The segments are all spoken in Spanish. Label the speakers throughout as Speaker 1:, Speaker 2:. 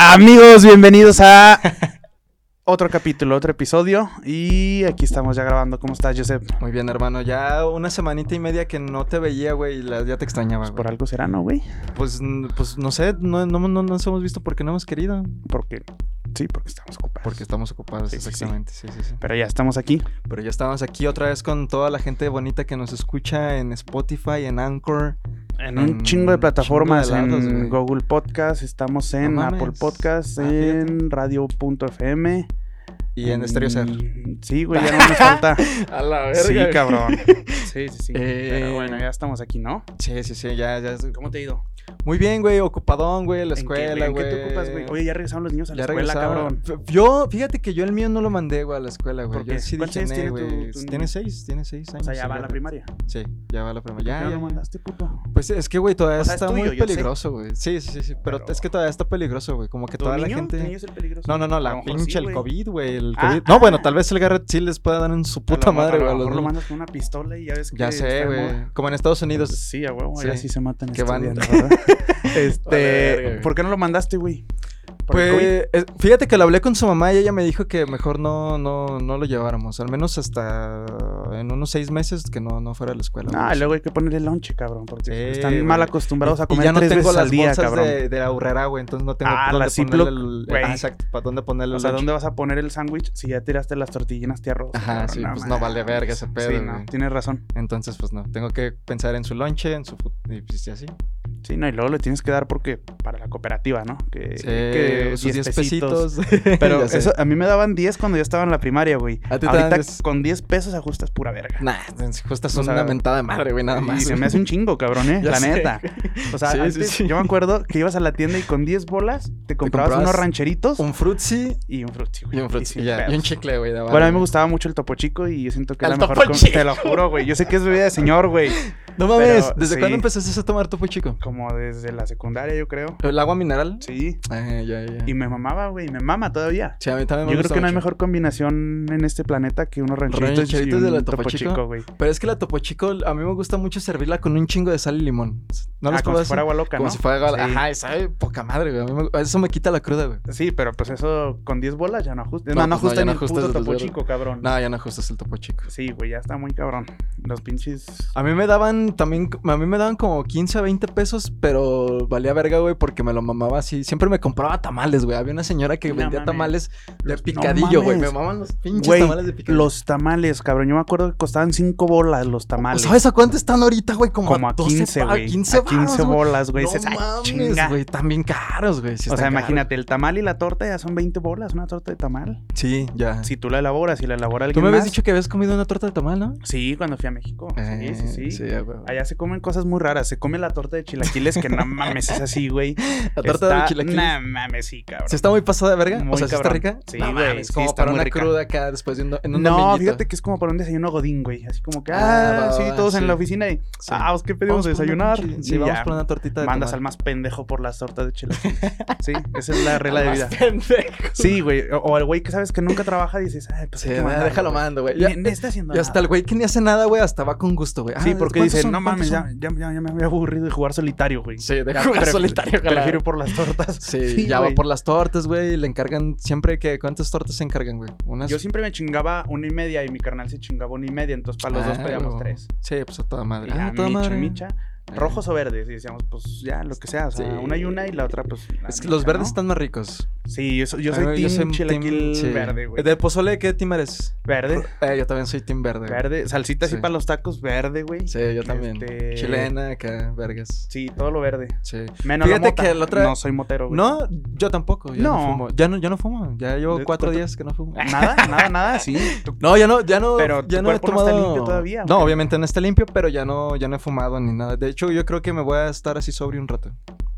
Speaker 1: Amigos, bienvenidos a otro capítulo, otro episodio. Y aquí estamos ya grabando. ¿Cómo estás, Pues, Joseph?
Speaker 2: Muy bien, hermano. Ya una semanita y media que no te veía, güey. y la- Ya te extrañaba,
Speaker 1: Pues por
Speaker 2: güey.
Speaker 1: algo será, ¿no, güey?
Speaker 2: Pues, n- pues no sé, no, no, no nos hemos visto porque no hemos querido.
Speaker 1: Porque sí, porque estamos ocupados.
Speaker 2: Porque estamos ocupados,
Speaker 1: Sí, sí, sí.
Speaker 2: exactamente. Sí, sí, sí.
Speaker 1: Pero ya estamos aquí.
Speaker 2: Pero ya estamos aquí otra vez con toda la gente bonita que nos escucha en Spotify, en Anchor.
Speaker 1: En un
Speaker 2: En
Speaker 1: chingo de plataformas,
Speaker 2: chingo de lados,
Speaker 1: en
Speaker 2: güey.
Speaker 1: Google Podcast, estamos en
Speaker 2: No mames.
Speaker 1: Apple Podcast,
Speaker 2: Ah, fíjate.
Speaker 1: en radio.fm.
Speaker 2: Y en Stereo Ser.
Speaker 1: Mm, Sí, güey, ya no nos falta.
Speaker 2: A la
Speaker 1: sí, cabrón. Sí, sí, sí. Pero
Speaker 2: Eh.
Speaker 1: bueno, ya estamos aquí, ¿no?
Speaker 2: Sí, sí, sí, ya, ya.
Speaker 1: ¿Cómo te ha ido?
Speaker 2: Muy bien, güey, ocupadón, güey, la
Speaker 1: ¿En qué,
Speaker 2: escuela,
Speaker 1: ¿En
Speaker 2: güey.
Speaker 1: qué te ocupas, güey? Oye, ya regresaron los niños a la
Speaker 2: Ya
Speaker 1: escuela,
Speaker 2: regresaba.
Speaker 1: cabrón.
Speaker 2: F- Yo, fíjate que yo el mío no lo mandé, güey, a la escuela, güey.
Speaker 1: ¿Por
Speaker 2: Yo
Speaker 1: qué?
Speaker 2: sí
Speaker 1: ¿Cuántos
Speaker 2: dije,
Speaker 1: años tiene
Speaker 2: "Nee,
Speaker 1: tu-
Speaker 2: güey".
Speaker 1: tu
Speaker 2: Tiene
Speaker 1: niño?
Speaker 2: seis, tiene seis
Speaker 1: O
Speaker 2: años.
Speaker 1: sea, ya va a la
Speaker 2: fíjate.
Speaker 1: primaria.
Speaker 2: Sí, ya va a la primaria.
Speaker 1: Ya
Speaker 2: Ah, Ya,
Speaker 1: lo
Speaker 2: ya.
Speaker 1: mandaste, puto.
Speaker 2: Pues es que, güey, todavía
Speaker 1: O sea, es
Speaker 2: está
Speaker 1: tuyo,
Speaker 2: muy
Speaker 1: yo sé.
Speaker 2: peligroso, güey. Sí, sí, sí, sí. Pero,
Speaker 1: Pero-
Speaker 2: es que todavía está peligroso, güey. Como que
Speaker 1: ¿Tu
Speaker 2: toda
Speaker 1: niño?
Speaker 2: la
Speaker 1: ¿Tu
Speaker 2: gente.
Speaker 1: niño es el peligroso?
Speaker 2: No, no, no,
Speaker 1: A
Speaker 2: la
Speaker 1: lo mejor
Speaker 2: pinche,
Speaker 1: Ah, pues sí,
Speaker 2: el
Speaker 1: güey.
Speaker 2: COVID, güey, el
Speaker 1: Ah,
Speaker 2: COVID. No, bueno,
Speaker 1: ah.
Speaker 2: tal vez el Garrett sí les pueda dar en su puta
Speaker 1: A lo mejor-
Speaker 2: madre, güey.
Speaker 1: A
Speaker 2: a
Speaker 1: lo
Speaker 2: los
Speaker 1: mejor lo
Speaker 2: niños.
Speaker 1: mandas con una pistola y ya ves que.
Speaker 2: Ya
Speaker 1: está de
Speaker 2: sé,
Speaker 1: moda.
Speaker 2: güey. Como en Estados Unidos.
Speaker 1: Sí, a huevo,
Speaker 2: Sí.
Speaker 1: allá sí se matan
Speaker 2: Que van-
Speaker 1: estudiando, ¿verdad?
Speaker 2: Vale, verga,
Speaker 1: Este,
Speaker 2: güey.
Speaker 1: ¿por qué no lo mandaste, güey? ¿Por el COVID?
Speaker 2: Pues, eh, fíjate que lo hablé con su mamá y ella me dijo que mejor no, no, no lo lleváramos. Al menos hasta en unos seis meses que no, no fuera a la escuela.
Speaker 1: Ah,
Speaker 2: güey.
Speaker 1: y luego hay que ponerle lonche, cabrón, porque
Speaker 2: Pues, Sí,
Speaker 1: están
Speaker 2: güey.
Speaker 1: mal acostumbrados a
Speaker 2: Y
Speaker 1: comer
Speaker 2: ya no
Speaker 1: tres
Speaker 2: tengo
Speaker 1: veces
Speaker 2: las
Speaker 1: al día,
Speaker 2: bolsas
Speaker 1: cabrón.
Speaker 2: de, de la aurrera, güey. Entonces no tengo
Speaker 1: Ah,
Speaker 2: dónde
Speaker 1: la Ziploc,
Speaker 2: ponerle el-
Speaker 1: güey.
Speaker 2: ah, exacto, para dónde ponerle
Speaker 1: O
Speaker 2: el
Speaker 1: sea,
Speaker 2: lonche.
Speaker 1: ¿dónde vas a poner el sándwich si ya tiraste las tortillinas de arroz?
Speaker 2: Ajá, sí, pues no
Speaker 1: mames.
Speaker 2: vale verga ese pedo,
Speaker 1: Sí, no,
Speaker 2: güey.
Speaker 1: tienes razón.
Speaker 2: Entonces, pues no, tengo que pensar en su lonche, en su... fu- Y pues y así.
Speaker 1: Sí, no, y luego le tienes que dar porque para la cooperativa, ¿no? Que,
Speaker 2: Sí,
Speaker 1: que
Speaker 2: Eh, sus
Speaker 1: 10
Speaker 2: 10
Speaker 1: pesitos.
Speaker 2: pesitos.
Speaker 1: Pero
Speaker 2: Ya sé.
Speaker 1: eso, a mí me daban 10 cuando yo estaba en la primaria, güey.
Speaker 2: A ti te
Speaker 1: Ahorita
Speaker 2: daban 10.
Speaker 1: con 10 pesos ajustas pura verga.
Speaker 2: Nah, justo es
Speaker 1: O
Speaker 2: una
Speaker 1: sea,
Speaker 2: mentada de madre, güey, nada más.
Speaker 1: Y se me hace un chingo, cabrón, ¿eh?
Speaker 2: Ya
Speaker 1: la
Speaker 2: sé.
Speaker 1: neta. O sea,
Speaker 2: Sí, sí,
Speaker 1: antes,
Speaker 2: sí.
Speaker 1: yo me acuerdo que ibas a la tienda y con 10 bolas te comprabas,
Speaker 2: comprabas
Speaker 1: unos rancheritos
Speaker 2: Un frutzi
Speaker 1: y un frutti, güey.
Speaker 2: y un frutzi.
Speaker 1: sin
Speaker 2: ya,
Speaker 1: pedos.
Speaker 2: y un chicle, güey. de
Speaker 1: Bueno, a mí me
Speaker 2: barrio.
Speaker 1: gustaba mucho el Topo Chico y yo siento que
Speaker 2: El
Speaker 1: era mejor.
Speaker 2: Topo
Speaker 1: con-
Speaker 2: Chico.
Speaker 1: Te lo juro, güey. Yo sé que es bebida de señor, güey.
Speaker 2: No mames,
Speaker 1: Pero,
Speaker 2: ¿desde
Speaker 1: sí.
Speaker 2: cuándo empezaste a tomar topo chico?
Speaker 1: Como desde la secundaria, yo creo.
Speaker 2: ¿El agua mineral?
Speaker 1: Sí.
Speaker 2: Ah, ya, ya.
Speaker 1: Y me mamaba, güey. Me mama todavía.
Speaker 2: Sí, a mí también me
Speaker 1: Yo creo
Speaker 2: gusta
Speaker 1: que no hay
Speaker 2: mucho.
Speaker 1: mejor combinación en este planeta que unos rancheritos, y
Speaker 2: Rancheritos
Speaker 1: un
Speaker 2: de la
Speaker 1: Topo
Speaker 2: Topo Chico.
Speaker 1: Chico, güey.
Speaker 2: Pero es que la topo chico, a mí me gusta mucho servirla con un chingo de sal y limón. ¿No
Speaker 1: Ah, como si
Speaker 2: los probaste?
Speaker 1: fuera agua loca,
Speaker 2: Como
Speaker 1: ¿no?
Speaker 2: si fuera
Speaker 1: Sí.
Speaker 2: gal- Ajá, y sabe poca madre, güey. A mí me- Eso me quita la cruda, güey.
Speaker 1: Sí, pero pues eso con 10 bolas ya no ajusta.
Speaker 2: No,
Speaker 1: No, no
Speaker 2: pues no,
Speaker 1: ajusta
Speaker 2: ya
Speaker 1: ni
Speaker 2: no
Speaker 1: el
Speaker 2: ajustas
Speaker 1: puto
Speaker 2: el
Speaker 1: topo
Speaker 2: desverde.
Speaker 1: chico, cabrón.
Speaker 2: No, ya no ajustas el topo chico.
Speaker 1: Sí, güey, ya está muy cabrón. Los pinches.
Speaker 2: A mí me daban también, a mí me daban como 15 a 20 pesos, pero valía verga, güey, porque me lo mamaba así. Siempre me compraba tamales, güey. Había una señora que
Speaker 1: No
Speaker 2: vendía
Speaker 1: mames.
Speaker 2: tamales de
Speaker 1: Los- no
Speaker 2: picadillo, güey.
Speaker 1: mames.
Speaker 2: me maman los pinches
Speaker 1: Güey,
Speaker 2: tamales de picadillo.
Speaker 1: Los tamales, cabrón. Yo me acuerdo que costaban 5 bolas los tamales.
Speaker 2: ¿Sabes a cuánto están ahorita, güey? Como,
Speaker 1: Como a
Speaker 2: 12
Speaker 1: 15,
Speaker 2: pa-
Speaker 1: güey. A
Speaker 2: 15,
Speaker 1: 15,
Speaker 2: varos, güey.
Speaker 1: bolas, güey.
Speaker 2: No
Speaker 1: Dices, "Ay,
Speaker 2: mames,
Speaker 1: chinga".
Speaker 2: güey. También caros, güey. sí
Speaker 1: o sea,
Speaker 2: están
Speaker 1: imagínate, el tamal y la torta ya son 20 bolas, una torta de tamal.
Speaker 2: caros. Sí, ya.
Speaker 1: Si tú la elaboras y la elabora alguien
Speaker 2: Ah. Tú me habías
Speaker 1: más-
Speaker 2: dicho que habías comido una torta de tamal, ¿no?
Speaker 1: Sí, cuando fui a México.
Speaker 2: Eh,
Speaker 1: sí, sí, sí.
Speaker 2: ya, güey.
Speaker 1: Allá se comen cosas muy raras. Se come la torta de chilaquiles que no mames, es así, güey.
Speaker 2: La torta de
Speaker 1: Está-
Speaker 2: chilaquiles.
Speaker 1: No mames, sí, cabrón.
Speaker 2: ¿Sí está muy pasada de verga?
Speaker 1: Muy
Speaker 2: o sea, ¿sí está
Speaker 1: cabrón.
Speaker 2: rica?
Speaker 1: Sí,
Speaker 2: No
Speaker 1: güey,
Speaker 2: mames,
Speaker 1: sí
Speaker 2: como
Speaker 1: está
Speaker 2: para
Speaker 1: muy
Speaker 2: una
Speaker 1: rica.
Speaker 2: cruda acá después de un, do- en un
Speaker 1: no,
Speaker 2: dominguito.
Speaker 1: fíjate que es como para un desayuno godín, güey. Así como que,
Speaker 2: Ah,
Speaker 1: ah,
Speaker 2: va, va,
Speaker 1: sí,
Speaker 2: va,
Speaker 1: todos en
Speaker 2: sí.
Speaker 1: la oficina y,
Speaker 2: Sí.
Speaker 1: ah, pues qué pedimos a
Speaker 2: por una
Speaker 1: desayunar.
Speaker 2: pinche-
Speaker 1: Y
Speaker 2: Sí, vamos
Speaker 1: ya,
Speaker 2: por una tortita de
Speaker 1: Mandas al
Speaker 2: tamal.
Speaker 1: más pendejo por las tortas de chilaquiles. sí, esa es la regla de vida.
Speaker 2: Más pendejo.
Speaker 1: Sí, güey. O, o el güey que sabes que nunca trabaja dices, ay, pues
Speaker 2: Sí,
Speaker 1: hay que
Speaker 2: güey,
Speaker 1: mandarlo,
Speaker 2: déjalo
Speaker 1: güey".
Speaker 2: mando, güey.
Speaker 1: Ni-
Speaker 2: Ya-
Speaker 1: ni está haciendo
Speaker 2: Y hasta
Speaker 1: nada.
Speaker 2: el güey que ni hace nada, güey, hasta va con gusto, güey.
Speaker 1: Sí,
Speaker 2: Ah,
Speaker 1: porque
Speaker 2: ¿cuántos
Speaker 1: dice,
Speaker 2: son?
Speaker 1: no mames,
Speaker 2: ¿Cuántos
Speaker 1: ya,
Speaker 2: son?"
Speaker 1: ya, ya, ya me había aburrido de jugar solitario, güey.
Speaker 2: Sí, de
Speaker 1: Ya
Speaker 2: jugar
Speaker 1: pref-
Speaker 2: solitario, ojalá.
Speaker 1: Prefiero ir por las tortas.
Speaker 2: Sí, ya va
Speaker 1: güey.
Speaker 2: por las tortas, güey. Le encargan siempre que. ¿Cuántas tortas se encargan, güey? Unas.
Speaker 1: Yo siempre me chingaba una y media y mi carnal se chingaba una y media, entonces para los dos
Speaker 2: Ah,
Speaker 1: pedíamos
Speaker 2: güey.
Speaker 1: tres.
Speaker 2: Sí, pues a toda madre.
Speaker 1: Y
Speaker 2: Ah,
Speaker 1: ya,
Speaker 2: a toda
Speaker 1: micha,
Speaker 2: madre.
Speaker 1: micha. Rojos o verdes, y decíamos, pues ya, lo que sea, o sea,
Speaker 2: Sí.
Speaker 1: una y una y la otra, pues. la
Speaker 2: Es que
Speaker 1: micha,
Speaker 2: los verdes
Speaker 1: ¿no?
Speaker 2: están más ricos.
Speaker 1: Sí, yo soy, yo
Speaker 2: Ah,
Speaker 1: soy
Speaker 2: güey,
Speaker 1: team
Speaker 2: team-
Speaker 1: chilaquil
Speaker 2: sí.
Speaker 1: verde, güey.
Speaker 2: ¿De pozole qué team eres?
Speaker 1: Verde,
Speaker 2: Eh, yo también soy team verde. güey.
Speaker 1: verde, salsita así
Speaker 2: Sí.
Speaker 1: para los tacos, verde, güey.
Speaker 2: Sí, yo también.
Speaker 1: Este-
Speaker 2: Chilena, acá, vergas.
Speaker 1: Sí, todo lo verde.
Speaker 2: Sí.
Speaker 1: Menos
Speaker 2: Fíjate
Speaker 1: la mota.
Speaker 2: que el otro-
Speaker 1: No soy motero, güey.
Speaker 2: No, yo tampoco. Yo no.
Speaker 1: No.
Speaker 2: fumo. Ya no, yo no fumo. Ya llevo
Speaker 1: ¿De-
Speaker 2: cuatro
Speaker 1: cuánto-
Speaker 2: días que no fumo.
Speaker 1: Nada, nada, nada, sí.
Speaker 2: No, ya no, ya no.
Speaker 1: Pero
Speaker 2: ya
Speaker 1: tu
Speaker 2: no he
Speaker 1: cuerpo no está
Speaker 2: tomado-
Speaker 1: limpio todavía, ¿o
Speaker 2: No,
Speaker 1: qué?
Speaker 2: obviamente no está limpio, pero ya no, ya no he fumado ni nada. De hecho, yo creo que me voy a estar así sobrio un rato.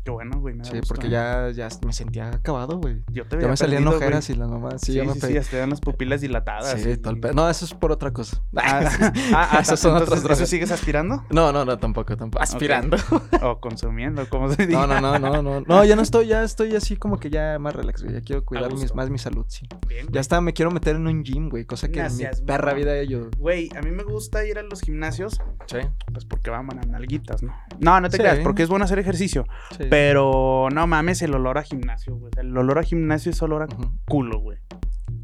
Speaker 1: Qué bueno, güey. me da
Speaker 2: Sí,
Speaker 1: gusto. ¿eh?
Speaker 2: porque ya, ya me sentía acabado, güey.
Speaker 1: Yo te
Speaker 2: Ya
Speaker 1: veía
Speaker 2: me salían
Speaker 1: perdido,
Speaker 2: ojeras
Speaker 1: güey.
Speaker 2: y la mamá. Sí,
Speaker 1: Sí,
Speaker 2: ya me
Speaker 1: sí,
Speaker 2: pe-
Speaker 1: sí, hasta eran las pupilas dilatadas.
Speaker 2: Sí, todo el pe- No, eso es por otra cosa.
Speaker 1: Ah, ah, ah,
Speaker 2: Esas son
Speaker 1: entonces,
Speaker 2: otras drogas.
Speaker 1: ¿Eso sigues aspirando?
Speaker 2: No, no, no, tampoco, tampoco. Aspirando.
Speaker 1: ¿O consumiendo? ¿Cómo se dice?
Speaker 2: No, no, no, no, no. No, ya no estoy, ya estoy así como que ya más relax, güey. Ya quiero cuidar mis-
Speaker 1: gusto.
Speaker 2: más mi salud, sí.
Speaker 1: Bien,
Speaker 2: Ya está, me quiero meter en un gym, güey. Cosa que en mi
Speaker 1: Gracias,
Speaker 2: perra
Speaker 1: mamá.
Speaker 2: vida yo.
Speaker 1: Güey, a mí me gusta ir a los gimnasios,
Speaker 2: Sí,
Speaker 1: pues porque van a nalguitas, ¿no? No, no te
Speaker 2: Sí.
Speaker 1: creas, porque es bueno hacer ejercicio.
Speaker 2: sí.
Speaker 1: Pero no mames el olor a gimnasio, güey. O sea, El olor a gimnasio es olor a
Speaker 2: Ujú.
Speaker 1: culo, güey.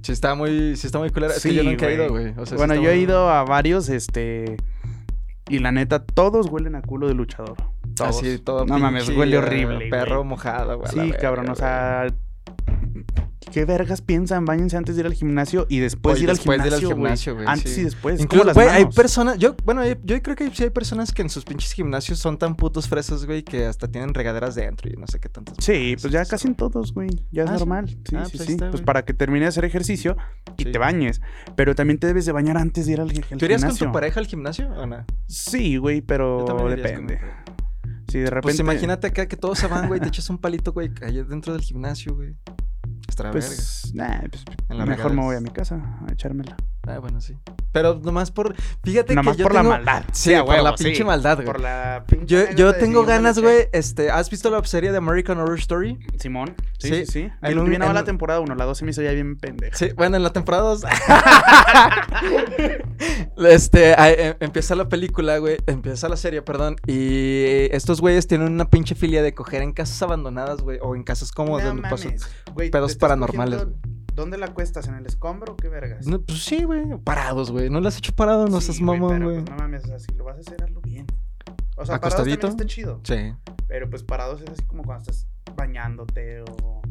Speaker 2: Sí, está muy, sí está muy culera. es que
Speaker 1: Sí,
Speaker 2: yo nunca he
Speaker 1: güey.
Speaker 2: ido, güey. O sea, sí
Speaker 1: bueno,
Speaker 2: está
Speaker 1: yo he
Speaker 2: muy-
Speaker 1: ido a varios, este. Y la neta, todos huelen a culo de luchador. Todos.
Speaker 2: Así, Ah, todo
Speaker 1: no mames,
Speaker 2: pinche,
Speaker 1: huele
Speaker 2: eh,
Speaker 1: horrible.
Speaker 2: Perro
Speaker 1: güey.
Speaker 2: mojado, güey. a la
Speaker 1: Sí,
Speaker 2: verga,
Speaker 1: cabrón, o
Speaker 2: güey.
Speaker 1: sea. ¿Qué vergas piensan? Báñense antes de ir al gimnasio y después
Speaker 2: Oye,
Speaker 1: de ir al
Speaker 2: después de ir al
Speaker 1: gimnasio. güey.
Speaker 2: gimnasio, güey,
Speaker 1: Antes
Speaker 2: sí.
Speaker 1: y después. como
Speaker 2: Incluso,
Speaker 1: las
Speaker 2: güey, hay
Speaker 1: manos.
Speaker 2: personas, yo, bueno, hay- yo creo que sí hay personas que en sus pinches gimnasios son tan putos fresas, güey, que hasta tienen regaderas dentro y no sé qué tantas.
Speaker 1: Sí, pues ya casi en todos, güey. Ya es
Speaker 2: Ah, ¿sí?
Speaker 1: normal. Sí,
Speaker 2: Ah,
Speaker 1: sí,
Speaker 2: pues ahí
Speaker 1: sí.
Speaker 2: está,
Speaker 1: pues
Speaker 2: güey.
Speaker 1: para que termine de hacer ejercicio y
Speaker 2: Sí.
Speaker 1: te bañes. Pero también te debes de bañar antes de ir al, al
Speaker 2: ¿Tú irías con
Speaker 1: gimnasio.
Speaker 2: tu pareja al gimnasio o no?
Speaker 1: Sí, güey,
Speaker 2: Yo
Speaker 1: pero
Speaker 2: también iría con mi
Speaker 1: depende.
Speaker 2: pareja.
Speaker 1: Sí, de repente.
Speaker 2: Pues imagínate acá que todos se van, güey, te echas un palito, güey, allá dentro del gimnasio, güey. Estará verga.
Speaker 1: Pues, nah, pues
Speaker 2: En la
Speaker 1: mejor
Speaker 2: regadera.
Speaker 1: me voy a mi casa a echármela.
Speaker 2: Ah, bueno, sí. Pero nomás por. Fíjate
Speaker 1: Nomás
Speaker 2: que yo
Speaker 1: por
Speaker 2: tengo-
Speaker 1: la maldad.
Speaker 2: Sí, por la pinche maldad, güey.
Speaker 1: Por la
Speaker 2: Yo, yo tengo ganas, güey. Este, ¿has visto la serie de American Horror Story?
Speaker 1: Simón. Sí,
Speaker 2: Sí,
Speaker 1: sí, sí.
Speaker 2: en
Speaker 1: Yo
Speaker 2: un-
Speaker 1: vi nada más la
Speaker 2: en-
Speaker 1: temporada 1, la 2 se me hizo ya bien pendeja.
Speaker 2: Sí, bueno, en la temporada 2. este, ahí, em- empieza la película, güey. Empieza la serie, perdón. Y estos güeyes tienen una pinche filia de coger en casas abandonadas, güey. O en casas como donde pasó.
Speaker 1: Güey, te
Speaker 2: pedos
Speaker 1: estás
Speaker 2: paranormales,
Speaker 1: cogiendo- ¿Dónde la cuestas? ¿En el escombro o qué vergas?
Speaker 2: No, pues sí, güey. Parados, güey. No las has hecho parado, no
Speaker 1: Sí,
Speaker 2: seas
Speaker 1: güey,
Speaker 2: mamón,
Speaker 1: pero,
Speaker 2: güey.
Speaker 1: pues, no mames, o sea, si lo vas a hacer, hazlo bien. O sea, parados también
Speaker 2: ¿Acostadito?
Speaker 1: está chido.
Speaker 2: Sí.
Speaker 1: Pero pues parados es así como cuando estás bañándote o. o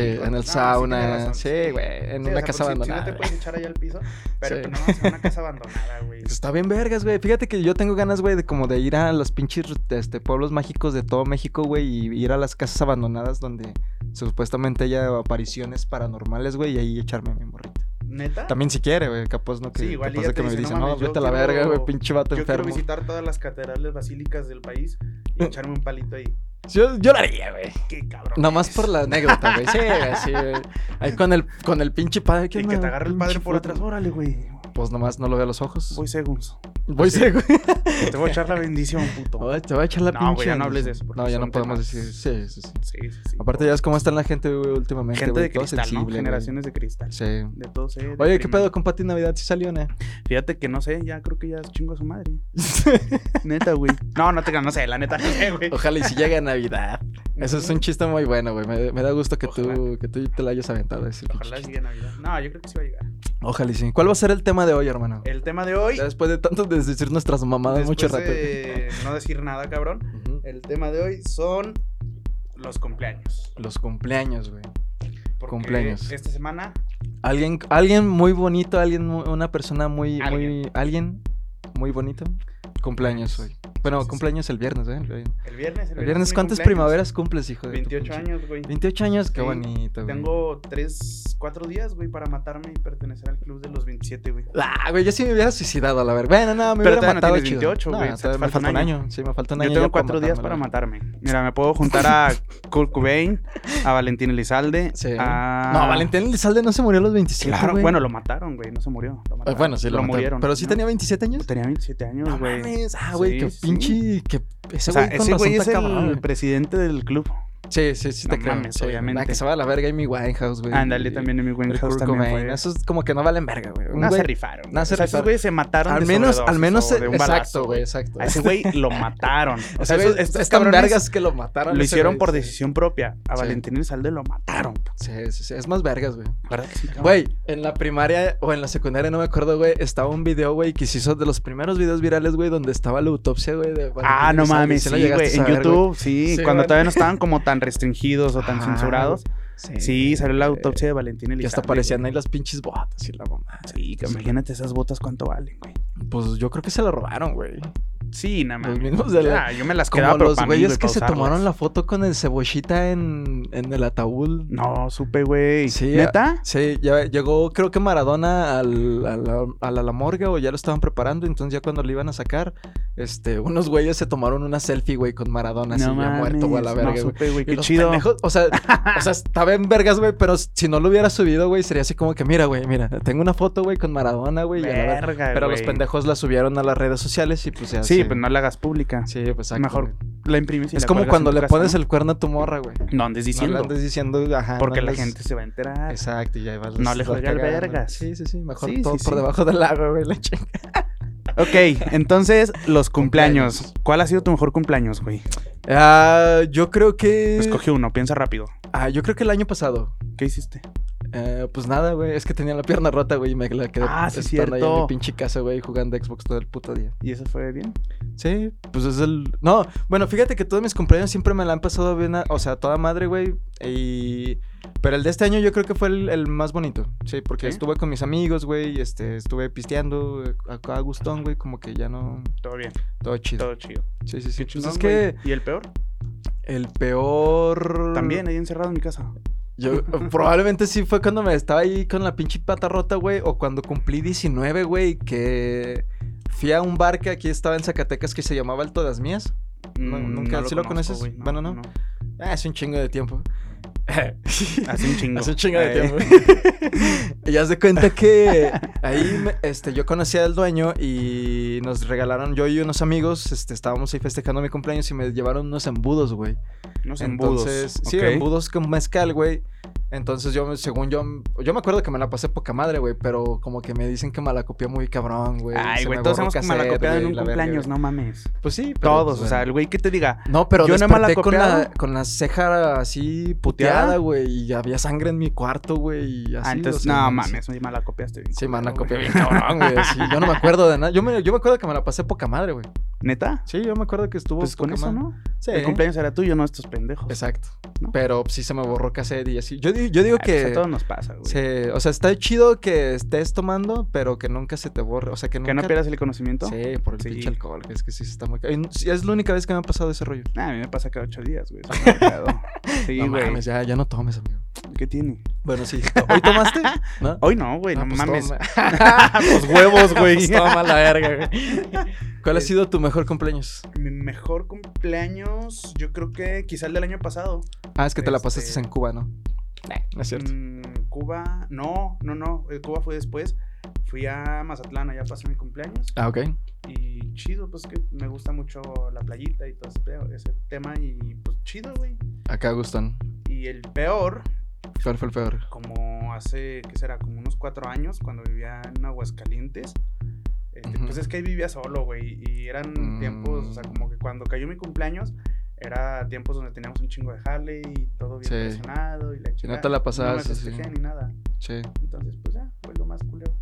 Speaker 1: así, no,
Speaker 2: en el
Speaker 1: sí, tienes
Speaker 2: sauna.
Speaker 1: razón,
Speaker 2: Sí, güey. En
Speaker 1: Sí, o
Speaker 2: una
Speaker 1: sea,
Speaker 2: casa
Speaker 1: pues, sí- sí
Speaker 2: abandonada.
Speaker 1: no te puedes echar ahí al piso, pero
Speaker 2: Sí.
Speaker 1: pues, no, en una casa abandonada, güey.
Speaker 2: Pues Está bien vergas, güey. Fíjate que yo tengo ganas, güey, de como de ir a los pinches este, pueblos mágicos de todo México, güey, y ir a las casas abandonadas donde supuestamente haya apariciones paranormales, güey, y ahí echarme a mi morrito.
Speaker 1: ¿Neta?
Speaker 2: También si quiere, güey, capaz no que,
Speaker 1: Sí, igual y
Speaker 2: capaz
Speaker 1: ya
Speaker 2: de
Speaker 1: te
Speaker 2: que me
Speaker 1: dice, "No
Speaker 2: dicen, no,
Speaker 1: mames, yo
Speaker 2: vete a la
Speaker 1: quiero-
Speaker 2: verga, güey, pinche
Speaker 1: Yo
Speaker 2: vato
Speaker 1: quiero
Speaker 2: enfermo. Mm.
Speaker 1: visitar todas las catedrales basílicas del país y echarme un palito ahí.
Speaker 2: Yo, yo lo haría, güey.
Speaker 1: Qué cabrón.
Speaker 2: Nada más
Speaker 1: eres.
Speaker 2: por la anécdota, güey. Sí, güey, sí, güey. Ahí con el, con el pinche padre. ¿qué
Speaker 1: Y que
Speaker 2: onda,
Speaker 1: te agarre el padre
Speaker 2: pinche
Speaker 1: por
Speaker 2: foto?
Speaker 1: atrás. Órale, güey.
Speaker 2: Pues nomás no lo veo a los ojos.
Speaker 1: Voy segundos.
Speaker 2: Voy, sí, güey.
Speaker 1: Te voy a echar la bendición, puto.
Speaker 2: Ay, Te voy a echar la
Speaker 1: No,
Speaker 2: pinche.
Speaker 1: güey, ya no hables de eso, porque
Speaker 2: No, ya
Speaker 1: son
Speaker 2: no podemos
Speaker 1: temas-
Speaker 2: decir. Sí, sí, sí.
Speaker 1: Sí, sí, sí.
Speaker 2: Aparte, ya ves cómo está la gente, güey, últimamente.
Speaker 1: Gente
Speaker 2: Este güey,
Speaker 1: de
Speaker 2: toda
Speaker 1: cristal, ¿no?
Speaker 2: sensible, güey.
Speaker 1: Generaciones de cristal.
Speaker 2: Sí.
Speaker 1: De todos ellos.
Speaker 2: Oye, ¿qué pedo con Pati Navidad? ¿Sí salió, ne?
Speaker 1: Fíjate que no sé, ya creo que ya es chingo a su madre. Neta, güey. No, no te creas, no sé, la neta no sé, güey.
Speaker 2: Ojalá y si llega Navidad. Eso es un chiste muy bueno, güey. Me, me da gusto que tú,
Speaker 1: Ojalá.
Speaker 2: que tú te la hayas aventado. ese pinche
Speaker 1: Ojalá
Speaker 2: chiste.
Speaker 1: llegue Navidad. No, yo creo que sí va a llegar.
Speaker 2: Ojalá y sí. ¿Cuál va a ser el tema de hoy, hermano?
Speaker 1: El tema de hoy.
Speaker 2: Ya Después de tanto de decir nuestras mamadas
Speaker 1: Eh, después
Speaker 2: mucho rato.
Speaker 1: de no decir nada, cabrón.
Speaker 2: Ujú.
Speaker 1: El tema de hoy son los cumpleaños.
Speaker 2: Los cumpleaños, güey.
Speaker 1: Porque
Speaker 2: Cumpleaños.
Speaker 1: Esta semana,
Speaker 2: Alguien, alguien muy bonito, alguien, muy- una persona muy, muy,
Speaker 1: Alguien.
Speaker 2: alguien muy bonito. Cumpleaños hoy. Bueno,
Speaker 1: Sí, sí, sí.
Speaker 2: cumpleaños el viernes, ¿eh?
Speaker 1: el viernes.
Speaker 2: El viernes,
Speaker 1: es mi
Speaker 2: ¿cuántas
Speaker 1: cumpleaños.
Speaker 2: primaveras cumples, hijo de tu
Speaker 1: 28
Speaker 2: pinche-
Speaker 1: años, güey.
Speaker 2: 28 años, qué
Speaker 1: Sí,
Speaker 2: bonito, güey.
Speaker 1: Tengo 3, 4 días, güey, para matarme y pertenecer al club de los 27, güey.
Speaker 2: Ah, güey, yo sí me hubiera suicidado, la verdad. Bueno, no, me
Speaker 1: Pero
Speaker 2: hubiera
Speaker 1: todavía no
Speaker 2: matado
Speaker 1: tienes
Speaker 2: chido.
Speaker 1: 28, güey,
Speaker 2: No,
Speaker 1: o sea,
Speaker 2: todavía
Speaker 1: te
Speaker 2: me
Speaker 1: falta
Speaker 2: falta un
Speaker 1: un
Speaker 2: año. Sí, me falta un año.
Speaker 1: Yo
Speaker 2: ya
Speaker 1: tengo cuatro días para
Speaker 2: matarme, la
Speaker 1: matarme. Mira, me puedo juntar a Kurt Cobain, a Valentín Elizalde,
Speaker 2: verdad. Sí.
Speaker 1: a...
Speaker 2: No, Valentín Elizalde no se murió a los 27,
Speaker 1: Claro,
Speaker 2: güey.
Speaker 1: bueno, lo mataron, güey, no se murió. Lo
Speaker 2: Eh,
Speaker 1: mataron.
Speaker 2: bueno, sí, lo, mataron.
Speaker 1: murieron.
Speaker 2: Pero sí
Speaker 1: ¿no? pues,
Speaker 2: tenía 27 años.
Speaker 1: Tenía 27 años,
Speaker 2: No
Speaker 1: güey.
Speaker 2: mames, ah, güey,
Speaker 1: Sí,
Speaker 2: qué
Speaker 1: sí,
Speaker 2: pinche. Que ese
Speaker 1: o sea,
Speaker 2: güey con
Speaker 1: ese
Speaker 2: razón
Speaker 1: güey es
Speaker 2: está
Speaker 1: el
Speaker 2: cabrón. güey.
Speaker 1: presidente del club.
Speaker 2: Sí, sí, sí, te
Speaker 1: No
Speaker 2: creo.
Speaker 1: mames,
Speaker 2: sí.
Speaker 1: obviamente.
Speaker 2: Ah, que se va a la verga y mi Winehouse, güey.
Speaker 1: Ándale,
Speaker 2: y-
Speaker 1: también en mi
Speaker 2: el
Speaker 1: buen
Speaker 2: Kurt
Speaker 1: también
Speaker 2: Cobain.
Speaker 1: fue.
Speaker 2: Eso es como que no valen verga, güey. Un
Speaker 1: No se
Speaker 2: güey-
Speaker 1: rifaron.
Speaker 2: no
Speaker 1: güey.
Speaker 2: se
Speaker 1: O sea, esos
Speaker 2: rifaron.
Speaker 1: güeyes se mataron
Speaker 2: Al
Speaker 1: de
Speaker 2: menos, al
Speaker 1: sobredosis
Speaker 2: menos.
Speaker 1: o de un balazo,
Speaker 2: Exacto, güey, exacto.
Speaker 1: A ese güey lo mataron. O sea,
Speaker 2: Ese
Speaker 1: esos,
Speaker 2: güey
Speaker 1: estos
Speaker 2: es tan
Speaker 1: cabrones
Speaker 2: vergas que lo mataron.
Speaker 1: lo
Speaker 2: ese
Speaker 1: hicieron
Speaker 2: güey,
Speaker 1: por
Speaker 2: sí.
Speaker 1: decisión propia. A
Speaker 2: Sí.
Speaker 1: Valentín Elizalde lo mataron.
Speaker 2: Sí, sí, sí. Es más vergas, güey.
Speaker 1: ¿Verdad que sí, cabrón?
Speaker 2: Güey, Ah, en la primaria o en la secundaria, no me acuerdo, güey, estaba un video, güey, que se hizo de los primeros videos virales, güey, donde estaba la autopsia, güey. de Valentín
Speaker 1: Ah, no
Speaker 2: Elizalde.
Speaker 1: mames,
Speaker 2: ¿Sí lo
Speaker 1: sí,
Speaker 2: llegaste
Speaker 1: güey.
Speaker 2: a
Speaker 1: En
Speaker 2: ver,
Speaker 1: YouTube, sí,
Speaker 2: Sí,
Speaker 1: cuando
Speaker 2: güey.
Speaker 1: todavía no estaban como tan restringidos o tan
Speaker 2: Ajá,
Speaker 1: censurados.
Speaker 2: güey?
Speaker 1: Sí, salió la autopsia de Valentín Elizalde.
Speaker 2: Que hasta parecían ahí las pinches botas y la mamá.
Speaker 1: güey. Sí, que imagínate esas botas cuánto valen, güey.
Speaker 2: Pues yo creo que se la robaron, güey.
Speaker 1: Sí, nada más.
Speaker 2: Los mismos de la-
Speaker 1: Ya, yo me las
Speaker 2: Como
Speaker 1: quedaba, pero
Speaker 2: los
Speaker 1: pa' mí,
Speaker 2: güeyes
Speaker 1: güey,
Speaker 2: que
Speaker 1: pa'
Speaker 2: se tomaron
Speaker 1: usarlas.
Speaker 2: la foto con el cebollita en, en el ataúd.
Speaker 1: No, supe, güey.
Speaker 2: Sí,
Speaker 1: ¿Neta?
Speaker 2: Sí, ya llegó, creo que Maradona al, a, la, a la- la morgue o ya lo estaban preparando. Entonces, ya cuando lo iban a sacar, este, unos güeyes se tomaron una selfie, güey, con Maradona, así ya muerto, güey, a la
Speaker 1: mames,
Speaker 2: verga,
Speaker 1: No
Speaker 2: güey.
Speaker 1: supe, güey.
Speaker 2: Y
Speaker 1: Qué
Speaker 2: los
Speaker 1: chido.
Speaker 2: pendejos, o sea, o sea, estaba en vergas, güey, pero si no lo hubiera subido, güey, sería así como que, mira, güey, mira, tengo una foto, güey, con Maradona, güey. y a la verga.
Speaker 1: Verga,
Speaker 2: Pero los
Speaker 1: güey.
Speaker 2: pendejos la subieron a las redes sociales y pues ya.
Speaker 1: Sí,
Speaker 2: se-
Speaker 1: pues no la hagas pública.
Speaker 2: Sí, pues exacto,
Speaker 1: Mejor
Speaker 2: güey.
Speaker 1: la imprimes y
Speaker 2: es
Speaker 1: la
Speaker 2: como
Speaker 1: cuelgas
Speaker 2: cuando
Speaker 1: en tu
Speaker 2: le
Speaker 1: casa,
Speaker 2: pones
Speaker 1: ¿no?
Speaker 2: el cuerno a tu morra, güey.
Speaker 1: No andes
Speaker 2: No
Speaker 1: diciendo.
Speaker 2: le andes diciendo, ajá.
Speaker 1: porque
Speaker 2: no
Speaker 1: la
Speaker 2: andes-
Speaker 1: gente se va a enterar.
Speaker 2: Exacto, y ahí vas.
Speaker 1: No le
Speaker 2: vas
Speaker 1: jodí al
Speaker 2: cagando.
Speaker 1: vergas.
Speaker 2: Sí, sí, sí. Mejor
Speaker 1: Sí,
Speaker 2: todo
Speaker 1: sí,
Speaker 2: por
Speaker 1: sí.
Speaker 2: debajo del agua, güey, la chinga.
Speaker 1: Ok, entonces los cumpleaños. Eh.
Speaker 2: Cumpleaños.
Speaker 1: ¿Cuál ha sido tu mejor cumpleaños, güey?
Speaker 2: Ah, yo creo que.
Speaker 1: Escoge uno, piensa rápido.
Speaker 2: Ah, yo creo que el año pasado.
Speaker 1: ¿Qué hiciste?
Speaker 2: Eh, pues nada, güey. Es que tenía la pierna rota, güey. Y me la quedé
Speaker 1: Ah, sí,
Speaker 2: estando ahí en mi
Speaker 1: cierto.
Speaker 2: pinche casa, güey, jugando a Xbox todo el puto día.
Speaker 1: ¿Y eso fue bien?
Speaker 2: Sí, pues es el. No, bueno, fíjate que todos mis cumpleaños siempre me la han pasado bien, a- o sea, toda madre, güey. Y. Pero el de este año yo creo que fue el, el más bonito. Sí, porque
Speaker 1: ¿Sí?
Speaker 2: estuve con mis amigos, güey. Este, estuve pisteando eh, acá a Gustón, güey. Como que ya no.
Speaker 1: Todo bien,
Speaker 2: Todo chido.
Speaker 1: todo chido.
Speaker 2: Sí, sí,
Speaker 1: Qué
Speaker 2: sí. Pues
Speaker 1: chingón,
Speaker 2: es que
Speaker 1: güey. ¿Y el peor?
Speaker 2: el peor.
Speaker 1: También, ahí encerrado en mi casa.
Speaker 2: Yo probablemente sí fue cuando me estaba ahí con la pinche pata rota, güey. O cuando cumplí 19, güey. Que fui a un bar que aquí estaba en Zacatecas que se llamaba Alto de las Mías. No,
Speaker 1: Mm,
Speaker 2: nunca, ¿sí lo conoces?
Speaker 1: güey,
Speaker 2: Bueno, no. Ah, hace un chingo de tiempo.
Speaker 1: Hace un chingo.
Speaker 2: Hace un chingo de
Speaker 1: Eh,
Speaker 2: tiempo. y haz de cuenta que ahí me- este, yo conocí al dueño y nos regalaron, yo y unos amigos, este, estábamos ahí festejando mi cumpleaños y me llevaron unos embudos, güey.
Speaker 1: Unos embudos.
Speaker 2: pues, Entonces, sí,
Speaker 1: ok.
Speaker 2: embudos con mezcal, güey. Entonces yo, según yo, yo me acuerdo que me la pasé poca madre, güey, pero como que me dicen que me la copié muy cabrón, güey.
Speaker 1: Ay,
Speaker 2: se
Speaker 1: güey,
Speaker 2: me
Speaker 1: todos
Speaker 2: borró
Speaker 1: hemos
Speaker 2: cassette,
Speaker 1: malacopiado en
Speaker 2: güey,
Speaker 1: un
Speaker 2: la verga,
Speaker 1: cumpleaños,
Speaker 2: güey.
Speaker 1: no mames.
Speaker 2: Pues sí, pero,
Speaker 1: Todos,
Speaker 2: pues,
Speaker 1: o sea,
Speaker 2: bueno.
Speaker 1: el güey que te diga,
Speaker 2: No, pero
Speaker 1: Yo
Speaker 2: yo
Speaker 1: no
Speaker 2: no
Speaker 1: me la
Speaker 2: con la,
Speaker 1: copiaba.
Speaker 2: con la ceja así
Speaker 1: ¿Puteada?
Speaker 2: puteada, güey, y había sangre en mi cuarto, güey, y así.
Speaker 1: ah, entonces,
Speaker 2: o sea,
Speaker 1: no
Speaker 2: sí.
Speaker 1: mames, me malacopiaste bien.
Speaker 2: Sí, me la
Speaker 1: culero,
Speaker 2: copié
Speaker 1: güey.
Speaker 2: bien cabrón, güey, así. Yo no me acuerdo de nada. Yo me, yo me acuerdo que me la pasé poca madre, güey.
Speaker 1: ¿Neta?
Speaker 2: Sí, yo me acuerdo que estuvo
Speaker 1: Pues con
Speaker 2: poca
Speaker 1: eso,
Speaker 2: madre.
Speaker 1: ¿no?
Speaker 2: Sí.
Speaker 1: El cumpleaños era tuyo, no estos pendejos.
Speaker 2: Exacto.
Speaker 1: ¿No?
Speaker 2: Pero pues, sí se me borró cassette y así. Yo, di- yo digo
Speaker 1: Ah, pues,
Speaker 2: que...
Speaker 1: a todos nos pasa, güey.
Speaker 2: se- o sea, está chido que estés tomando, pero que nunca se te borre. O sea, que nunca...
Speaker 1: Que no pierdas el conocimiento.
Speaker 2: Sí, por el
Speaker 1: Sí.
Speaker 2: pinche alcohol. güey, Es que sí está muy... ca- y sí, Es la única vez que me ha pasado ese rollo.
Speaker 1: Ah, a mí me pasa cada ocho días, güey. soy un pedo. Sí,
Speaker 2: no
Speaker 1: güey.
Speaker 2: mames, ya, ya no tomes, amigo.
Speaker 1: ¿Qué tiene?
Speaker 2: Bueno, sí. ¿Hoy tomaste? ¿No?
Speaker 1: Hoy no, güey,
Speaker 2: Ah,
Speaker 1: no
Speaker 2: pues
Speaker 1: mames.
Speaker 2: toma.
Speaker 1: Los huevos, güey.
Speaker 2: Pues toma la verga, güey. ¿Cuál ha sido tu mejor cumpleaños?
Speaker 1: Mi mejor cumpleaños, yo creo que quizá el del año pasado.
Speaker 2: Ah, es que te la pasaste
Speaker 1: Este-
Speaker 2: en Cuba, ¿no? No es cierto.
Speaker 1: Mm, Cuba, no, no, no. eh, Cuba fue después. Fui a Mazatlán, allá pasé mi cumpleaños.
Speaker 2: Ah, ok.
Speaker 1: Y chido, pues que me gusta mucho la playita y todo ese, pedo- ese tema. Y pues chido, güey.
Speaker 2: Acá, Gustón.
Speaker 1: Y el peor,
Speaker 2: ¿Cuál fue el peor?
Speaker 1: como hace, ¿qué será? Como unos cuatro años, cuando vivía en Aguascalientes. Este,
Speaker 2: Ujú.
Speaker 1: Pues es que ahí vivía solo, güey. Y eran
Speaker 2: Mm.
Speaker 1: tiempos, o sea, como que cuando cayó mi cumpleaños, era tiempos donde teníamos un chingo de jale y todo bien
Speaker 2: Sí.
Speaker 1: relacionado y la chingada.
Speaker 2: te la
Speaker 1: No me
Speaker 2: pasabas así.
Speaker 1: festejé ni nada.
Speaker 2: Sí.
Speaker 1: Entonces, pues ya, fue lo más culero.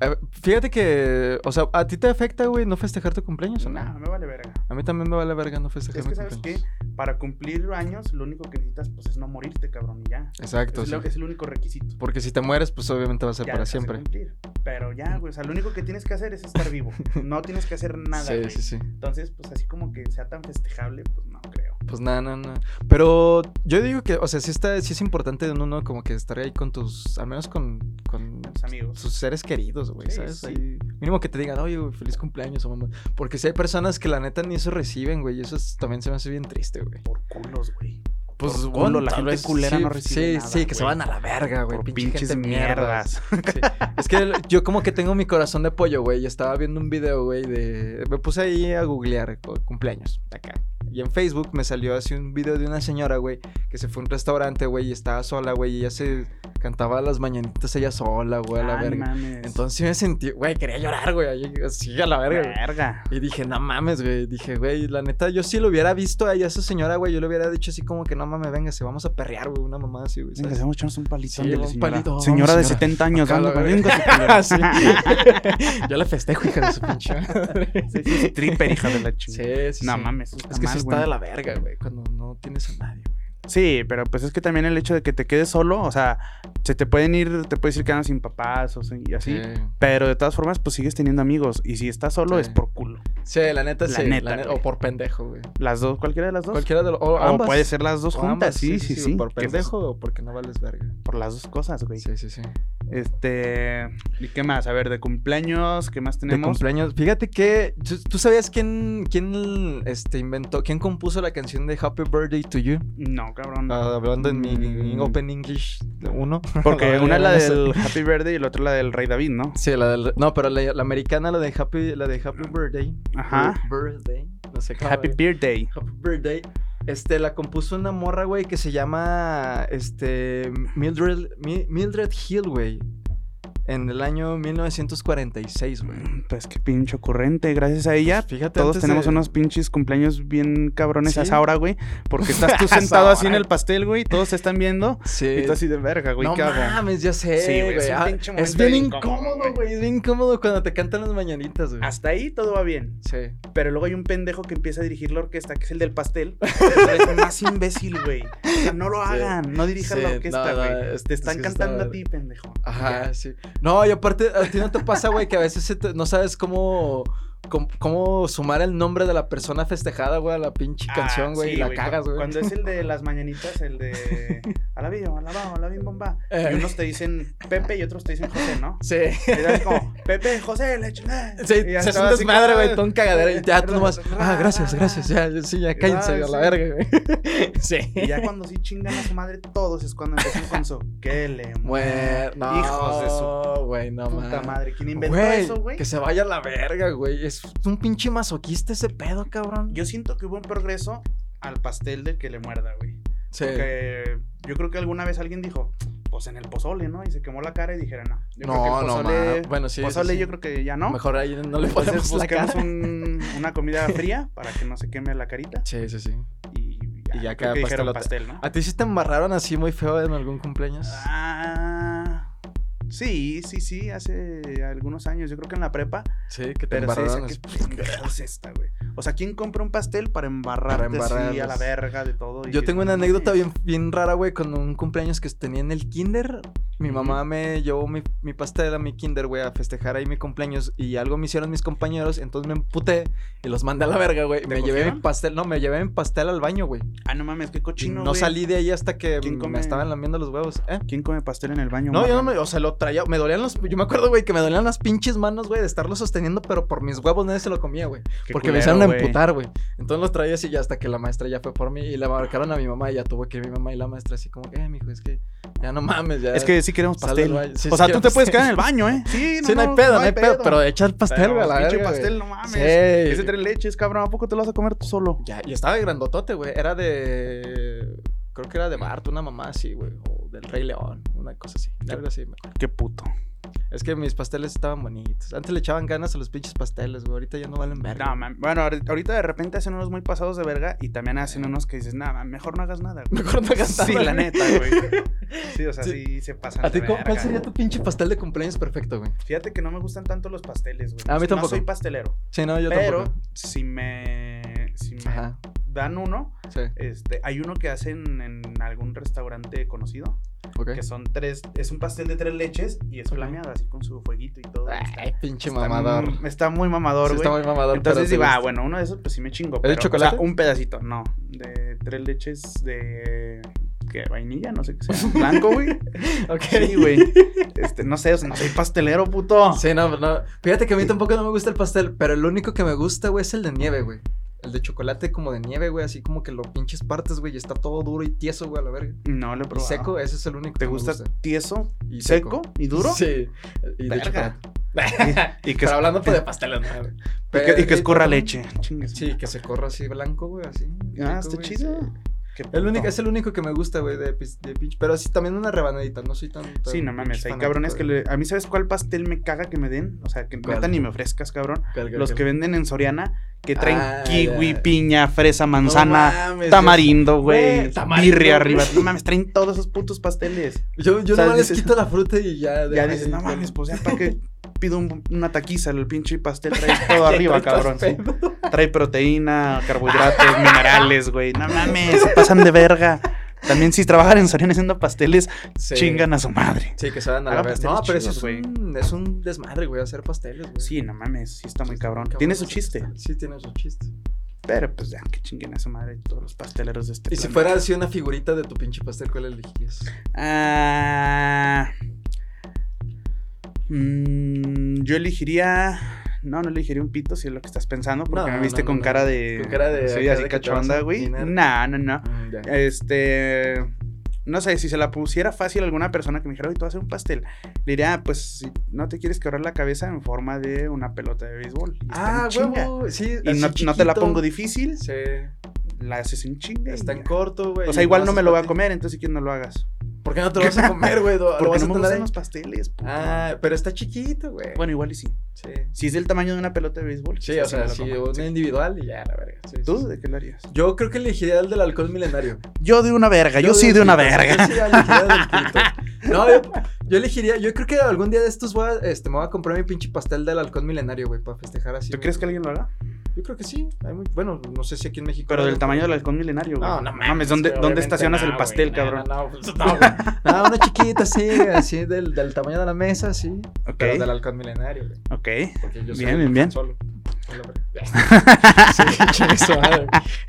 Speaker 2: Eh, Fíjate que, o sea, ¿a ti te afecta, güey, no festejar tu cumpleaños o no?
Speaker 1: Nada, me vale verga.
Speaker 2: A mí también me vale verga no festejar
Speaker 1: Es
Speaker 2: mi
Speaker 1: que, ¿sabes qué?
Speaker 2: cumpleaños.
Speaker 1: Para cumplir años, lo único que necesitas, pues, es no morirte, cabrón, y ya.
Speaker 2: Exacto.
Speaker 1: es,
Speaker 2: sí.
Speaker 1: lo- es el único requisito.
Speaker 2: Porque si te mueres, pues obviamente va a ser
Speaker 1: Ya
Speaker 2: para
Speaker 1: dejas de
Speaker 2: siempre.
Speaker 1: cumplir. Pero ya, güey, o sea, lo único que tienes que hacer es estar vivo. No tienes que hacer nada,
Speaker 2: sí,
Speaker 1: güey.
Speaker 2: sí, sí.
Speaker 1: Entonces, pues, así como que sea tan festejable, pues, no creo.
Speaker 2: Pues nada, nada, nada. Pero yo digo que, o sea, sí, está, sí es importante en uno como que estar ahí con tus, al menos con,
Speaker 1: Con
Speaker 2: con
Speaker 1: tus Pues, amigos.
Speaker 2: sus seres queridos, güey,
Speaker 1: Sí,
Speaker 2: ¿sabes?
Speaker 1: sí.
Speaker 2: Ahí, mínimo que te digan, oye, güey, feliz cumpleaños o mamá. Porque si hay personas que la neta ni eso reciben, güey, y eso es- también se me hace bien triste, güey.
Speaker 1: Por culos, güey.
Speaker 2: Pues,
Speaker 1: Por
Speaker 2: bueno,
Speaker 1: culo, la
Speaker 2: tal
Speaker 1: gente
Speaker 2: vez
Speaker 1: culera
Speaker 2: sí,
Speaker 1: no recibe
Speaker 2: Sí,
Speaker 1: nada,
Speaker 2: sí, que se
Speaker 1: güey.
Speaker 2: van a la verga, Ah, güey.
Speaker 1: Por
Speaker 2: pinche
Speaker 1: pinches
Speaker 2: gente
Speaker 1: mierdas.
Speaker 2: Sí. Es que el- yo como que tengo mi corazón de pollo, güey. Y estaba viendo un video, güey, de... Me puse ahí a googlear cu- cumpleaños, acá. Y en Facebook me salió así un video de una señora, güey, que se fue a un restaurante, güey, y estaba sola, güey, y ella se cantaba las mañanitas ella sola, güey, a la
Speaker 1: Ah, no
Speaker 2: verga.
Speaker 1: mames.
Speaker 2: Entonces sí me sentí, güey, quería llorar, güey, ahí, así a la verga, güey.
Speaker 1: verga.
Speaker 2: Y dije, no mames, güey. Dije, güey, la neta, yo sí lo hubiera visto ahí a esa señora, güey. Yo le hubiera dicho así como que no mames, venga, se vamos a perrear, güey. Una mamá así, güey.
Speaker 1: Venga,
Speaker 2: ¿sabes?
Speaker 1: hacemos echarnos un palitón
Speaker 2: Sí,
Speaker 1: de la
Speaker 2: un
Speaker 1: señora.
Speaker 2: palito,
Speaker 1: señora de
Speaker 2: señora.
Speaker 1: 70 años,
Speaker 2: Acá la
Speaker 1: dando
Speaker 2: verga.
Speaker 1: venga,
Speaker 2: Sí. Yo la festejo, hija de su pinche. madre.
Speaker 1: Sí, sí, sí, Tripper, hija de la chingada.
Speaker 2: Sí, sí.
Speaker 1: no
Speaker 2: sí.
Speaker 1: mames, eso está
Speaker 2: Es que
Speaker 1: mal,
Speaker 2: sí está
Speaker 1: güey.
Speaker 2: de la verga, güey. Cuando no tienes a nadie, güey.
Speaker 1: Sí, pero pues es que también el hecho de que te quedes solo, o sea, se te pueden ir, te puedes ir quedando sin papás o sin- y así. Pero de todas formas, pues sigues teniendo amigos. Y si estás solo,
Speaker 2: Sí.
Speaker 1: es por culo.
Speaker 2: Sí, la neta,
Speaker 1: La
Speaker 2: sí. la
Speaker 1: neta,
Speaker 2: neta-
Speaker 1: güey.
Speaker 2: o por pendejo, güey.
Speaker 1: Las dos, cualquiera de las dos.
Speaker 2: Cualquiera de los. O,
Speaker 1: o
Speaker 2: ambas.
Speaker 1: puede ser las dos
Speaker 2: O
Speaker 1: juntas,
Speaker 2: ambas,
Speaker 1: sí, sí, sí.
Speaker 2: Por
Speaker 1: que, pues,
Speaker 2: pendejo o porque no vales verga.
Speaker 1: por las dos cosas, güey.
Speaker 2: Sí, sí, sí.
Speaker 1: Este. ¿Y qué más? A ver, de cumpleaños, ¿qué más
Speaker 2: De
Speaker 1: tenemos?
Speaker 2: cumpleaños. Fíjate que. ¿Tú, tú sabías quién, quién este, inventó, quién compuso la canción de Happy Birthday to You?
Speaker 1: no, cabrón.
Speaker 2: Ah, hablando en mi
Speaker 1: Mm.
Speaker 2: Open English 1.
Speaker 1: Porque una es la
Speaker 2: de
Speaker 1: del Happy Verde y la otra la del Rey David, ¿no?
Speaker 2: Sí, la del. No, pero la, la americana, la de Happy, la de Happy Birthday.
Speaker 1: Ajá.
Speaker 2: Bir- Birthday. No sé cómo.
Speaker 1: Happy
Speaker 2: güey.
Speaker 1: Birthday.
Speaker 2: Happy Birthday. Este, la compuso una morra, güey, que se llama. Este. Mildred, Mi- Mildred Hill, güey. En el año 1946, güey.
Speaker 1: Pues qué pinche ocurrente. Gracias a ella,
Speaker 2: Fíjate,
Speaker 1: todos
Speaker 2: antes
Speaker 1: tenemos
Speaker 2: de-
Speaker 1: unos pinches cumpleaños bien cabrones
Speaker 2: Sí.
Speaker 1: a esa hora, güey. Porque estás tú
Speaker 2: A esa
Speaker 1: sentado así en
Speaker 2: hora.
Speaker 1: el pastel, güey. Todos se están viendo.
Speaker 2: Sí.
Speaker 1: Y tú así de verga, güey.
Speaker 2: no
Speaker 1: ¿Qué hago?
Speaker 2: mames, ya sé,
Speaker 1: Sí, güey,
Speaker 2: güey.
Speaker 1: es un
Speaker 2: Ah,
Speaker 1: pinche
Speaker 2: es
Speaker 1: momento
Speaker 2: bien
Speaker 1: bien
Speaker 2: incómodo,
Speaker 1: incómodo, güey.
Speaker 2: güey. Es bien incómodo cuando te cantan las mañanitas, güey.
Speaker 1: Hasta ahí todo va bien.
Speaker 2: Sí.
Speaker 1: Pero luego hay un pendejo que empieza a dirigir la orquesta, que es el del pastel. pero es más imbécil, güey. O sea, no lo
Speaker 2: Sí.
Speaker 1: hagan. No dirijas la
Speaker 2: Sí,
Speaker 1: orquesta,
Speaker 2: no, no,
Speaker 1: güey.
Speaker 2: es-
Speaker 1: Te
Speaker 2: es
Speaker 1: están
Speaker 2: que está-
Speaker 1: cantando a ti, pendejo.
Speaker 2: Ajá, sí. No, y aparte, a ti no te pasa, güey, que a veces se te- no sabes cómo, cómo, cómo sumar el nombre de la persona festejada, güey, a la pinche
Speaker 1: Ah,
Speaker 2: canción, güey,
Speaker 1: sí,
Speaker 2: y la cagas,
Speaker 1: cu-
Speaker 2: güey.
Speaker 1: Cuando es el de las mañanitas, el de alabío, alabao, alabim bomba.
Speaker 2: Eh.
Speaker 1: Y unos te dicen Pepe y otros te dicen José, ¿no?
Speaker 2: Sí.
Speaker 1: Y dan como, Pepe, José, le chingada.
Speaker 2: Sí,
Speaker 1: Y ya
Speaker 2: se hace un
Speaker 1: estaba así
Speaker 2: desmadre,
Speaker 1: como,
Speaker 2: güey, todo un cagadero y ya tú nomás, ah, gracias, gracias, ya, sí, ya cállense a la verga, güey. Sí.
Speaker 1: Y ya cuando sí chingan a su madre todos es cuando empiezan con su que le
Speaker 2: Bueno,
Speaker 1: muer-".
Speaker 2: no,
Speaker 1: Hijos de su
Speaker 2: güey, no
Speaker 1: puta
Speaker 2: mames.
Speaker 1: madre. ¿Quién inventó
Speaker 2: Güey,
Speaker 1: eso, güey?
Speaker 2: que se vaya a la verga, güey. Es un pinche masoquista ese pedo, cabrón.
Speaker 1: Yo siento que hubo un progreso al pastel del que le muerda, güey.
Speaker 2: sí.
Speaker 1: Porque yo creo que alguna vez alguien dijo, pues en el pozole, ¿no? Y se quemó la cara y dijeron, no. Yo creo que
Speaker 2: No,
Speaker 1: el
Speaker 2: no,
Speaker 1: pozole-
Speaker 2: mames. Bueno, sí. sí,
Speaker 1: pozole
Speaker 2: sí.
Speaker 1: yo creo que ya no.
Speaker 2: Mejor ahí no le
Speaker 1: Entonces
Speaker 2: ponemos la cara.
Speaker 1: busquemos un- una comida fría para que no se queme la carita.
Speaker 2: Sí, sí, sí.
Speaker 1: Y ya,
Speaker 2: Y ya
Speaker 1: creo
Speaker 2: cada
Speaker 1: que dijeron
Speaker 2: pastel
Speaker 1: pastel, ¿no?
Speaker 2: ¿A ti sí te embarraron así muy feo en algún cumpleaños?
Speaker 1: Ah, sí, sí, sí, hace algunos años, yo creo que en la prepa,
Speaker 2: Sí, que pues, te
Speaker 1: pero sí,
Speaker 2: embarraron.
Speaker 1: ¿qué
Speaker 2: así.
Speaker 1: chingados es esta, güey? O sea, ¿quién compra un pastel para embarrarte así a la
Speaker 2: embarrarlos.
Speaker 1: verga de todo? y
Speaker 2: Yo
Speaker 1: que-
Speaker 2: tengo una anécdota bien, bien rara, güey, con un cumpleaños que tenía en el kinder. Mi
Speaker 1: Ujú.
Speaker 2: mamá me llevó mi, mi pastel a mi kinder, güey, a festejar ahí mi cumpleaños. Y algo me hicieron mis compañeros, entonces me emputé y los mandé a la verga, güey. Me llevé mi
Speaker 1: cogieron?
Speaker 2: pastel, no, me llevé mi pastel al baño, güey.
Speaker 1: Ah, no mames, qué
Speaker 2: Y
Speaker 1: cochino,
Speaker 2: no
Speaker 1: güey.
Speaker 2: salí de ahí hasta que
Speaker 1: ¿Quién come?
Speaker 2: me estaban lamiendo los huevos, ¿eh?
Speaker 1: ¿Quién come pastel en el baño?
Speaker 2: No, yo no
Speaker 1: marrano?
Speaker 2: me, o sea, lo traía, me dolían los, yo me acuerdo, güey, que me dolían las pinches manos, güey, de estarlo sosteniendo, pero por mis huevos nadie se lo comía, güey.
Speaker 1: Qué
Speaker 2: Porque me
Speaker 1: culero,
Speaker 2: hicieron
Speaker 1: güey.
Speaker 2: emputar, güey. Entonces los traía así ya hasta que la maestra ya fue por mí y le marcaron a mi mamá y ya tuvo que ir mi mamá y la maestra así como, eh, mijo, es que ya no mames, ya.
Speaker 1: Es que sí queremos
Speaker 2: Sal del
Speaker 1: pastel.
Speaker 2: baño. Sí,
Speaker 1: o
Speaker 2: sí
Speaker 1: sea, tú
Speaker 2: quiero
Speaker 1: te puedes
Speaker 2: pastel.
Speaker 1: quedar en el baño, ¿eh?
Speaker 2: Sí, no hay pedo, no hay pedo, pero echa el pastel,
Speaker 1: Pero
Speaker 2: güey, a la
Speaker 1: pinche
Speaker 2: verga, güey.
Speaker 1: pastel, no mames.
Speaker 2: Sí.
Speaker 1: Ese tres leches, cabrón, ¿a poco te lo vas a comer tú solo?
Speaker 2: Ya, y estaba de grandotote, güey. Era de. Creo que era de Bart, una mamá así, güey. O del Rey León, una cosa así. de Algo así, me acuerdo.
Speaker 1: Qué puto.
Speaker 2: Es que mis pasteles estaban bonitos. Antes le echaban ganas a los pinches pasteles, güey. Ahorita ya no valen verga.
Speaker 1: No, man. Bueno, ahori- ahorita de repente hacen unos muy pasados de verga y también hacen unos que dices, nada, mejor no hagas nada, güey.
Speaker 2: Mejor no hagas nada,
Speaker 1: Sí, la
Speaker 2: güey.
Speaker 1: neta, güey. Sí, o sea,
Speaker 2: Sí.
Speaker 1: sí, se pasan.
Speaker 2: ¿A ti
Speaker 1: de
Speaker 2: cómo- cuál
Speaker 1: verga.
Speaker 2: sería tu pinche pastel de cumpleaños perfecto, güey?
Speaker 1: Fíjate que no me gustan tanto los pasteles, güey.
Speaker 2: A mí
Speaker 1: No
Speaker 2: tampoco.
Speaker 1: soy pastelero.
Speaker 2: Sí, no, yo
Speaker 1: pero
Speaker 2: tampoco.
Speaker 1: si me. Si me
Speaker 2: Ajá,
Speaker 1: dan uno,
Speaker 2: sí.
Speaker 1: este, hay uno que hacen en algún restaurante conocido.
Speaker 2: Ok.
Speaker 1: Que son tres. Es un pastel de tres leches y es
Speaker 2: Ok.
Speaker 1: flameado, así con su fueguito y todo. Está-
Speaker 2: Ay, pinche
Speaker 1: está
Speaker 2: mamador.
Speaker 1: muy- Está muy mamador,
Speaker 2: Sí,
Speaker 1: güey.
Speaker 2: está muy mamador.
Speaker 1: Entonces
Speaker 2: pero
Speaker 1: digo,
Speaker 2: te
Speaker 1: ah,
Speaker 2: gusta.
Speaker 1: bueno, uno de esos pues sí me chingo.
Speaker 2: de
Speaker 1: pero,
Speaker 2: chocolate?
Speaker 1: O sea, un pedacito, no. De tres leches de... ¿Qué? Vainilla, no sé qué sea. Blanco, güey.
Speaker 2: Ok.
Speaker 1: sí, güey. Este, no sé, o sea, no soy pastelero, puto.
Speaker 2: Sí, no, no. Fíjate que a mí tampoco no me gusta el pastel, pero el único que me gusta, güey, es el de nieve, güey. El de chocolate como de nieve, güey, así como que lo pinches partes, güey, y está todo duro y tieso, güey, a la verga.
Speaker 1: No lo he
Speaker 2: Y
Speaker 1: probado.
Speaker 2: seco, ese es el único
Speaker 1: ah. ¿Te
Speaker 2: que
Speaker 1: gusta,
Speaker 2: me gusta.
Speaker 1: tieso,
Speaker 2: Y
Speaker 1: seco, y duro?
Speaker 2: Sí. Y de
Speaker 1: Verga.
Speaker 2: chocolate.
Speaker 1: Y, y que,
Speaker 2: Pero hablando pues, de
Speaker 1: y
Speaker 2: pasteles, ¿no? güey.
Speaker 1: que- y que
Speaker 2: Pero-
Speaker 1: escurra leche. Chingues.
Speaker 2: Sí, que se corra así blanco, güey, así.
Speaker 1: Ah,
Speaker 2: rico,
Speaker 1: está
Speaker 2: güey,
Speaker 1: chido.
Speaker 2: sí.
Speaker 1: Qué
Speaker 2: El
Speaker 1: puto.
Speaker 2: único, es el único que me gusta, güey, de, pis- de pinche. Pero así también una rebanadita, no soy tan. tan
Speaker 1: Sí, no mames,
Speaker 2: pinche
Speaker 1: hay cabrones que
Speaker 2: fanático,
Speaker 1: le... A mí, ¿sabes cuál pastel me caga que me den? O sea, que
Speaker 2: ¿Cuál?
Speaker 1: neta ni me ofrezcas, cabrón.
Speaker 2: güey.
Speaker 1: Los que venden en Soriana que traen
Speaker 2: Ah,
Speaker 1: kiwi,
Speaker 2: ya.
Speaker 1: piña, fresa,
Speaker 2: No
Speaker 1: manzana,
Speaker 2: mames,
Speaker 1: tamarindo,
Speaker 2: Güey,
Speaker 1: güey,
Speaker 2: tamarindo,
Speaker 1: birria arriba.
Speaker 2: güey.
Speaker 1: No mames, traen todos esos putos pasteles.
Speaker 2: Yo, yo
Speaker 1: O sea,
Speaker 2: nomás les
Speaker 1: dices-
Speaker 2: quito la fruta y ya.
Speaker 1: Ya
Speaker 2: deja
Speaker 1: dices,
Speaker 2: ahí
Speaker 1: no
Speaker 2: todo.
Speaker 1: mames, pues ya para qué pido un- una taquiza, el pinche pastel trae todo
Speaker 2: Ya
Speaker 1: arriba,
Speaker 2: trae
Speaker 1: cabrón.
Speaker 2: todo este el pedo.
Speaker 1: Trae proteína, carbohidratos, minerales, güey. No mames, se pasan de verga. También si trabajan en Soriana haciendo pasteles,
Speaker 2: Sí.
Speaker 1: chingan a su madre.
Speaker 2: Sí, que saben a la
Speaker 1: Hagan
Speaker 2: vez.
Speaker 1: pasteles
Speaker 2: No, pero eso
Speaker 1: chidos,
Speaker 2: es un, es un desmadre, güey, hacer pasteles, güey.
Speaker 1: Sí, no mames, sí está muy
Speaker 2: Está
Speaker 1: cabrón. Tiene su
Speaker 2: sí,
Speaker 1: chiste.
Speaker 2: está- Sí, tiene su chiste.
Speaker 1: Pero pues ya, que chinguen a su madre todos los pasteleros de este
Speaker 2: Y si
Speaker 1: planeta.
Speaker 2: fuera así una figurita de tu pinche pastel, ¿cuál elegirías?
Speaker 1: Ah, mm, yo elegiría. No, no elegiría un pito si es lo que estás pensando, porque
Speaker 2: No,
Speaker 1: me viste
Speaker 2: no,
Speaker 1: con
Speaker 2: no,
Speaker 1: cara
Speaker 2: no.
Speaker 1: de.
Speaker 2: Con cara de-
Speaker 1: Sí,
Speaker 2: cara
Speaker 1: así
Speaker 2: de que te vas a
Speaker 1: cachonda, güey.
Speaker 2: minar.
Speaker 1: No, no, no.
Speaker 2: Mm, ya.
Speaker 1: Este. No sé, si se la pusiera fácil a alguna persona que me dijera, oye, tú vas a hacer un pastel, le diría, "Ah, pues si no te quieres quebrar la cabeza en forma de una pelota de béisbol. Y está en
Speaker 2: Ah,
Speaker 1: chinga.
Speaker 2: huevo. Sí,
Speaker 1: Y
Speaker 2: así
Speaker 1: no, no te la
Speaker 2: chiquito.
Speaker 1: pongo difícil,
Speaker 2: Sí.
Speaker 1: la haces en chinga. y
Speaker 2: Está en
Speaker 1: ya.
Speaker 2: corto, güey.
Speaker 1: O sea,
Speaker 2: y
Speaker 1: igual no
Speaker 2: haces
Speaker 1: me lo voy a
Speaker 2: pati-
Speaker 1: comer, entonces ¿quién no lo hagas?
Speaker 2: ¿Por qué no te lo vas a comer, güey? Lo- Lo
Speaker 1: Porque
Speaker 2: vas
Speaker 1: no
Speaker 2: a
Speaker 1: me
Speaker 2: tener
Speaker 1: gustan
Speaker 2: ahí.
Speaker 1: los pasteles. puta.
Speaker 2: Ah, pero está chiquito, güey.
Speaker 1: Bueno, igual y sí.
Speaker 2: Sí.
Speaker 1: Si es del tamaño de una pelota de béisbol.
Speaker 2: Sí, o sea,
Speaker 1: me lo
Speaker 2: sí,
Speaker 1: como.
Speaker 2: un
Speaker 1: Sí.
Speaker 2: individual y ya, la verga. Sí, sí,
Speaker 1: ¿Tú
Speaker 2: sí.
Speaker 1: de qué lo harías?
Speaker 2: Yo creo que elegiría el del alcohol milenario.
Speaker 1: Yo de una verga, yo, sí
Speaker 2: digo
Speaker 1: de una
Speaker 2: Quito,
Speaker 1: verga.
Speaker 2: Yo sí elegiría del Quito. No, yo, yo elegiría, yo creo que algún día de estos voy a, este, me voy a comprar mi pinche pastel del halcón milenario, güey, para festejar así.
Speaker 1: ¿Tú
Speaker 2: güey.
Speaker 1: crees que alguien lo haga?
Speaker 2: Yo creo que sí. hay muy- bueno, no sé si aquí en México.
Speaker 1: Pero del tamaño del halcón milenario, güey.
Speaker 2: No, no mames.
Speaker 1: ¿dónde,
Speaker 2: güey,
Speaker 1: ¿dónde
Speaker 2: obviamente
Speaker 1: estacionas
Speaker 2: no,
Speaker 1: el pastel,
Speaker 2: güey,
Speaker 1: cabrón?
Speaker 2: No, no, pues, no, güey. No, una chiquita así, así del, del tamaño de la mesa, sí.
Speaker 1: Ok.
Speaker 2: Pero del halcón milenario, güey.
Speaker 1: Ok.
Speaker 2: Porque yo soy
Speaker 1: Bien, bien, bien.
Speaker 2: solo. Hola, güey. Sí, chingue su madre.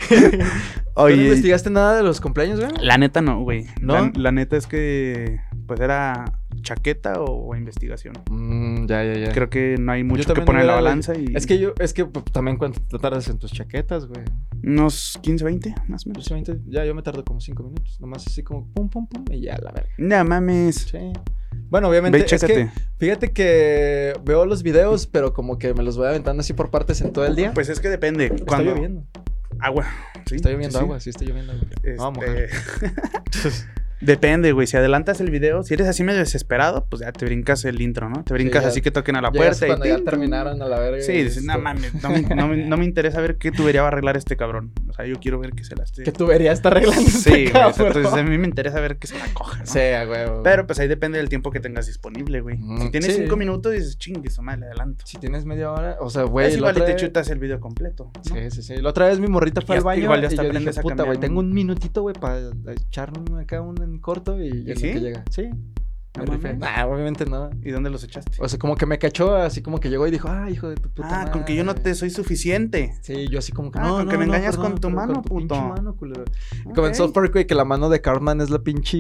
Speaker 2: ¿Tú no
Speaker 1: Oye,
Speaker 2: investigaste nada de los cumpleaños, güey?
Speaker 1: la neta no, güey.
Speaker 2: ¿No?
Speaker 1: La, la neta es que, pues era chaqueta o, o investigación.
Speaker 2: Mm, ya, ya, ya.
Speaker 1: Creo que no hay mucho que
Speaker 2: también
Speaker 1: poner en la
Speaker 2: hubiera-
Speaker 1: balanza. Y
Speaker 2: Es que yo, es que pues, también cuando te tardas en tus chaquetas, güey.
Speaker 1: Unos 15, 20, más o menos.
Speaker 2: Precisamente, ya yo me tardo como 5 minutos. Nomás así como pum, pum, pum y ya, la verga.
Speaker 1: No mames.
Speaker 2: Sí. Bueno, obviamente,
Speaker 1: Ve,
Speaker 2: es
Speaker 1: chécate.
Speaker 2: que fíjate que veo los videos, pero como que me los voy aventando así por partes en todo el día.
Speaker 1: Pues es que depende.
Speaker 2: está
Speaker 1: Cuando...
Speaker 2: lloviendo.
Speaker 1: Agua. Sí,
Speaker 2: Está lloviendo
Speaker 1: sí, sí.
Speaker 2: agua, sí, está lloviendo agua.
Speaker 1: Este,
Speaker 2: Vamos, mujer.
Speaker 1: Depende, güey. Si adelantas el video, si eres así medio desesperado, pues ya te brincas el intro, ¿no? Te brincas
Speaker 2: ya.
Speaker 1: así que toquen a la
Speaker 2: Llegas
Speaker 1: puerta. y
Speaker 2: cuando ya
Speaker 1: tin,
Speaker 2: terminaron a la verga.
Speaker 1: Sí, dices, no
Speaker 2: este,
Speaker 1: mames, no me, no me- no me interesa ver qué tubería va a arreglar este cabrón. O sea, yo quiero ver que se la esté.
Speaker 2: Que tubería está arreglando.
Speaker 1: Sí,
Speaker 2: este
Speaker 1: güey. o sea,
Speaker 2: cabrón.
Speaker 1: entonces a mí me interesa ver que se la coja, ¿no?
Speaker 2: Sí, a huevo.
Speaker 1: Pero pues ahí depende del tiempo que tengas disponible, güey.
Speaker 2: Mm,
Speaker 1: Si tienes
Speaker 2: sí.
Speaker 1: cinco minutos, dices, chingue, su madre, le adelanto.
Speaker 2: si tienes media hora, o sea,
Speaker 1: Güey,
Speaker 2: güey, la
Speaker 1: igual y
Speaker 2: otra
Speaker 1: te
Speaker 2: vez-
Speaker 1: chutas el video completo. ¿no?
Speaker 2: Sí, sí, sí. La otra vez mi morrita fue
Speaker 1: Ya
Speaker 2: al
Speaker 1: hasta-
Speaker 2: baño
Speaker 1: igual ya
Speaker 2: y
Speaker 1: hasta
Speaker 2: yo dije,
Speaker 1: aprendes a
Speaker 2: puta, güey,
Speaker 1: cambiar
Speaker 2: tengo
Speaker 1: un-
Speaker 2: un minutito, güey, para echar un- acá un en corto y, ya
Speaker 1: sí?
Speaker 2: que llega. Sí.
Speaker 1: No
Speaker 2: Me rifé.
Speaker 1: mames.
Speaker 2: Nah, obviamente no.
Speaker 1: ¿Y dónde los echaste?
Speaker 2: O sea, como que me cachó, así como que llegó y dijo, ah, hijo de tu puta
Speaker 1: ah, con que yo no te
Speaker 2: madre".
Speaker 1: soy suficiente.
Speaker 2: Sí, yo así como que
Speaker 1: Ah,
Speaker 2: no,
Speaker 1: con
Speaker 2: no,
Speaker 1: que me
Speaker 2: no,
Speaker 1: engañas
Speaker 2: perdón,
Speaker 1: con tu
Speaker 2: pero
Speaker 1: mano,
Speaker 3: pinche
Speaker 1: puto.
Speaker 3: mano, culero.
Speaker 2: Comenzó
Speaker 1: Ok.
Speaker 2: Parkway que la mano de Cartman es la pinche.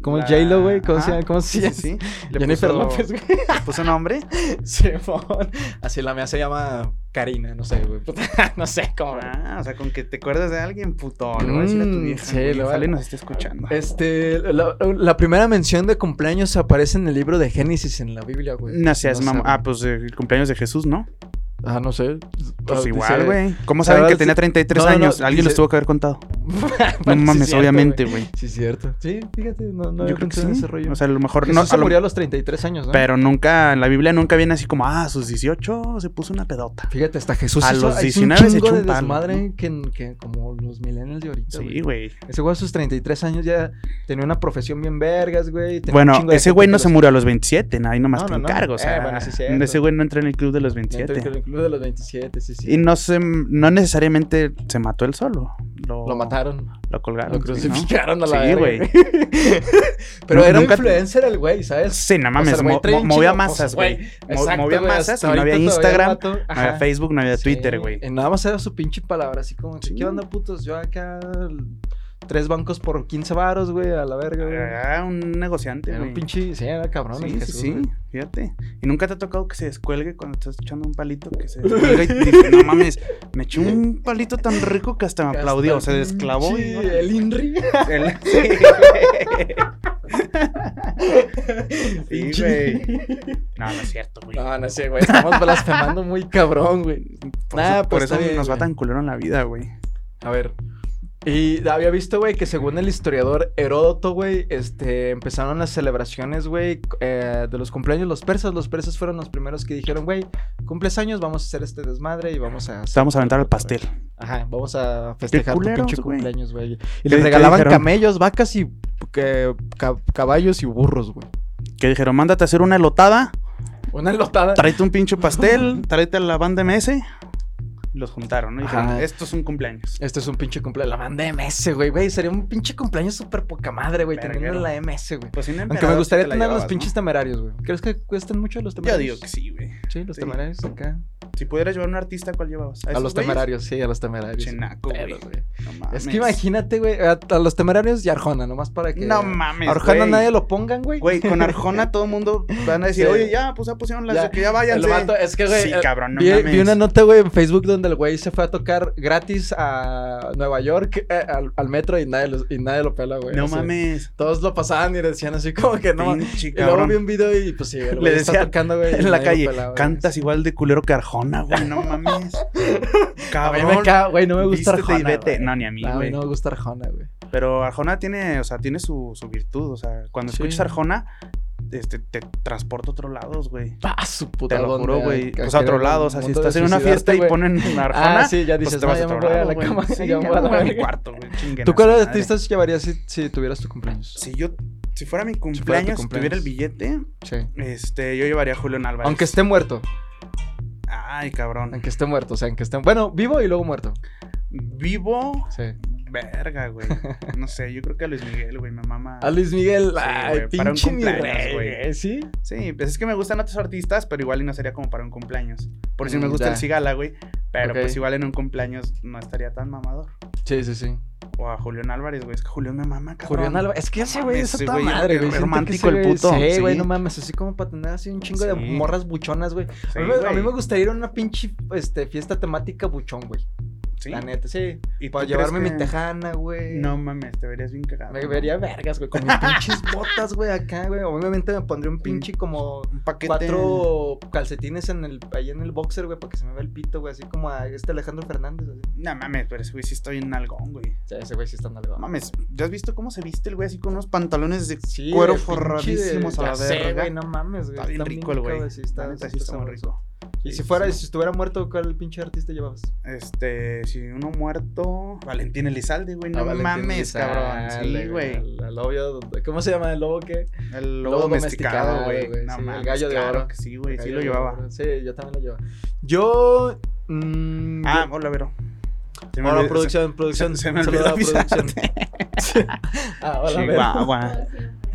Speaker 2: ¿Cómo es
Speaker 1: La-
Speaker 2: J-Lo, güey? ¿Cómo se
Speaker 1: Ajá.
Speaker 2: llama? ¿Cómo se
Speaker 1: Sí,
Speaker 2: llama?
Speaker 1: sí, sí. Le
Speaker 2: Jennifer
Speaker 1: puso-
Speaker 2: López, güey.
Speaker 1: le puso nombre.
Speaker 2: Simón. Así la mía se llama Karina, no sé, güey. puta, No sé cómo.
Speaker 1: Ah, o sea, con que te acuerdas de alguien, puto. Le voy a decir a tu
Speaker 2: Mm,
Speaker 1: vieja.
Speaker 2: sí,
Speaker 1: güey,
Speaker 2: le voy a-
Speaker 1: ojalá y nos esté escuchando.
Speaker 2: Este, la, la primera mención de cumpleaños aparece en el libro de Génesis en la Biblia, güey.
Speaker 1: No seas
Speaker 2: No
Speaker 1: mamá.
Speaker 2: sabe.
Speaker 1: Ah, pues el cumpleaños de Jesús, ¿no?
Speaker 2: Ah, no sé.
Speaker 1: Pues
Speaker 2: Ah,
Speaker 1: igual,
Speaker 2: dice-
Speaker 1: güey. ¿Cómo
Speaker 2: la
Speaker 1: saben que
Speaker 2: verdad,
Speaker 1: tenía
Speaker 2: sí.
Speaker 1: 33
Speaker 2: No, no, no,
Speaker 1: años? Alguien los
Speaker 2: dice-
Speaker 1: tuvo que haber contado. No
Speaker 2: Bueno, sí
Speaker 1: mames,
Speaker 2: es cierto,
Speaker 1: obviamente,
Speaker 2: güey.
Speaker 1: güey.
Speaker 2: Sí, es cierto. Sí, fíjate, no, no
Speaker 1: Yo
Speaker 2: había
Speaker 1: creo que
Speaker 2: pensado
Speaker 1: sí.
Speaker 2: en ese rollo.
Speaker 1: O sea, a lo mejor
Speaker 2: Jesús
Speaker 1: no.
Speaker 2: se
Speaker 1: a lo-
Speaker 2: murió a los 33 años, ¿no?
Speaker 1: Pero nunca, en la Biblia nunca viene así como, ah, a sus 18 se puso una pedota.
Speaker 2: Fíjate, hasta Jesús
Speaker 1: a
Speaker 2: hizo-
Speaker 1: los
Speaker 2: hizo
Speaker 1: 19
Speaker 2: un
Speaker 1: se
Speaker 2: chingo
Speaker 1: echó
Speaker 2: de
Speaker 1: un palo,
Speaker 2: desmadre que, que como los millennials de ahorita,
Speaker 1: Sí, güey.
Speaker 2: Ese güey a sus 33 años ya tenía una profesión bien vergas, güey. tenía un
Speaker 1: Bueno,
Speaker 2: chingo de
Speaker 1: ese
Speaker 2: gente
Speaker 1: güey
Speaker 2: que
Speaker 1: no
Speaker 2: los-
Speaker 1: se murió a los 27, ahí nomás
Speaker 2: No,
Speaker 1: te
Speaker 2: no, no.
Speaker 1: encargo. O
Speaker 2: Eh,
Speaker 1: sea,
Speaker 2: bueno, sí es cierto.
Speaker 1: ese güey no entra en el club de los
Speaker 2: Dentro
Speaker 1: 27.
Speaker 2: del club de los 27, sí, sí.
Speaker 1: Y no se, no necesariamente se mató él solo. Lo,
Speaker 2: Lo mataron.
Speaker 1: Lo colgaron.
Speaker 2: Lo
Speaker 1: sí, ¿no?
Speaker 2: crucificaron a la
Speaker 1: Sí,
Speaker 2: verga,
Speaker 1: güey.
Speaker 2: Pero
Speaker 1: Nu-
Speaker 2: era
Speaker 1: nunca-
Speaker 2: influencer el güey, ¿sabes?
Speaker 1: Sí, no mames, mo- mo- movía masas, güey. Mo- movía masas y no había Instagram, no había Facebook, no había Twitter, güey.
Speaker 2: nada más era su pinche palabra, así como, que,
Speaker 1: Sí.
Speaker 2: ¿qué onda, putos? Yo acá, l- tres bancos por 15 varos, güey, a la verga, güey.
Speaker 1: Era un negociante,
Speaker 2: Era un
Speaker 1: Ah, güey.
Speaker 2: pinche, sí, era cabrón
Speaker 1: Sí,
Speaker 2: el
Speaker 1: sí,
Speaker 2: Jesús,
Speaker 1: sí,
Speaker 2: güey.
Speaker 1: fíjate. Y nunca te ha tocado que se descuelgue cuando estás echando un palito, que se descuelga y te dice, no mames, me eché un palito tan rico que hasta me aplaudió, se
Speaker 2: Hasta el
Speaker 1: desclavó. y-
Speaker 2: pinche el Inri.
Speaker 1: El- Sí, güey. Sí, güey. No, no es cierto, güey.
Speaker 2: No, no sé, güey, estamos blasfemando muy cabrón, güey.
Speaker 1: Por
Speaker 2: Nah,
Speaker 1: eso, por
Speaker 2: pues,
Speaker 1: eso
Speaker 2: está bien,
Speaker 1: nos va
Speaker 2: güey.
Speaker 1: tan culero en la vida, güey.
Speaker 2: A ver. Y había visto, güey, que según el historiador Heródoto, güey, este, empezaron las celebraciones, güey, eh, de los cumpleaños los persas. Los persas fueron los primeros que dijeron, güey, cumples años, vamos a hacer este desmadre y vamos a...
Speaker 1: Te vamos a aventar al pastel.
Speaker 2: Ajá, vamos a festejar
Speaker 1: culeros,
Speaker 2: tu pinche
Speaker 1: güey.
Speaker 2: cumpleaños, güey.
Speaker 1: ¿Qué-
Speaker 2: Y
Speaker 1: qué
Speaker 2: les regalaban
Speaker 1: dijeron?
Speaker 2: camellos, vacas y que, ca- caballos y burros, güey.
Speaker 1: Que dijeron, mándate a hacer una elotada,
Speaker 2: Una enlotada.
Speaker 1: tráete un pinche pastel, tráete a la banda MS los juntaron, ¿no? Y dijeron,
Speaker 2: Ajá.
Speaker 1: esto es un cumpleaños.
Speaker 2: Esto Este es un pinche cumpleaños. La banda MS, güey. Güey, sería un pinche cumpleaños súper poca madre, güey. Teniendo
Speaker 1: Verguero.
Speaker 2: la MS, güey.
Speaker 1: Pues, un
Speaker 2: Aunque me
Speaker 1: emperador
Speaker 2: gustaría
Speaker 1: sí te la
Speaker 2: tener los
Speaker 1: llevabas,
Speaker 2: pinches temerarios, güey. ¿Crees que cuesten mucho los
Speaker 1: ¿no? Yo
Speaker 2: temerarios?
Speaker 1: digo que sí, güey.
Speaker 2: Sí, los
Speaker 1: Sí.
Speaker 2: temerarios acá.
Speaker 1: Si pudieras llevar a un artista, ¿cuál llevabas?
Speaker 2: A,
Speaker 1: esos
Speaker 2: los
Speaker 1: güeyes?
Speaker 2: temerarios, sí, a los temerarios.
Speaker 1: Chenaco, güey.
Speaker 2: Pelos, güey.
Speaker 1: No mames.
Speaker 2: Es que imagínate, güey, a, a los temerarios y Arjona, nomás para que.
Speaker 1: No mames,
Speaker 2: A Arjona
Speaker 1: güey.
Speaker 2: nadie lo pongan, güey.
Speaker 1: Güey, con Arjona todo el mundo van a decir,
Speaker 2: Sí.
Speaker 1: oye, ya, pues ya pusieron las
Speaker 2: Ya,
Speaker 1: de que ya
Speaker 2: El
Speaker 1: váyanse.
Speaker 2: vato, es que, güey.
Speaker 1: sí,
Speaker 2: eh,
Speaker 1: cabrón, no
Speaker 2: vi,
Speaker 1: mames.
Speaker 2: vi una nota, güey, en Facebook donde el güey se fue a tocar gratis a Nueva York, eh, al, al metro, y nadie, los- y nadie lo pela, güey.
Speaker 1: No
Speaker 2: O sea,
Speaker 1: mames.
Speaker 2: Todos lo pasaban y decían así como que no.
Speaker 1: Pinche
Speaker 2: Y luego
Speaker 1: cabrón.
Speaker 2: vi un video y pues sí, el güey
Speaker 1: Le
Speaker 2: está
Speaker 1: decía
Speaker 2: tocando, güey. y
Speaker 1: en la
Speaker 2: nadie lo
Speaker 1: calle.
Speaker 2: pelaba, güey.
Speaker 1: Cantas igual de culero que Arjona, güey. No mames.
Speaker 2: A mí
Speaker 1: Cabrón.
Speaker 2: me caga, güey, no me gusta
Speaker 1: Vístete
Speaker 2: Arjona.
Speaker 1: y vete.
Speaker 2: güey.
Speaker 1: No, ni a mí,
Speaker 2: No, a mí
Speaker 1: güey.
Speaker 2: no me gusta Arjona, güey.
Speaker 1: Pero Arjona tiene, o sea, tiene su, su virtud. O sea, cuando
Speaker 2: Sí.
Speaker 1: escuchas Arjona, este, te transporta a otros lados, güey.
Speaker 2: Ah, su puta
Speaker 1: Te lo
Speaker 2: dónde,
Speaker 1: juro,
Speaker 2: a-
Speaker 1: güey.
Speaker 2: a
Speaker 1: O sea, a otro
Speaker 2: querer
Speaker 1: lado. O sea,
Speaker 2: un
Speaker 1: si
Speaker 2: mundo
Speaker 1: estás
Speaker 2: de
Speaker 1: en una fiesta y
Speaker 2: suicidarte, güey.
Speaker 1: ponen a Arjona,
Speaker 2: Ah, sí, ya
Speaker 1: pues
Speaker 2: dices,
Speaker 1: te vas
Speaker 2: no,
Speaker 1: a
Speaker 2: ya me
Speaker 1: otro
Speaker 2: voy a
Speaker 1: lado,
Speaker 2: la
Speaker 1: güey.
Speaker 2: cama.
Speaker 1: Sí,
Speaker 2: ya
Speaker 1: ya
Speaker 2: me voy a la
Speaker 1: mi
Speaker 2: verga.
Speaker 1: cuarto, güey. chinguen
Speaker 2: ¿Tú
Speaker 1: a su
Speaker 2: cuáles
Speaker 1: madre.
Speaker 2: artistas llevarías si, si tuvieras tu cumpleaños?
Speaker 1: Si yo, si fuera mi
Speaker 2: tu
Speaker 1: cumpleaños, si
Speaker 2: cumpleaños.
Speaker 1: tuviera el billete,
Speaker 2: Sí.
Speaker 1: este, yo llevaría a Julián Álvarez.
Speaker 2: Aunque esté muerto.
Speaker 1: Ay, cabrón.
Speaker 2: Aunque esté muerto, o sea, aunque esté. Bueno, vivo y luego muerto.
Speaker 1: Vivo.
Speaker 2: Sí.
Speaker 1: Verga, güey. No sé, yo creo que a Luis Miguel, güey, me mama.
Speaker 2: A Luis Miguel,
Speaker 1: Sí,
Speaker 2: ay,
Speaker 1: güey, para un
Speaker 2: pinche mi
Speaker 1: cumpleaños,
Speaker 2: rey,
Speaker 1: güey.
Speaker 2: güey, ¿sí?
Speaker 1: Sí, pues es que me gustan otros artistas, pero igual y no sería como para un cumpleaños. Por si me
Speaker 2: Mm,
Speaker 1: gusta
Speaker 2: ya.
Speaker 1: el Cigala, güey. Pero
Speaker 2: Ok.
Speaker 1: pues igual en un cumpleaños no estaría tan mamador.
Speaker 2: Sí, sí, sí.
Speaker 1: O a Julián Álvarez, güey. Es que Julián me mama, cabrón.
Speaker 2: Julián Álvarez, es que ese güey es
Speaker 1: Ese
Speaker 2: a toda
Speaker 1: güey,
Speaker 2: madre,
Speaker 1: es
Speaker 2: güey. Siento que
Speaker 1: romántico
Speaker 2: ese
Speaker 1: el
Speaker 2: güey-
Speaker 1: puto,
Speaker 2: Sí, güey,
Speaker 1: sí.
Speaker 2: no mames, así como para tener así un chingo de
Speaker 1: Sí.
Speaker 2: morras buchonas, güey.
Speaker 1: Sí,
Speaker 2: a, mí me- a mí
Speaker 1: güey.
Speaker 2: me gustaría ir a una pinche este, fiesta temática buchón, güey.
Speaker 1: Sí.
Speaker 2: La neta, sí.
Speaker 1: ¿Y
Speaker 2: Para
Speaker 1: tú crees
Speaker 2: llevarme
Speaker 1: que-
Speaker 2: mi tejana, güey.
Speaker 1: No mames, te verías bien cagado.
Speaker 2: Me
Speaker 1: ¿no?
Speaker 2: vería vergas, güey, con mis pinches botas, güey, acá, güey. Obviamente me pondría un pinche como
Speaker 1: un paquete.
Speaker 2: cuatro calcetines en el, ahí en el boxer, güey, para que se me vea el pito, güey, así como a este Alejandro Fernández. Así.
Speaker 1: No mames, pero ese güey sí está bien algón, güey.
Speaker 2: O sea, ese güey sí está en algo.
Speaker 1: No mames, ¿ya has visto cómo se viste el güey así con unos pantalones de
Speaker 2: Sí,
Speaker 1: cuero
Speaker 2: de pinche
Speaker 1: forradísimos
Speaker 2: de-
Speaker 1: a la
Speaker 2: ya sé,
Speaker 1: verga?
Speaker 2: güey, no mames, güey.
Speaker 1: está bien rico el güey.
Speaker 2: cabrón, Sí, está,
Speaker 1: La neta,
Speaker 2: sí está
Speaker 1: muy
Speaker 2: sabroso.
Speaker 1: rico.
Speaker 2: Y
Speaker 1: Sí,
Speaker 2: si fuera,
Speaker 1: sí.
Speaker 2: si estuviera muerto, ¿cuál pinche artista llevabas?
Speaker 1: Este, si uno muerto, Valentín Elizalde, güey, no
Speaker 2: A Valentín
Speaker 1: mames,
Speaker 2: Elizalde,
Speaker 1: cabrón. Sí, güey.
Speaker 2: al- al obvio- ¿Cómo se llama el lobo qué?
Speaker 1: El
Speaker 2: Lobo
Speaker 1: lobo domesticado,
Speaker 2: domesticado,
Speaker 1: güey.
Speaker 2: güey,
Speaker 1: No
Speaker 2: sí, el
Speaker 1: mames,
Speaker 2: gallo de
Speaker 1: claro
Speaker 2: oro.
Speaker 1: que sí, güey, sí
Speaker 2: Gallo
Speaker 1: lo
Speaker 2: de
Speaker 1: llevaba.
Speaker 2: Oro. Sí, yo también lo llevaba. Yo. mm,
Speaker 1: Ah,
Speaker 2: yo-
Speaker 1: hola, Vero. Se me
Speaker 2: Hola,
Speaker 1: olvidó-
Speaker 2: producción, producción.
Speaker 1: se me
Speaker 2: saluda a
Speaker 1: olvidó
Speaker 2: ah,
Speaker 1: se-
Speaker 2: hola, Vero.
Speaker 1: Chihuahua.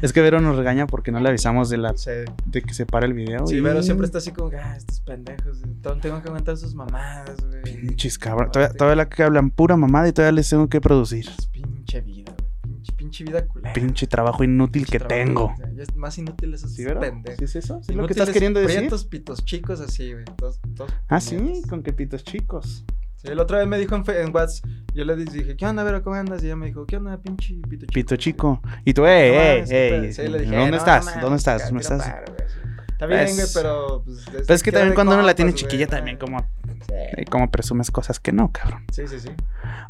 Speaker 1: Es que Vero nos regaña porque no le avisamos de la
Speaker 2: Sí.
Speaker 1: de que se para el video.
Speaker 2: Sí,
Speaker 1: y-
Speaker 2: Vero siempre está así como que, ah, estos pendejos, t- tengo que aguantar sus mamadas, güey.
Speaker 1: Pinches cabrón. Todavía, todavía la que hablan pura mamada y todavía les tengo que producir.
Speaker 2: Es pinche vida, güey. Pinche, pinche vida culera.
Speaker 1: Pinche trabajo inútil
Speaker 2: Pinche
Speaker 1: que
Speaker 2: trabajo,
Speaker 1: tengo.
Speaker 2: o sea, ya es más inútil esos
Speaker 1: ¿Sí, Vero?
Speaker 2: pendejos.
Speaker 1: ¿Sí es eso? ¿Sí es lo que estás queriendo decir?
Speaker 2: Prietos, pitos chicos, así, güey. todos- todos
Speaker 1: Ah, sí,
Speaker 2: puñetas.
Speaker 1: con que pitos chicos.
Speaker 2: Sí, la otra vez me dijo en, fe- en WhatsApp, yo le dije, ¿qué onda, Vero, cómo andas? Y ella me dijo, ¿qué onda, pinche pito chico?
Speaker 1: Pito chico. Y tú, eh,
Speaker 2: No
Speaker 1: eh,
Speaker 2: mames, qué pedo.
Speaker 1: eh.
Speaker 2: Sí, le dije,
Speaker 1: ¿Dónde
Speaker 2: "No
Speaker 1: estás?
Speaker 2: mames,
Speaker 1: ¿Dónde
Speaker 2: tira
Speaker 1: estás? ¿Me estás?
Speaker 2: paro, güey, sí. Está bien,
Speaker 1: Pues-
Speaker 2: güey, pero... Pues,
Speaker 1: Pero es que
Speaker 2: queda
Speaker 1: también
Speaker 2: de
Speaker 1: cuando uno la
Speaker 2: compas,
Speaker 1: tiene
Speaker 2: güey,
Speaker 1: chiquilla,
Speaker 2: no
Speaker 1: también
Speaker 2: mames.
Speaker 1: como,
Speaker 2: Sí,
Speaker 1: eh, como presumes cosas que no, cabrón.
Speaker 2: Sí, sí, sí.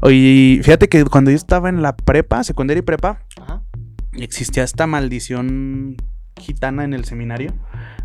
Speaker 1: Oye, fíjate que cuando yo estaba en la prepa, secundaria y prepa,
Speaker 2: Ajá.
Speaker 1: existía esta maldición gitana en el seminario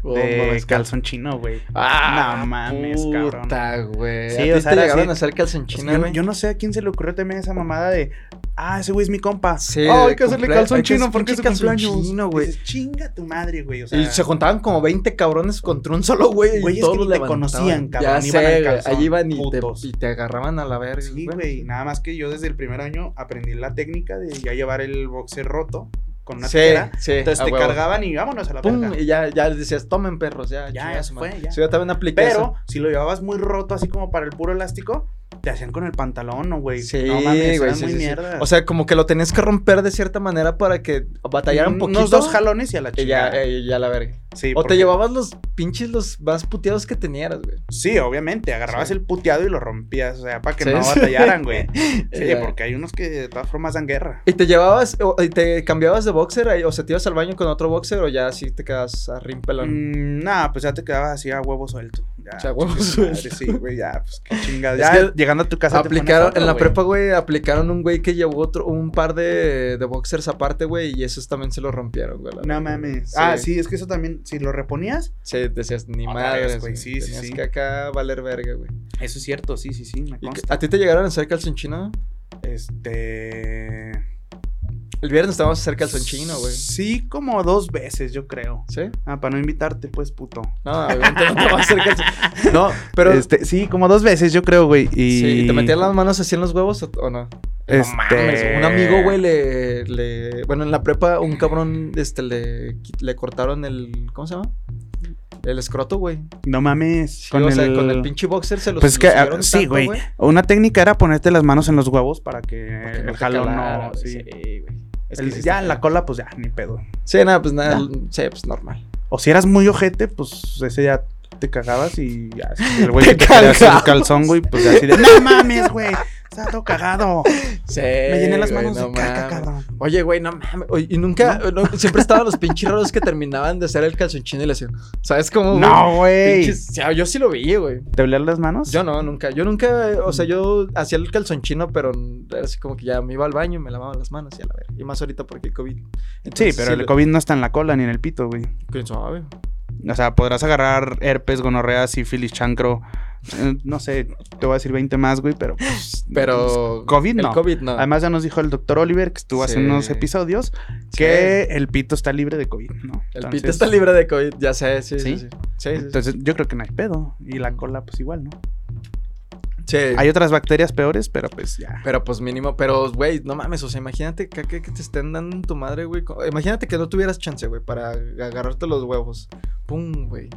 Speaker 2: Oh,
Speaker 1: de
Speaker 2: mames,
Speaker 1: calzón chino, güey.
Speaker 2: Ah,
Speaker 1: No mames, cabrón.
Speaker 2: puta, güey.
Speaker 1: Sí,
Speaker 2: Sí,
Speaker 1: o
Speaker 2: o
Speaker 1: sea,
Speaker 2: te
Speaker 1: era
Speaker 2: llegaron
Speaker 1: así-
Speaker 2: a hacer
Speaker 1: Pues
Speaker 2: calzonchina,
Speaker 1: yo,
Speaker 2: güey.
Speaker 1: yo no sé a quién se le ocurrió también esa mamada de, ah, ese güey es mi compa.
Speaker 2: Sí,
Speaker 1: Ah,
Speaker 2: de
Speaker 1: hay que hacerle
Speaker 2: cumplea-
Speaker 1: calzón
Speaker 2: hay que
Speaker 1: chino
Speaker 2: hacer
Speaker 1: porque es su
Speaker 2: pinche calzón
Speaker 1: cumpleaños.
Speaker 2: chino, güey.
Speaker 1: Dices, Chinga tu madre, güey. O sea,
Speaker 2: Y se juntaban como 20 cabrones contra un solo güey.
Speaker 1: Güeyes
Speaker 2: y todos
Speaker 1: que ni
Speaker 2: lo
Speaker 1: te
Speaker 2: levantaban.
Speaker 1: conocían,
Speaker 2: Ya
Speaker 1: cabrón,
Speaker 2: sé,
Speaker 1: iban al
Speaker 2: güey,
Speaker 1: calzón,
Speaker 2: Ahí iban y te,
Speaker 1: putos.
Speaker 2: y te agarraban a la verga.
Speaker 1: Sí,
Speaker 2: bueno,
Speaker 1: güey. Nada más que yo desde el primer año aprendí la técnica de ya llevar el boxer roto con una
Speaker 2: Sí,
Speaker 1: tijera.
Speaker 2: sí.
Speaker 1: Entonces
Speaker 2: a
Speaker 1: te
Speaker 2: huevo.
Speaker 1: cargaban y vámonos a la
Speaker 2: Pum,
Speaker 1: verga.
Speaker 2: y ya, ya les decías, tomen perros, ya.
Speaker 1: Ya,
Speaker 2: chingada
Speaker 1: ya
Speaker 2: su
Speaker 1: se
Speaker 2: madre.
Speaker 1: fue, ya.
Speaker 2: Sí, yo también apliqué
Speaker 1: Pero si lo llevabas muy roto, así como para el puro elástico, te hacían con el pantalón, ¿no, güey?
Speaker 2: eso. Sí,
Speaker 1: no
Speaker 2: güey,
Speaker 1: eran
Speaker 2: sí,
Speaker 1: muy
Speaker 2: sí, sí.
Speaker 1: mierda.
Speaker 2: O sea, como que lo tenías que romper de cierta manera para que batallara un poquito.
Speaker 1: Unos Mm, dos jalones y a la
Speaker 2: y ya,
Speaker 1: chica.
Speaker 2: eh, ya la verga.
Speaker 1: sí,
Speaker 2: O
Speaker 1: porque-
Speaker 2: te llevabas los pinches los más puteados que tenías, güey.
Speaker 1: Sí, obviamente. Agarrabas
Speaker 2: Sí.
Speaker 1: el puteado y lo rompías, o sea, para que
Speaker 2: Sí,
Speaker 1: no
Speaker 2: sí.
Speaker 1: batallaran, güey. Sí,
Speaker 2: Ya.
Speaker 1: porque hay unos que de todas formas dan guerra.
Speaker 2: ¿Y te llevabas, o, y te cambiabas de boxer, ahí, o sea, te ibas al baño con otro boxer, o ya así te quedas a rimpelón?
Speaker 1: Mm, nah, pues ya te quedabas así a huevo suelto. Ya,
Speaker 2: O sea, huevo
Speaker 1: chingue su madre,
Speaker 2: suelto.
Speaker 1: Sí, güey, ya, pues qué chingada.
Speaker 2: Es
Speaker 1: Ya
Speaker 2: que
Speaker 1: llegando a tu casa te pones
Speaker 2: aplicaron,
Speaker 1: otro,
Speaker 2: en la
Speaker 1: güey.
Speaker 2: prepa, güey, aplicaron un güey que llevó otro, un par de, de boxers aparte, güey, y esos también se los rompieron, güey. la
Speaker 1: No
Speaker 2: verdad, güey.
Speaker 1: mames. Ah, sí, es que eso también, si lo reponías.
Speaker 2: Sí, decías, ni
Speaker 1: Otra
Speaker 2: madres,
Speaker 1: vez,
Speaker 2: güey.
Speaker 1: güey, sí, sí,
Speaker 2: Tenías
Speaker 1: sí.
Speaker 2: que acá valer verga, güey.
Speaker 1: Eso es cierto, sí, sí, sí, me
Speaker 2: ¿Y que-
Speaker 1: consta.
Speaker 2: ¿A ti te llegaron a hacer calzón chino?
Speaker 1: Este.
Speaker 2: El viernes te vamos a hacer calzón chino, güey.
Speaker 1: Sí, como dos veces, yo creo.
Speaker 2: ¿Sí?
Speaker 1: Ah, para no invitarte, pues, puto.
Speaker 2: No, obviamente no te vamos a hacer calzón. No, pero.
Speaker 1: Este, sí, como dos veces, yo creo, güey. Y...
Speaker 2: Sí, ¿te metían las manos así en los huevos o, o no?
Speaker 1: Este-
Speaker 2: No mames, un amigo, güey, le, le- Bueno, en la prepa, un cabrón, este, le, le cortaron el. ¿Cómo se llama? El escroto, güey.
Speaker 1: No mames.
Speaker 2: Sí, o sea, con el pinche boxer se los
Speaker 1: Pues es que,
Speaker 2: los
Speaker 1: ah,
Speaker 2: hicieron
Speaker 1: sí,
Speaker 2: tanto,
Speaker 1: güey. Una técnica era ponerte las manos en los huevos para que
Speaker 2: que
Speaker 1: el
Speaker 2: no te
Speaker 1: jalón
Speaker 2: calara,
Speaker 1: Eh, no.
Speaker 2: güey,
Speaker 1: Sí.
Speaker 2: güey. Es que
Speaker 1: El-
Speaker 2: sí está
Speaker 1: ya en la
Speaker 2: cabrón.
Speaker 1: cola, pues ya, ni pedo.
Speaker 2: Sí, nada, pues nada.
Speaker 1: Ya.
Speaker 2: Sí, pues normal.
Speaker 1: O si eras muy ojete, pues ese ya te cagabas y ya. si El güey
Speaker 2: Te
Speaker 1: que te quería hacer el
Speaker 2: cagabas.
Speaker 1: calzón, güey, pues ya así de. No mames, güey. Está todo cagado.
Speaker 2: Sí.
Speaker 1: Me llené las
Speaker 2: güey,
Speaker 1: manos
Speaker 2: no
Speaker 1: de caca,
Speaker 2: mames.
Speaker 1: cabrón.
Speaker 2: Oye, güey, no mames. Oye, y nunca, no, siempre estaban los pinches raros que terminaban de hacer el calzonchino y le hacían. ¿Sabes cómo? güey?
Speaker 1: No, güey.
Speaker 2: Pinches- o sea, yo sí lo vi, güey.
Speaker 1: ¿Te oleas las manos?
Speaker 2: Yo no, nunca. Yo nunca, eh, o sea, yo hacía el calzonchino, pero era así como que ya me iba al baño y me lavaba las manos y a la verga. Y más ahorita porque el COVID.
Speaker 1: Sí,
Speaker 2: Entonces,
Speaker 1: pero el
Speaker 2: lo-
Speaker 1: COVID no está en la cola ni en el pito, güey.
Speaker 2: ¿Quién sabe?
Speaker 1: O sea, podrás agarrar herpes, gonorrea, sífilis, chancro. eh, No sé, te voy a decir 20 más, güey, pero.
Speaker 2: Ah.
Speaker 1: pues,
Speaker 2: Pero.
Speaker 1: COVID
Speaker 2: el
Speaker 1: no.
Speaker 2: COVID no.
Speaker 1: Además, ya nos dijo el doctor Oliver, que estuvo hace
Speaker 2: Sí.
Speaker 1: unos episodios,
Speaker 2: Sí.
Speaker 1: que el pito está libre de COVID, ¿no?
Speaker 2: El
Speaker 1: Entonces-
Speaker 2: pito está libre de COVID, ya sé, sí, sí.
Speaker 1: ¿Sí?
Speaker 2: Sí, sí. sí, sí.
Speaker 1: Entonces, yo creo que no hay pedo. Y la cola, pues igual, ¿no?
Speaker 2: Sí.
Speaker 1: Hay otras bacterias peores, pero pues ya.
Speaker 2: Pero pues mínimo, pero güey, no mames, o sea, imagínate que, que- que te estén dando en tu madre, güey. co- Imagínate que no tuvieras chance, güey, para agarrarte los huevos. Pum, güey.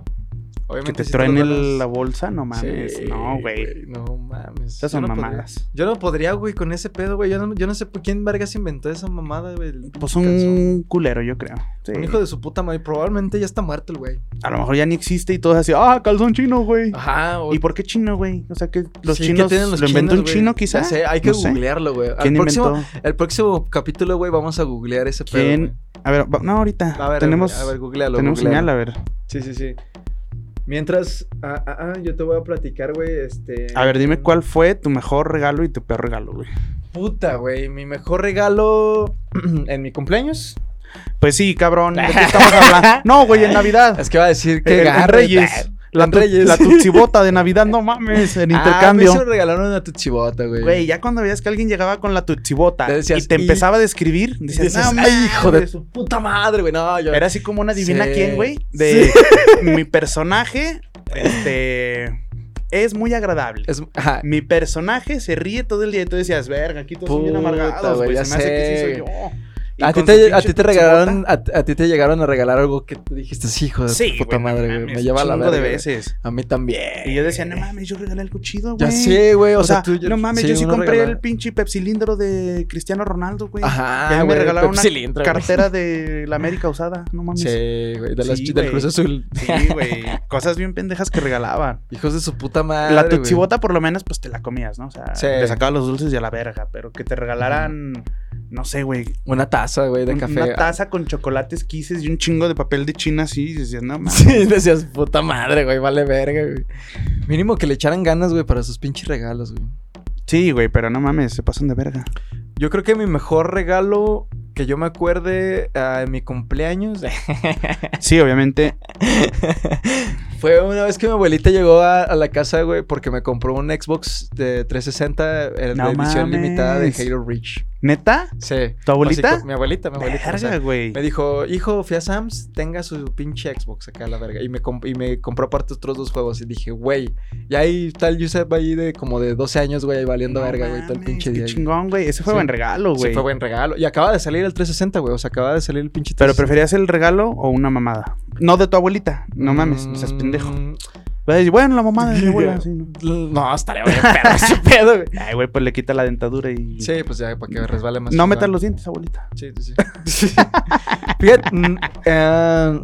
Speaker 1: Que te
Speaker 2: sí te
Speaker 1: traen
Speaker 2: los ganas.
Speaker 1: la bolsa, no mames.
Speaker 2: Sí,
Speaker 1: no, güey.
Speaker 2: No mames.
Speaker 1: Esas
Speaker 2: Yo
Speaker 1: son
Speaker 2: no podría.
Speaker 1: mamadas.
Speaker 2: Yo no podría, güey, con ese pedo, güey. Yo no, yo no sé por quién vergas inventó esa mamada, güey. el pinche
Speaker 1: Pues
Speaker 2: calzón.
Speaker 1: un culero, yo creo. Sí.
Speaker 2: Un hijo de su puta madre. Probablemente ya está muerto el güey.
Speaker 1: A lo mejor ya ni existe y todo así, ah, calzón chino, güey.
Speaker 2: Ajá. O...
Speaker 1: ¿Y por qué chino, güey? O sea, que los
Speaker 2: Sí, ¿qué
Speaker 1: chinos
Speaker 2: tienen los
Speaker 1: lo inventó
Speaker 2: chinos,
Speaker 1: un
Speaker 2: güey?
Speaker 1: chino,
Speaker 2: Ya
Speaker 1: quizás.
Speaker 2: sé, hay que googlearlo, güey. Al
Speaker 1: ¿Quién
Speaker 2: próximo-
Speaker 1: inventó?
Speaker 2: El próximo capítulo, güey, vamos a googlear ese pedo.
Speaker 1: ¿Quién?
Speaker 2: güey.
Speaker 1: A ver, va- no, ahorita.
Speaker 2: A ver,
Speaker 1: tenemos
Speaker 2: a ver, googlealo.
Speaker 1: tenemos
Speaker 2: googlealo.
Speaker 1: señal, a ver.
Speaker 2: Sí, sí, sí. Mientras, ah, ah, ah, yo te voy a platicar, güey, este...
Speaker 1: A ver, dime cuál fue tu mejor regalo y tu peor regalo, güey.
Speaker 2: Puta, güey, mi mejor regalo en mi cumpleaños.
Speaker 1: Pues sí, cabrón. ¿De qué estamos hablando? No, güey, en Navidad.
Speaker 2: Es que va a decir
Speaker 1: Ah. En-
Speaker 2: que
Speaker 1: en
Speaker 2: garra,
Speaker 1: Reyes.
Speaker 2: bah.
Speaker 1: La,
Speaker 2: En
Speaker 1: tu-
Speaker 2: Reyes.
Speaker 1: la tutsibota de Navidad, no mames, en
Speaker 2: Ah,
Speaker 1: intercambio.
Speaker 2: me hizo regalaron una tuchibota, güey.
Speaker 1: Güey, ya cuando veías que alguien llegaba con la tutsibota
Speaker 2: Te decías,
Speaker 1: y te
Speaker 2: "Y-".
Speaker 1: empezaba a describir,
Speaker 2: Y
Speaker 1: decías,
Speaker 2: dices,
Speaker 1: no,
Speaker 2: "Ay, hijo de
Speaker 1: mames".
Speaker 2: tu puta madre, güey. No, yo...
Speaker 1: Era así como una divina
Speaker 2: Sí.
Speaker 1: quién, güey. De mi personaje, este. Es muy agradable.
Speaker 2: Es... Ajá.
Speaker 1: Mi personaje se ríe todo el día y tú decías, verga, aquí todos son bien
Speaker 2: Puta,
Speaker 1: amargados,
Speaker 2: güey,
Speaker 1: güey.
Speaker 2: ya
Speaker 1: Se me hace que sí
Speaker 2: sé,
Speaker 1: soy yo.
Speaker 2: güey.
Speaker 1: Y
Speaker 2: A ti,
Speaker 1: con su
Speaker 2: te, a
Speaker 1: pinche
Speaker 2: ti te
Speaker 1: tutsibota,
Speaker 2: regalaron, a, a ti te llegaron a regalar algo que tú dijiste, "Sí, hijo de tu
Speaker 1: Sí,
Speaker 2: puta
Speaker 1: güey, no
Speaker 2: madre, güey.
Speaker 1: mames,
Speaker 2: Me lleva a la
Speaker 1: chingo
Speaker 2: verga.
Speaker 1: de
Speaker 2: güey.
Speaker 1: veces.
Speaker 2: A mí también.
Speaker 1: Y yo decía, no mames, yo regalé algo chido, güey.
Speaker 2: Ya sé, güey. O,
Speaker 1: O sea,
Speaker 2: tú-
Speaker 1: no mames,
Speaker 2: sí,
Speaker 1: yo sí
Speaker 2: uno
Speaker 1: compré
Speaker 2: regala-
Speaker 1: el pinche pepsilindro de Cristiano Ronaldo, güey.
Speaker 2: Ajá,
Speaker 1: Ya me
Speaker 2: güey,
Speaker 1: regalaron una
Speaker 2: Pepsi cilindro, güey.
Speaker 1: Cartera de la América usada, no mames.
Speaker 2: Sí, güey, de las,
Speaker 1: Sí,
Speaker 2: del
Speaker 1: güey.
Speaker 2: Cruz Azul.
Speaker 1: Sí, güey. Cosas bien pendejas que regalaban.
Speaker 2: Hijos de su puta madre.
Speaker 1: La
Speaker 2: güey.
Speaker 1: tutsibota por lo menos, pues te la comías, ¿no? O sea,
Speaker 2: Sí.
Speaker 1: te sacaba los dulces y a la verga. Pero que te regalaran, no sé, güey,
Speaker 2: Una taza, güey, de
Speaker 1: un-
Speaker 2: café.
Speaker 1: una taza con chocolates quises y un chingo de papel de China así. Y decías, no mames.
Speaker 2: Sí, decías, puta madre, güey, vale verga, güey. Mínimo que le echaran ganas, güey, para sus pinches regalos, güey.
Speaker 1: Sí, güey, pero no mames, se pasan de verga.
Speaker 2: Yo creo que mi mejor regalo que yo me acuerde ah, en mi cumpleaños
Speaker 1: Sí, obviamente.
Speaker 2: fue una vez que mi abuelita llegó a, a la casa, güey, porque me compró un Xbox de 360 eh,
Speaker 1: No
Speaker 2: de edición
Speaker 1: mames.
Speaker 2: limitada de Halo Reach.
Speaker 1: ¿Neta?
Speaker 2: Sí.
Speaker 1: ¿Tu abuelita?
Speaker 2: Así co- Mi abuelita, mi abuelita. o sea,
Speaker 1: Verga, güey.
Speaker 2: Me dijo, hijo, fui a Sam's, tenga su pinche Xbox acá a la verga. Y me, comp- y me compró aparte otros dos juegos. Y dije, güey, y ahí está el Yusef ahí de como de 12 años, güey, ahí valiendo
Speaker 1: No
Speaker 2: verga, güey, todo el
Speaker 1: mames,
Speaker 2: pinche
Speaker 1: qué
Speaker 2: día. güey.
Speaker 1: chingón, güey. Ese fue
Speaker 2: Sí.
Speaker 1: buen regalo,
Speaker 2: Sí,
Speaker 1: güey.
Speaker 2: fue buen regalo. Y acaba de salir el 360, güey. O sea, acaba de salir el pinche
Speaker 1: Pero
Speaker 2: 360.
Speaker 1: preferías el regalo o una mamada. No de tu abuelita. No mames, no seas pendejo.
Speaker 2: Mm,
Speaker 1: Vas a decir, bueno, la mamada de mi abuela.
Speaker 2: Diga.
Speaker 1: sí, ¿no?
Speaker 2: No, estaría bien pedo ese pedo, güey.
Speaker 1: Ay, güey, pues le quita la dentadura y.
Speaker 2: Sí, pues ya, para que resbale más.
Speaker 1: No
Speaker 2: chingón.
Speaker 1: metas los dientes, abuelita.
Speaker 2: Sí, sí, sí. Fíjate, mm, eh,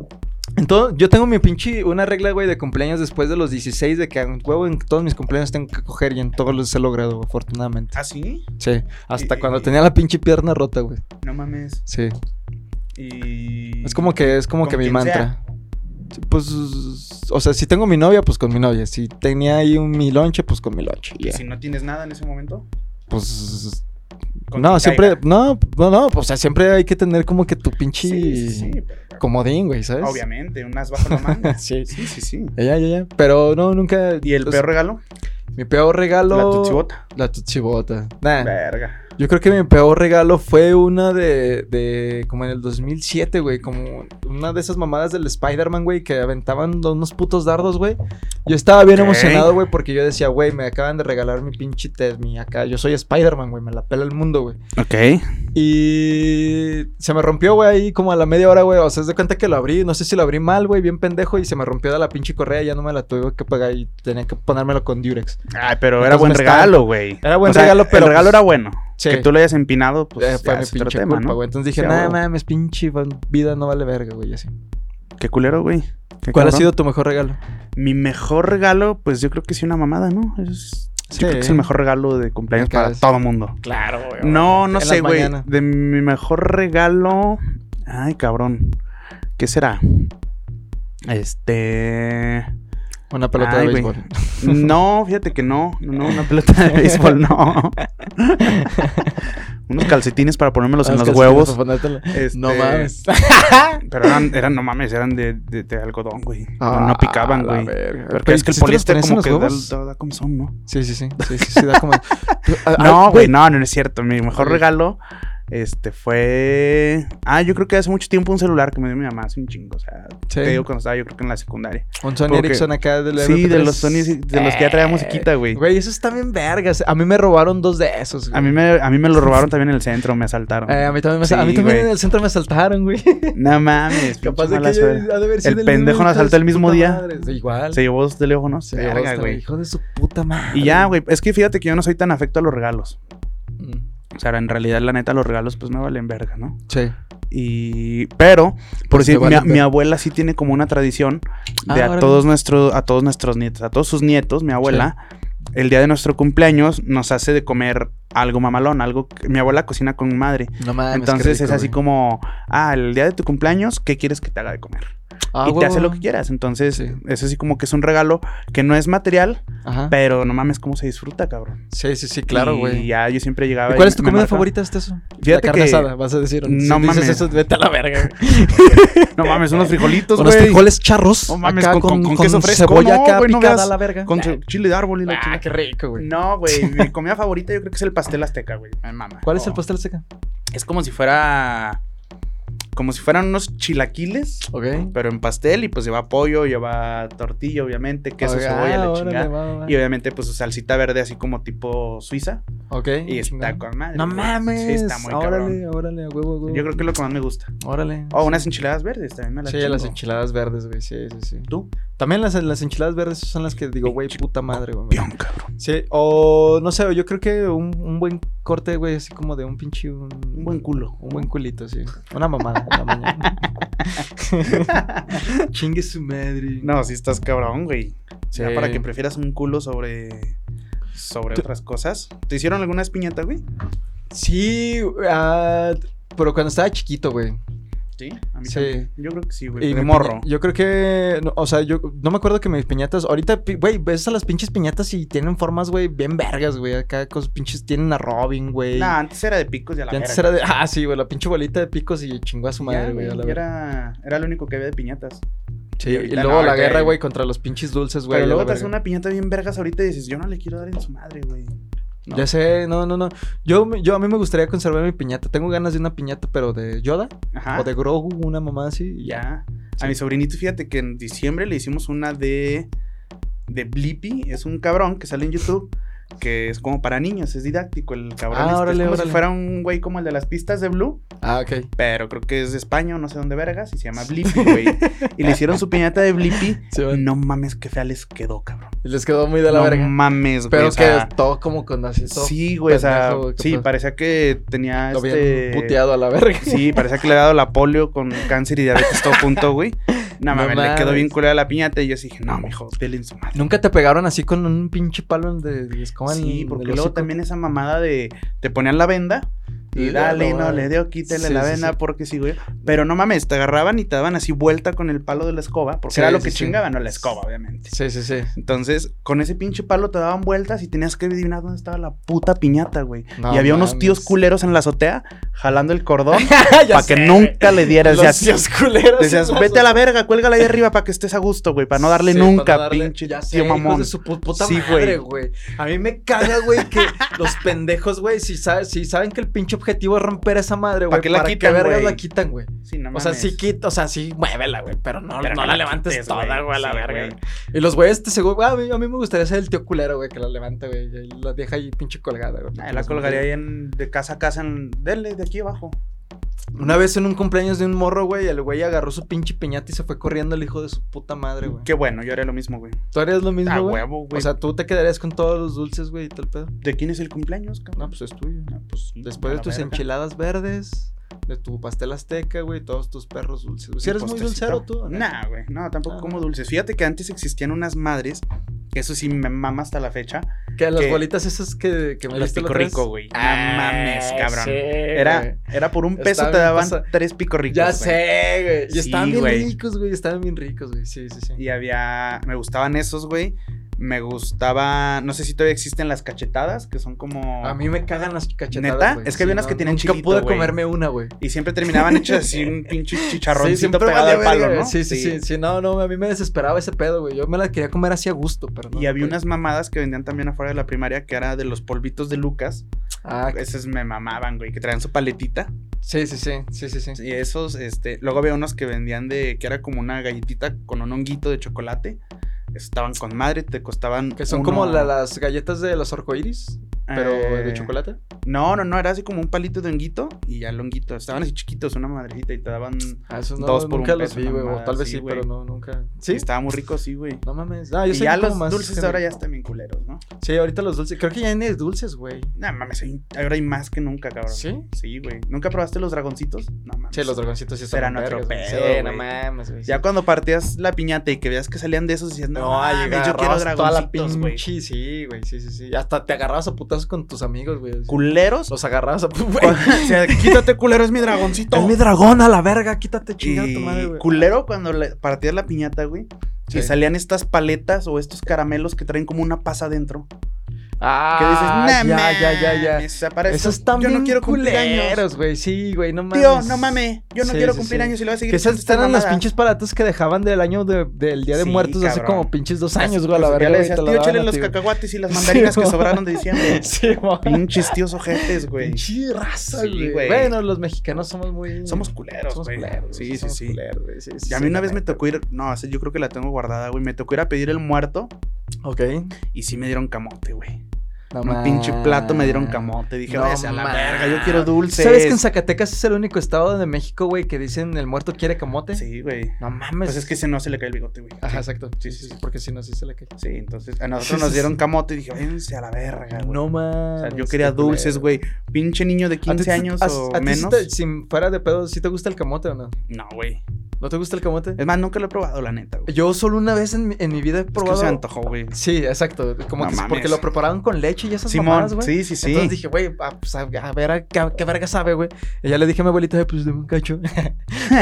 Speaker 2: entonces, yo tengo mi pinche, una regla, güey, de cumpleaños después de los 16, de que a huevo en todos mis cumpleaños tengo que coger y en todos los he logrado, güey, afortunadamente.
Speaker 1: ¿Ah, sí?
Speaker 2: Sí, hasta
Speaker 1: Y-
Speaker 2: cuando
Speaker 1: y-
Speaker 2: tenía la pinche pierna rota, güey.
Speaker 1: No mames.
Speaker 2: Sí.
Speaker 1: Y.
Speaker 2: Es como que, es como
Speaker 1: ¿Con
Speaker 2: que mi
Speaker 1: quién
Speaker 2: mantra. Sí, Pues, o sea, si tengo mi novia, pues con mi novia. Si tenía ahí un, mi lonche, pues con mi lonche. y ya.
Speaker 1: no tienes nada en ese momento.
Speaker 2: Pues,
Speaker 1: con
Speaker 2: no,
Speaker 1: quien
Speaker 2: siempre,
Speaker 1: caiga.
Speaker 2: no, no, no, pues, o sea, siempre hay que tener como que tu pinche
Speaker 1: pero-
Speaker 2: comodín, güey, ¿sabes?
Speaker 1: Obviamente, unas bajo la manga.
Speaker 2: Sí.
Speaker 1: sí, sí, sí.
Speaker 2: Ya, ya, ya. Pero no, nunca.
Speaker 1: ¿Y el
Speaker 2: o sea,
Speaker 1: peor regalo?
Speaker 2: Mi peor regalo.
Speaker 1: La tutsibota.
Speaker 2: La tutsibota. Nah.
Speaker 1: Verga.
Speaker 2: Yo Yo creo que mi peor regalo fue una de, de como en el 2007, güey, como una de esas mamadas del Spider-Man, güey, que aventaban unos putos dardos, güey. Yo estaba bien
Speaker 1: Ok.
Speaker 2: emocionado, güey, porque yo decía, güey, me acaban de regalar mi pinche test, mi acá, yo soy Spider-Man, güey, me la pela el mundo, güey.
Speaker 1: Ok.
Speaker 2: Y se me rompió, güey, ahí como a la media hora, güey. O sea, es de cuenta que lo abrí. No sé si lo abrí mal, güey, bien pendejo. Y se me rompió de la pinche correa. Ya no me la tuve que pagar y tenía que ponérmelo con Durex.
Speaker 1: Ay, pero
Speaker 2: Entonces
Speaker 1: era buen
Speaker 2: no estaba-
Speaker 1: regalo, güey.
Speaker 2: Era buen regalo, pero,
Speaker 1: El regalo
Speaker 2: pues,
Speaker 1: era bueno.
Speaker 2: sí.
Speaker 1: Que tú lo hayas empinado, pues.
Speaker 2: Eh, fue
Speaker 1: ya
Speaker 2: mi
Speaker 1: es otro
Speaker 2: pinche
Speaker 1: tema,
Speaker 2: culpa,
Speaker 1: ¿no?
Speaker 2: güey. Entonces dije,
Speaker 1: Sí, a
Speaker 2: nada
Speaker 1: huevo.
Speaker 2: mames, pinche va- vida no vale verga, güey, así.
Speaker 1: Qué culero, güey. Qué
Speaker 2: ¿Cuál ha
Speaker 1: cabrón.
Speaker 2: sido tu mejor regalo?
Speaker 1: Mi mejor regalo, pues yo creo que sí, una mamada, ¿no? Es, yo creo que es el mejor regalo de cumpleaños
Speaker 2: Acá
Speaker 1: para
Speaker 2: es-
Speaker 1: todo mundo.
Speaker 2: Claro, güey.
Speaker 1: No, no
Speaker 2: en
Speaker 1: sé,
Speaker 2: las
Speaker 1: güey.
Speaker 2: mañanas.
Speaker 1: De mi mejor regalo. Ay, cabrón. ¿Qué será? Este.
Speaker 2: Una pelota
Speaker 1: Ay,
Speaker 2: de
Speaker 1: güey.
Speaker 2: béisbol.
Speaker 1: No, fíjate que no. No, no, una pelota de béisbol, no. Unos calcetines para ponérmelos pues, en
Speaker 2: Ah, es
Speaker 1: los
Speaker 2: que
Speaker 1: huevos.
Speaker 2: sí, para ponértelo.
Speaker 1: Este,
Speaker 2: No mames.
Speaker 1: Pero eran, eran, no mames, eran de, de, de algodón, güey.
Speaker 2: Ah,
Speaker 1: No- no picaban, güey. Porque
Speaker 2: Pero
Speaker 1: es que el
Speaker 2: ¿sí te los
Speaker 1: poliéster
Speaker 2: pones en
Speaker 1: como
Speaker 2: los
Speaker 1: que da,
Speaker 2: huevos?
Speaker 1: da- da como son, ¿no?
Speaker 2: Sí, sí, sí. Sí, sí, sí, da como. Ah, ah,
Speaker 1: No, güey, no, no es cierto. Mi mejor
Speaker 2: Ok.
Speaker 1: regalo este fue. Ah, yo creo que hace mucho tiempo un celular que me dio mi mamá hace un chingo. O sea,
Speaker 2: Sí.
Speaker 1: te digo cuando estaba, yo creo que en la secundaria.
Speaker 2: Un Sony
Speaker 1: Porque-
Speaker 2: Ericsson acá del
Speaker 1: sí, de
Speaker 2: MP3.
Speaker 1: los Sony, de los que ya traía musiquita, Eh, güey.
Speaker 2: Eh, Güey, esos están bien vergas. A mí me robaron dos de esos, güey.
Speaker 1: A mí, me, a mí me lo robaron también en el centro, me asaltaron.
Speaker 2: Eh, a mí también, me asal- a mí
Speaker 1: Sí,
Speaker 2: también
Speaker 1: güey.
Speaker 2: en el centro me asaltaron, güey.
Speaker 1: No mames,
Speaker 2: Capaz de
Speaker 1: mala
Speaker 2: que yo-
Speaker 1: suerte.
Speaker 2: ha de haber
Speaker 1: El
Speaker 2: sido
Speaker 1: pendejo
Speaker 2: mismo
Speaker 1: nos
Speaker 2: hijo
Speaker 1: asaltó
Speaker 2: de
Speaker 1: el
Speaker 2: su
Speaker 1: mismo
Speaker 2: puta
Speaker 1: día.
Speaker 2: madre. Sí, Igual.
Speaker 1: Se llevó dos teléfonos.
Speaker 2: Se
Speaker 1: Verga,
Speaker 2: llevó hasta el
Speaker 1: güey.
Speaker 2: Hijo de su puta madre.
Speaker 1: Y ya, güey. Es que fíjate que yo no soy tan afecto a los regalos.
Speaker 2: Mm,
Speaker 1: O sea, en realidad, la neta, los regalos pues me valen verga, ¿no?
Speaker 2: Sí.
Speaker 1: Y. Pero, por
Speaker 2: Pues te
Speaker 1: decir, mi,
Speaker 2: valen
Speaker 1: mi
Speaker 2: verga.
Speaker 1: abuela sí tiene como una tradición
Speaker 2: Ah,
Speaker 1: de a
Speaker 2: órale.
Speaker 1: todos nuestros, a todos nuestros nietos, a todos sus nietos, mi abuela. El día de nuestro cumpleaños nos hace de comer algo mamalón, algo que mi abuela cocina con mi madre.
Speaker 2: No mames. Ah, pues qué
Speaker 1: Entonces es
Speaker 2: rico,
Speaker 1: así
Speaker 2: güey.
Speaker 1: como, ah, el día de tu cumpleaños, ¿qué quieres que te haga de comer?
Speaker 2: Ah,
Speaker 1: y te
Speaker 2: güey,
Speaker 1: hace lo que
Speaker 2: güey.
Speaker 1: quieras. Entonces
Speaker 2: Sí.
Speaker 1: es así como que es un regalo que no es material,
Speaker 2: Ajá.
Speaker 1: pero no mames cómo se disfruta, cabrón.
Speaker 2: Sí, sí, sí, claro,
Speaker 1: Y
Speaker 2: güey.
Speaker 1: ya yo siempre llegaba.
Speaker 2: ¿Y
Speaker 1: y
Speaker 2: cuál es tu
Speaker 1: me
Speaker 2: comida
Speaker 1: marcaba.
Speaker 2: favorita hasta eso?
Speaker 1: Fíjate
Speaker 2: la carne
Speaker 1: que-
Speaker 2: asada, vas a decir.
Speaker 1: No
Speaker 2: si
Speaker 1: mames.
Speaker 2: dices eso, vete a la verga. güey.
Speaker 1: No mames, unos frijolitos,
Speaker 2: Unos
Speaker 1: güey.
Speaker 2: frijoles charros.
Speaker 1: No mames,
Speaker 2: acá
Speaker 1: con- con- con queso fresco.
Speaker 2: Cebolla
Speaker 1: No,
Speaker 2: acá
Speaker 1: güey, no
Speaker 2: picada
Speaker 1: veas.
Speaker 2: a la verga.
Speaker 1: Con su chile de árbol y la
Speaker 2: Ah,
Speaker 1: chingada.
Speaker 2: qué rico, güey.
Speaker 1: No, güey, mi comida favorita yo creo que es el pastel azteca, güey. Me mama.
Speaker 2: ¿Cuál es el
Speaker 1: Oh.
Speaker 2: pastel seca?
Speaker 1: Es como si fuera. Como si fueran unos chilaquiles,
Speaker 2: Ok.
Speaker 1: pero en pastel y pues lleva pollo, lleva tortilla, obviamente, queso,
Speaker 2: Ok,
Speaker 1: cebolla,
Speaker 2: ah,
Speaker 1: la
Speaker 2: órale,
Speaker 1: chingada.
Speaker 2: va, va, va.
Speaker 1: Y obviamente, pues su salsita verde, así como tipo suiza.
Speaker 2: Ok.
Speaker 1: Y está
Speaker 2: chingón.
Speaker 1: con madre.
Speaker 2: No
Speaker 1: güey.
Speaker 2: mames.
Speaker 1: Sí, está muy
Speaker 2: órale,
Speaker 1: cabrón.
Speaker 2: órale, a huevo, a huevo.
Speaker 1: Yo creo que es lo que más me gusta.
Speaker 2: Órale.
Speaker 1: Oh,
Speaker 2: sí.
Speaker 1: unas enchiladas verdes también me las
Speaker 2: Sí,
Speaker 1: chingo.
Speaker 2: las enchiladas verdes, güey. Sí, sí, sí.
Speaker 1: ¿Tú?
Speaker 2: También las, las enchiladas verdes son las que digo, güey, puta madre, güey.
Speaker 1: Pion, cabrón.
Speaker 2: Sí, o no sé, yo creo que un, un buen corte, güey, así como de un pinche. Un,
Speaker 1: Un buen culo.
Speaker 2: Un buen culito, sí. Una mamada en la mañana. Chingue su madre.
Speaker 1: No, sí estás cabrón, güey. O sea,
Speaker 2: Sí.
Speaker 1: para que prefieras un culo sobre. Sobre
Speaker 2: Tú-
Speaker 1: otras cosas. ¿Te hicieron algunas piñatas, güey?
Speaker 2: Sí, ah, pero cuando estaba chiquito, güey.
Speaker 1: Sí. A mí
Speaker 2: Sí.
Speaker 1: también. Yo creo que sí, güey.
Speaker 2: Y
Speaker 1: De
Speaker 2: mi
Speaker 1: morro.
Speaker 2: piña- Yo creo que, no, o sea, yo no me acuerdo que mis piñatas, ahorita, pi- güey, ves a las pinches piñatas y tienen formas, güey, bien vergas, güey. Acá con pinches tienen a Robin, güey.
Speaker 1: Nah, antes era de picos y a la
Speaker 2: y antes
Speaker 1: verga.
Speaker 2: era de, ah, sí, güey, la pinche bolita de picos y chingó a su madre, güey. a la
Speaker 1: Ya,
Speaker 2: verga.
Speaker 1: Era, era lo único que había de piñatas.
Speaker 2: Sí,
Speaker 1: y
Speaker 2: y,
Speaker 1: ahorita
Speaker 2: luego
Speaker 1: no,
Speaker 2: la
Speaker 1: ahorita
Speaker 2: guerra,
Speaker 1: ya-
Speaker 2: güey, contra los pinches dulces, güey. a
Speaker 1: Pero
Speaker 2: la
Speaker 1: luego te hace
Speaker 2: verga.
Speaker 1: una piñata bien vergas ahorita y dices, yo no le quiero dar en su madre, güey. No.
Speaker 2: Ya sé, no, no, no. Yo, me- yo a mí me gustaría conservar mi piñata. Tengo ganas de una piñata, pero de Yoda
Speaker 1: Ajá.
Speaker 2: o de Grogu, una mamá así. y Ya.
Speaker 1: Ah. Ya.
Speaker 2: Sí.
Speaker 1: A mi sobrinito, fíjate que en diciembre le hicimos una de. de Blippi. Es un cabrón que sale en YouTube. Que es como para niños, es didáctico el cabrón.
Speaker 2: Ah,
Speaker 1: este,
Speaker 2: órale,
Speaker 1: es como
Speaker 2: órale.
Speaker 1: si fuera un güey como el de las pistas de Blue,
Speaker 2: Ah, ok.
Speaker 1: pero creo que es de España, o no sé dónde vergas, y se llama Blippi, güey. y le hicieron su piñata de Blippi.
Speaker 2: Sí, güey.
Speaker 1: No mames, qué fea les quedó, cabrón.
Speaker 2: Y Les quedó muy de la
Speaker 1: Mm. no
Speaker 2: verga.
Speaker 1: mames, güey.
Speaker 2: Pero
Speaker 1: o sea,
Speaker 2: que todo como con así, todo
Speaker 1: Sí, güey, o sea,
Speaker 2: pendejo, güey, que
Speaker 1: sí,
Speaker 2: pues,
Speaker 1: parecía que tenía
Speaker 2: Lo
Speaker 1: este...
Speaker 2: bien puteado a la verga.
Speaker 1: Sí, parecía que le había dado la polio con cáncer y diabetes todo junto, güey. No,
Speaker 2: No
Speaker 1: mames, le quedó
Speaker 2: mames.
Speaker 1: bien culera la piñata y yo sí dije, no, mijo, dele en su madre.
Speaker 2: ¿Nunca te pegaron así con un pinche palo de, de escoba en
Speaker 1: sí,
Speaker 2: el
Speaker 1: porque
Speaker 2: hocico?
Speaker 1: luego también esa mamada de te ponían la venda y
Speaker 2: Y
Speaker 1: dale,
Speaker 2: dale,
Speaker 1: no,
Speaker 2: vale.
Speaker 1: le dio, quítale
Speaker 2: Sí,
Speaker 1: la
Speaker 2: sí,
Speaker 1: venda
Speaker 2: sí.
Speaker 1: porque sí, güey. Pero no mames, te agarraban y te daban así vuelta con el palo de la escoba, porque
Speaker 2: Sí,
Speaker 1: era lo
Speaker 2: sí,
Speaker 1: que
Speaker 2: sí.
Speaker 1: chingaban, no la escoba, obviamente.
Speaker 2: Sí, sí, sí.
Speaker 1: Entonces, con ese pinche palo te daban vueltas y tenías que adivinar dónde estaba la puta piñata, güey.
Speaker 2: No
Speaker 1: y había unos
Speaker 2: mames.
Speaker 1: tíos culeros en la azotea
Speaker 4: jalando el cordón para que nunca le dieras.
Speaker 2: Los
Speaker 4: Decías,
Speaker 2: tíos culeros.
Speaker 4: decías,
Speaker 2: sí,
Speaker 4: vete a la verga, cuélgala ahí arriba para que estés a gusto, güey, para no darle
Speaker 2: Sí,
Speaker 4: nunca,
Speaker 2: para no darle-
Speaker 4: pinche
Speaker 2: ya sé,
Speaker 4: tío
Speaker 2: hijos
Speaker 4: mamón.
Speaker 2: de su pu- puta
Speaker 4: Sí,
Speaker 2: madre,
Speaker 4: güey.
Speaker 2: güey. A mí me caga, güey, que los pendejos, güey, si, sabe- si saben que el pinche objetivo es romper esa madre, güey.
Speaker 1: ¿Para qué la quitan,
Speaker 2: vergas
Speaker 1: güey?
Speaker 2: la quitan, güey?
Speaker 1: Sí, no
Speaker 2: O sea,
Speaker 1: mames.
Speaker 2: sí quita, o sea, sí muévela, güey, pero no,
Speaker 1: Pero
Speaker 2: no
Speaker 1: no
Speaker 2: la
Speaker 1: la
Speaker 2: levantes
Speaker 1: quites,
Speaker 2: toda,
Speaker 1: güey.
Speaker 2: güey, a la
Speaker 1: Sí,
Speaker 2: verga.
Speaker 1: güey.
Speaker 2: Y los güeyes, te seguro, güey, a mí, a mí me gustaría ser el tío culero, güey, que la levanta, güey, y la deja ahí pinche colgada, güey.
Speaker 1: Ah, la colgaría ahí en, de casa a casa en. Dele, de aquí abajo.
Speaker 2: Una vez en un cumpleaños de un morro, güey, el güey agarró su pinche piñata y se fue corriendo el hijo de su puta madre, güey.
Speaker 1: Qué bueno, yo haría lo mismo, güey.
Speaker 2: ¿Tú harías lo mismo,
Speaker 1: A
Speaker 2: güey?
Speaker 1: huevo, Mm. Ah, güey.
Speaker 2: O sea, tú te quedarías con todos los dulces, güey, y todo el pedo.
Speaker 1: ¿de quién es el cumpleaños, cabrón?
Speaker 2: No, pues es tuyo.
Speaker 1: No, pues sí,
Speaker 2: Después
Speaker 1: a
Speaker 2: de
Speaker 1: la
Speaker 2: tus
Speaker 1: verga.
Speaker 2: enchiladas verdes, de tu pastel azteca, güey, todos tus perros dulces. güey. Si
Speaker 1: Mi
Speaker 2: eres muy
Speaker 1: postrecito.
Speaker 2: dulcero tú. ¿o no?
Speaker 1: pues, Nah, güey. No, tampoco
Speaker 2: Ah.
Speaker 1: como dulces. Fíjate que antes existían unas madres. que Eso sí me mama hasta la fecha.
Speaker 2: Que las
Speaker 1: que-
Speaker 2: bolitas esas que, que me
Speaker 1: Los
Speaker 2: diste la
Speaker 1: pico
Speaker 2: otra
Speaker 1: rico,
Speaker 2: vez.
Speaker 1: güey. No
Speaker 2: Ah,
Speaker 1: mames, cabrón.
Speaker 2: sí, güey.
Speaker 1: Era, era por un
Speaker 2: Está
Speaker 1: peso te
Speaker 2: bien
Speaker 1: daban
Speaker 2: pasa-
Speaker 1: tres pico ricos.
Speaker 2: Ya
Speaker 1: güey.
Speaker 2: sé, güey. Y
Speaker 1: Sí,
Speaker 2: estaban bien
Speaker 1: güey.
Speaker 2: ricos, güey. Estaban bien ricos, güey. Sí, sí, sí.
Speaker 1: Y había. Me gustaban esos, güey. Me gustaba. No sé si todavía existen las cachetadas, que son como.
Speaker 2: A mí me cagan las cachetadas.
Speaker 1: ¿Neta?
Speaker 2: güey.
Speaker 1: Es que había unas que tenían
Speaker 2: nunca
Speaker 1: chilito,
Speaker 2: pude
Speaker 1: güey.
Speaker 2: comerme una, güey.
Speaker 1: Y siempre terminaban hechas así un pinche chicharroncito
Speaker 2: siempre
Speaker 1: pegado
Speaker 2: valía
Speaker 1: al palo,
Speaker 2: verga,
Speaker 1: ¿no?
Speaker 2: Sí, sí, sí, sí, No, no, a mí me desesperaba ese pedo, güey. Yo me la quería comer así a gusto, pero no.
Speaker 1: Y había
Speaker 2: güey.
Speaker 1: unas mamadas que vendían también afuera de la primaria que era de los polvitos de Lucas.
Speaker 2: Ah, que-
Speaker 1: Esos me mamaban, güey, que traían su paletita.
Speaker 2: sí, sí, sí, sí, sí, sí.
Speaker 1: Y esos, este, luego había unos que vendían de que era como una galletita con un honguito de chocolate. Estaban con madre, te costaban.
Speaker 2: Que son
Speaker 1: uno-
Speaker 2: como la- las galletas de los arcoíris, pero de
Speaker 1: eh,
Speaker 2: chocolate.
Speaker 1: No, no, no, era así como un palito de honguito y ya el honguito. Estaban así chiquitos, una madrecita y te daban.
Speaker 2: Ah, esos no,
Speaker 1: dos por un
Speaker 2: nunca los
Speaker 1: peso,
Speaker 2: vi,
Speaker 1: una
Speaker 2: güey. O
Speaker 1: mamada
Speaker 2: tal vez
Speaker 1: así,
Speaker 2: sí,
Speaker 1: güey.
Speaker 2: pero no, nunca.
Speaker 1: Sí.
Speaker 2: ¿Sí?
Speaker 1: Estaba muy rico, sí, güey.
Speaker 2: No mames. Ah, yo
Speaker 1: Y
Speaker 2: soy
Speaker 1: ya
Speaker 2: como
Speaker 1: los
Speaker 2: más
Speaker 1: dulces de ahora ya
Speaker 2: genérico.
Speaker 1: están bien culeros, ¿no?
Speaker 2: Sí, ahorita los dulces. Creo que ya ni dulces, güey.
Speaker 1: No mames, hay- ahora hay más que nunca, cabrón.
Speaker 2: ¿Sí?
Speaker 1: Sí, güey. ¿Nunca probaste los dragoncitos? No mames.
Speaker 2: Sí, los dragoncitos sí son
Speaker 1: Eran
Speaker 2: bien
Speaker 1: otro
Speaker 2: vergas,
Speaker 1: pedo,
Speaker 2: güey. Sí, no
Speaker 1: güey.
Speaker 2: mames, güey.
Speaker 1: Ya
Speaker 2: sí.
Speaker 1: cuando partías la piñata y que veas que salían de esos, decías, no,
Speaker 2: No, ahí
Speaker 1: mames, yo quiero
Speaker 2: agarrabas toda la
Speaker 1: dragoncitos, güey.
Speaker 2: pinche- Sí, güey, sí, sí, sí. Hasta te agarrabas a putazos con tus amigos, güey. así.
Speaker 1: Culeros.
Speaker 2: Los agarrabas a putazos,
Speaker 1: O sea, quítate culero, es mi dragoncito.
Speaker 2: Es mi dragón a la verga, quítate chingada
Speaker 1: Y
Speaker 2: tu madre, güey.
Speaker 1: culero cuando le partías la piñata, güey.
Speaker 2: Sí.
Speaker 1: Y salían estas paletas o estos caramelos que traen como una pasa adentro.
Speaker 2: Ah,
Speaker 1: que dices,
Speaker 2: ya,
Speaker 1: nah,
Speaker 2: ya, ya, ya.
Speaker 1: mames, o sea, para
Speaker 2: Esos
Speaker 1: esto,
Speaker 2: están
Speaker 1: yo no
Speaker 2: bien
Speaker 1: quiero cumplir años.
Speaker 2: culeros, güey. Sí, güey, no mames.
Speaker 1: Tío, no mames, yo no
Speaker 2: Sí,
Speaker 1: quiero
Speaker 2: sí,
Speaker 1: cumplir
Speaker 2: sí.
Speaker 1: años y lo voy a seguir
Speaker 2: Que esas
Speaker 1: haciendo
Speaker 2: están
Speaker 1: esta
Speaker 2: en las
Speaker 1: mamada.
Speaker 2: pinches paletas que dejaban del año de- del Día de
Speaker 1: Sí,
Speaker 2: Muertos hace
Speaker 1: cabrón.
Speaker 2: como pinches dos años, güey, a la
Speaker 1: Pues,
Speaker 2: verga.
Speaker 1: Ya le
Speaker 2: güey,
Speaker 1: decías,
Speaker 2: te la
Speaker 1: tío,
Speaker 2: daban
Speaker 1: échale
Speaker 2: a
Speaker 1: los
Speaker 2: ti, güey".
Speaker 1: cacahuates y las mandarinas que
Speaker 2: mo.
Speaker 1: sobraron de diciembre.
Speaker 2: Sí, güey.
Speaker 1: Pinches tíos ojetes, güey.
Speaker 2: Pinche raza,
Speaker 1: Sí,
Speaker 2: güey.
Speaker 1: güey.
Speaker 2: bueno, los mexicanos somos muy.
Speaker 1: Somos culeros,
Speaker 2: Somos
Speaker 1: güey.
Speaker 2: culeros.
Speaker 1: Sí, sí,
Speaker 2: somos
Speaker 1: sí.
Speaker 2: culeros, güey, sí, sí,
Speaker 1: Y a
Speaker 2: sí,
Speaker 1: mí una
Speaker 2: la
Speaker 1: vez me
Speaker 2: neta.
Speaker 1: tocó ir, no, esa yo creo que la tengo guardada, güey. Me tocó ir a pedir el muerto
Speaker 2: Ok.
Speaker 1: y sí me dieron camote, güey.
Speaker 2: No
Speaker 1: En un pinche plato me dieron
Speaker 2: mames.
Speaker 1: camote. Dije,
Speaker 2: No
Speaker 1: váyase a la
Speaker 2: mames.
Speaker 1: verga, yo quiero dulces.
Speaker 2: ¿Sabes que en Zacatecas es el único estado de México, güey, que dicen el muerto quiere camote?
Speaker 1: Sí, güey.
Speaker 2: No mames.
Speaker 1: Pues es que si no se le cae el bigote, güey.
Speaker 2: Ajá,
Speaker 1: Sí.
Speaker 2: exacto. Sí, sí, sí. Porque si no, sí se la cae.
Speaker 1: Sí, entonces a nosotros nos dieron camote y dije, váyanse a la verga, Ah, güey.
Speaker 2: No
Speaker 1: O
Speaker 2: mames.
Speaker 1: sea, yo quería
Speaker 2: qué culero.
Speaker 1: dulces, güey. Pinche niño de
Speaker 2: ¿A ti
Speaker 1: 15
Speaker 2: te-
Speaker 1: años
Speaker 2: a-
Speaker 1: o
Speaker 2: a ti sí
Speaker 1: menos.
Speaker 2: te- si fuera de pedo, ¿sí te gusta el camote o no?
Speaker 1: No, güey.
Speaker 2: ¿No te gusta el camote?
Speaker 1: Es más, nunca lo he probado, la neta, güey.
Speaker 2: Yo solo una vez en, mi- en mi vida he
Speaker 1: Es que
Speaker 2: probado.
Speaker 1: se me antojó, güey.
Speaker 2: Sí, exacto. Como
Speaker 1: No
Speaker 2: que sí, porque
Speaker 1: mames.
Speaker 2: lo preparaban con leche y esas
Speaker 1: Simón,
Speaker 2: mamadas, güey.
Speaker 1: sí, sí, sí.
Speaker 2: Entonces dije, güey, ah, pues, a, a ver, a- qué, qué verga sabe, güey? Y ya le dije a mi abuelita, "Ay, pues de un cacho.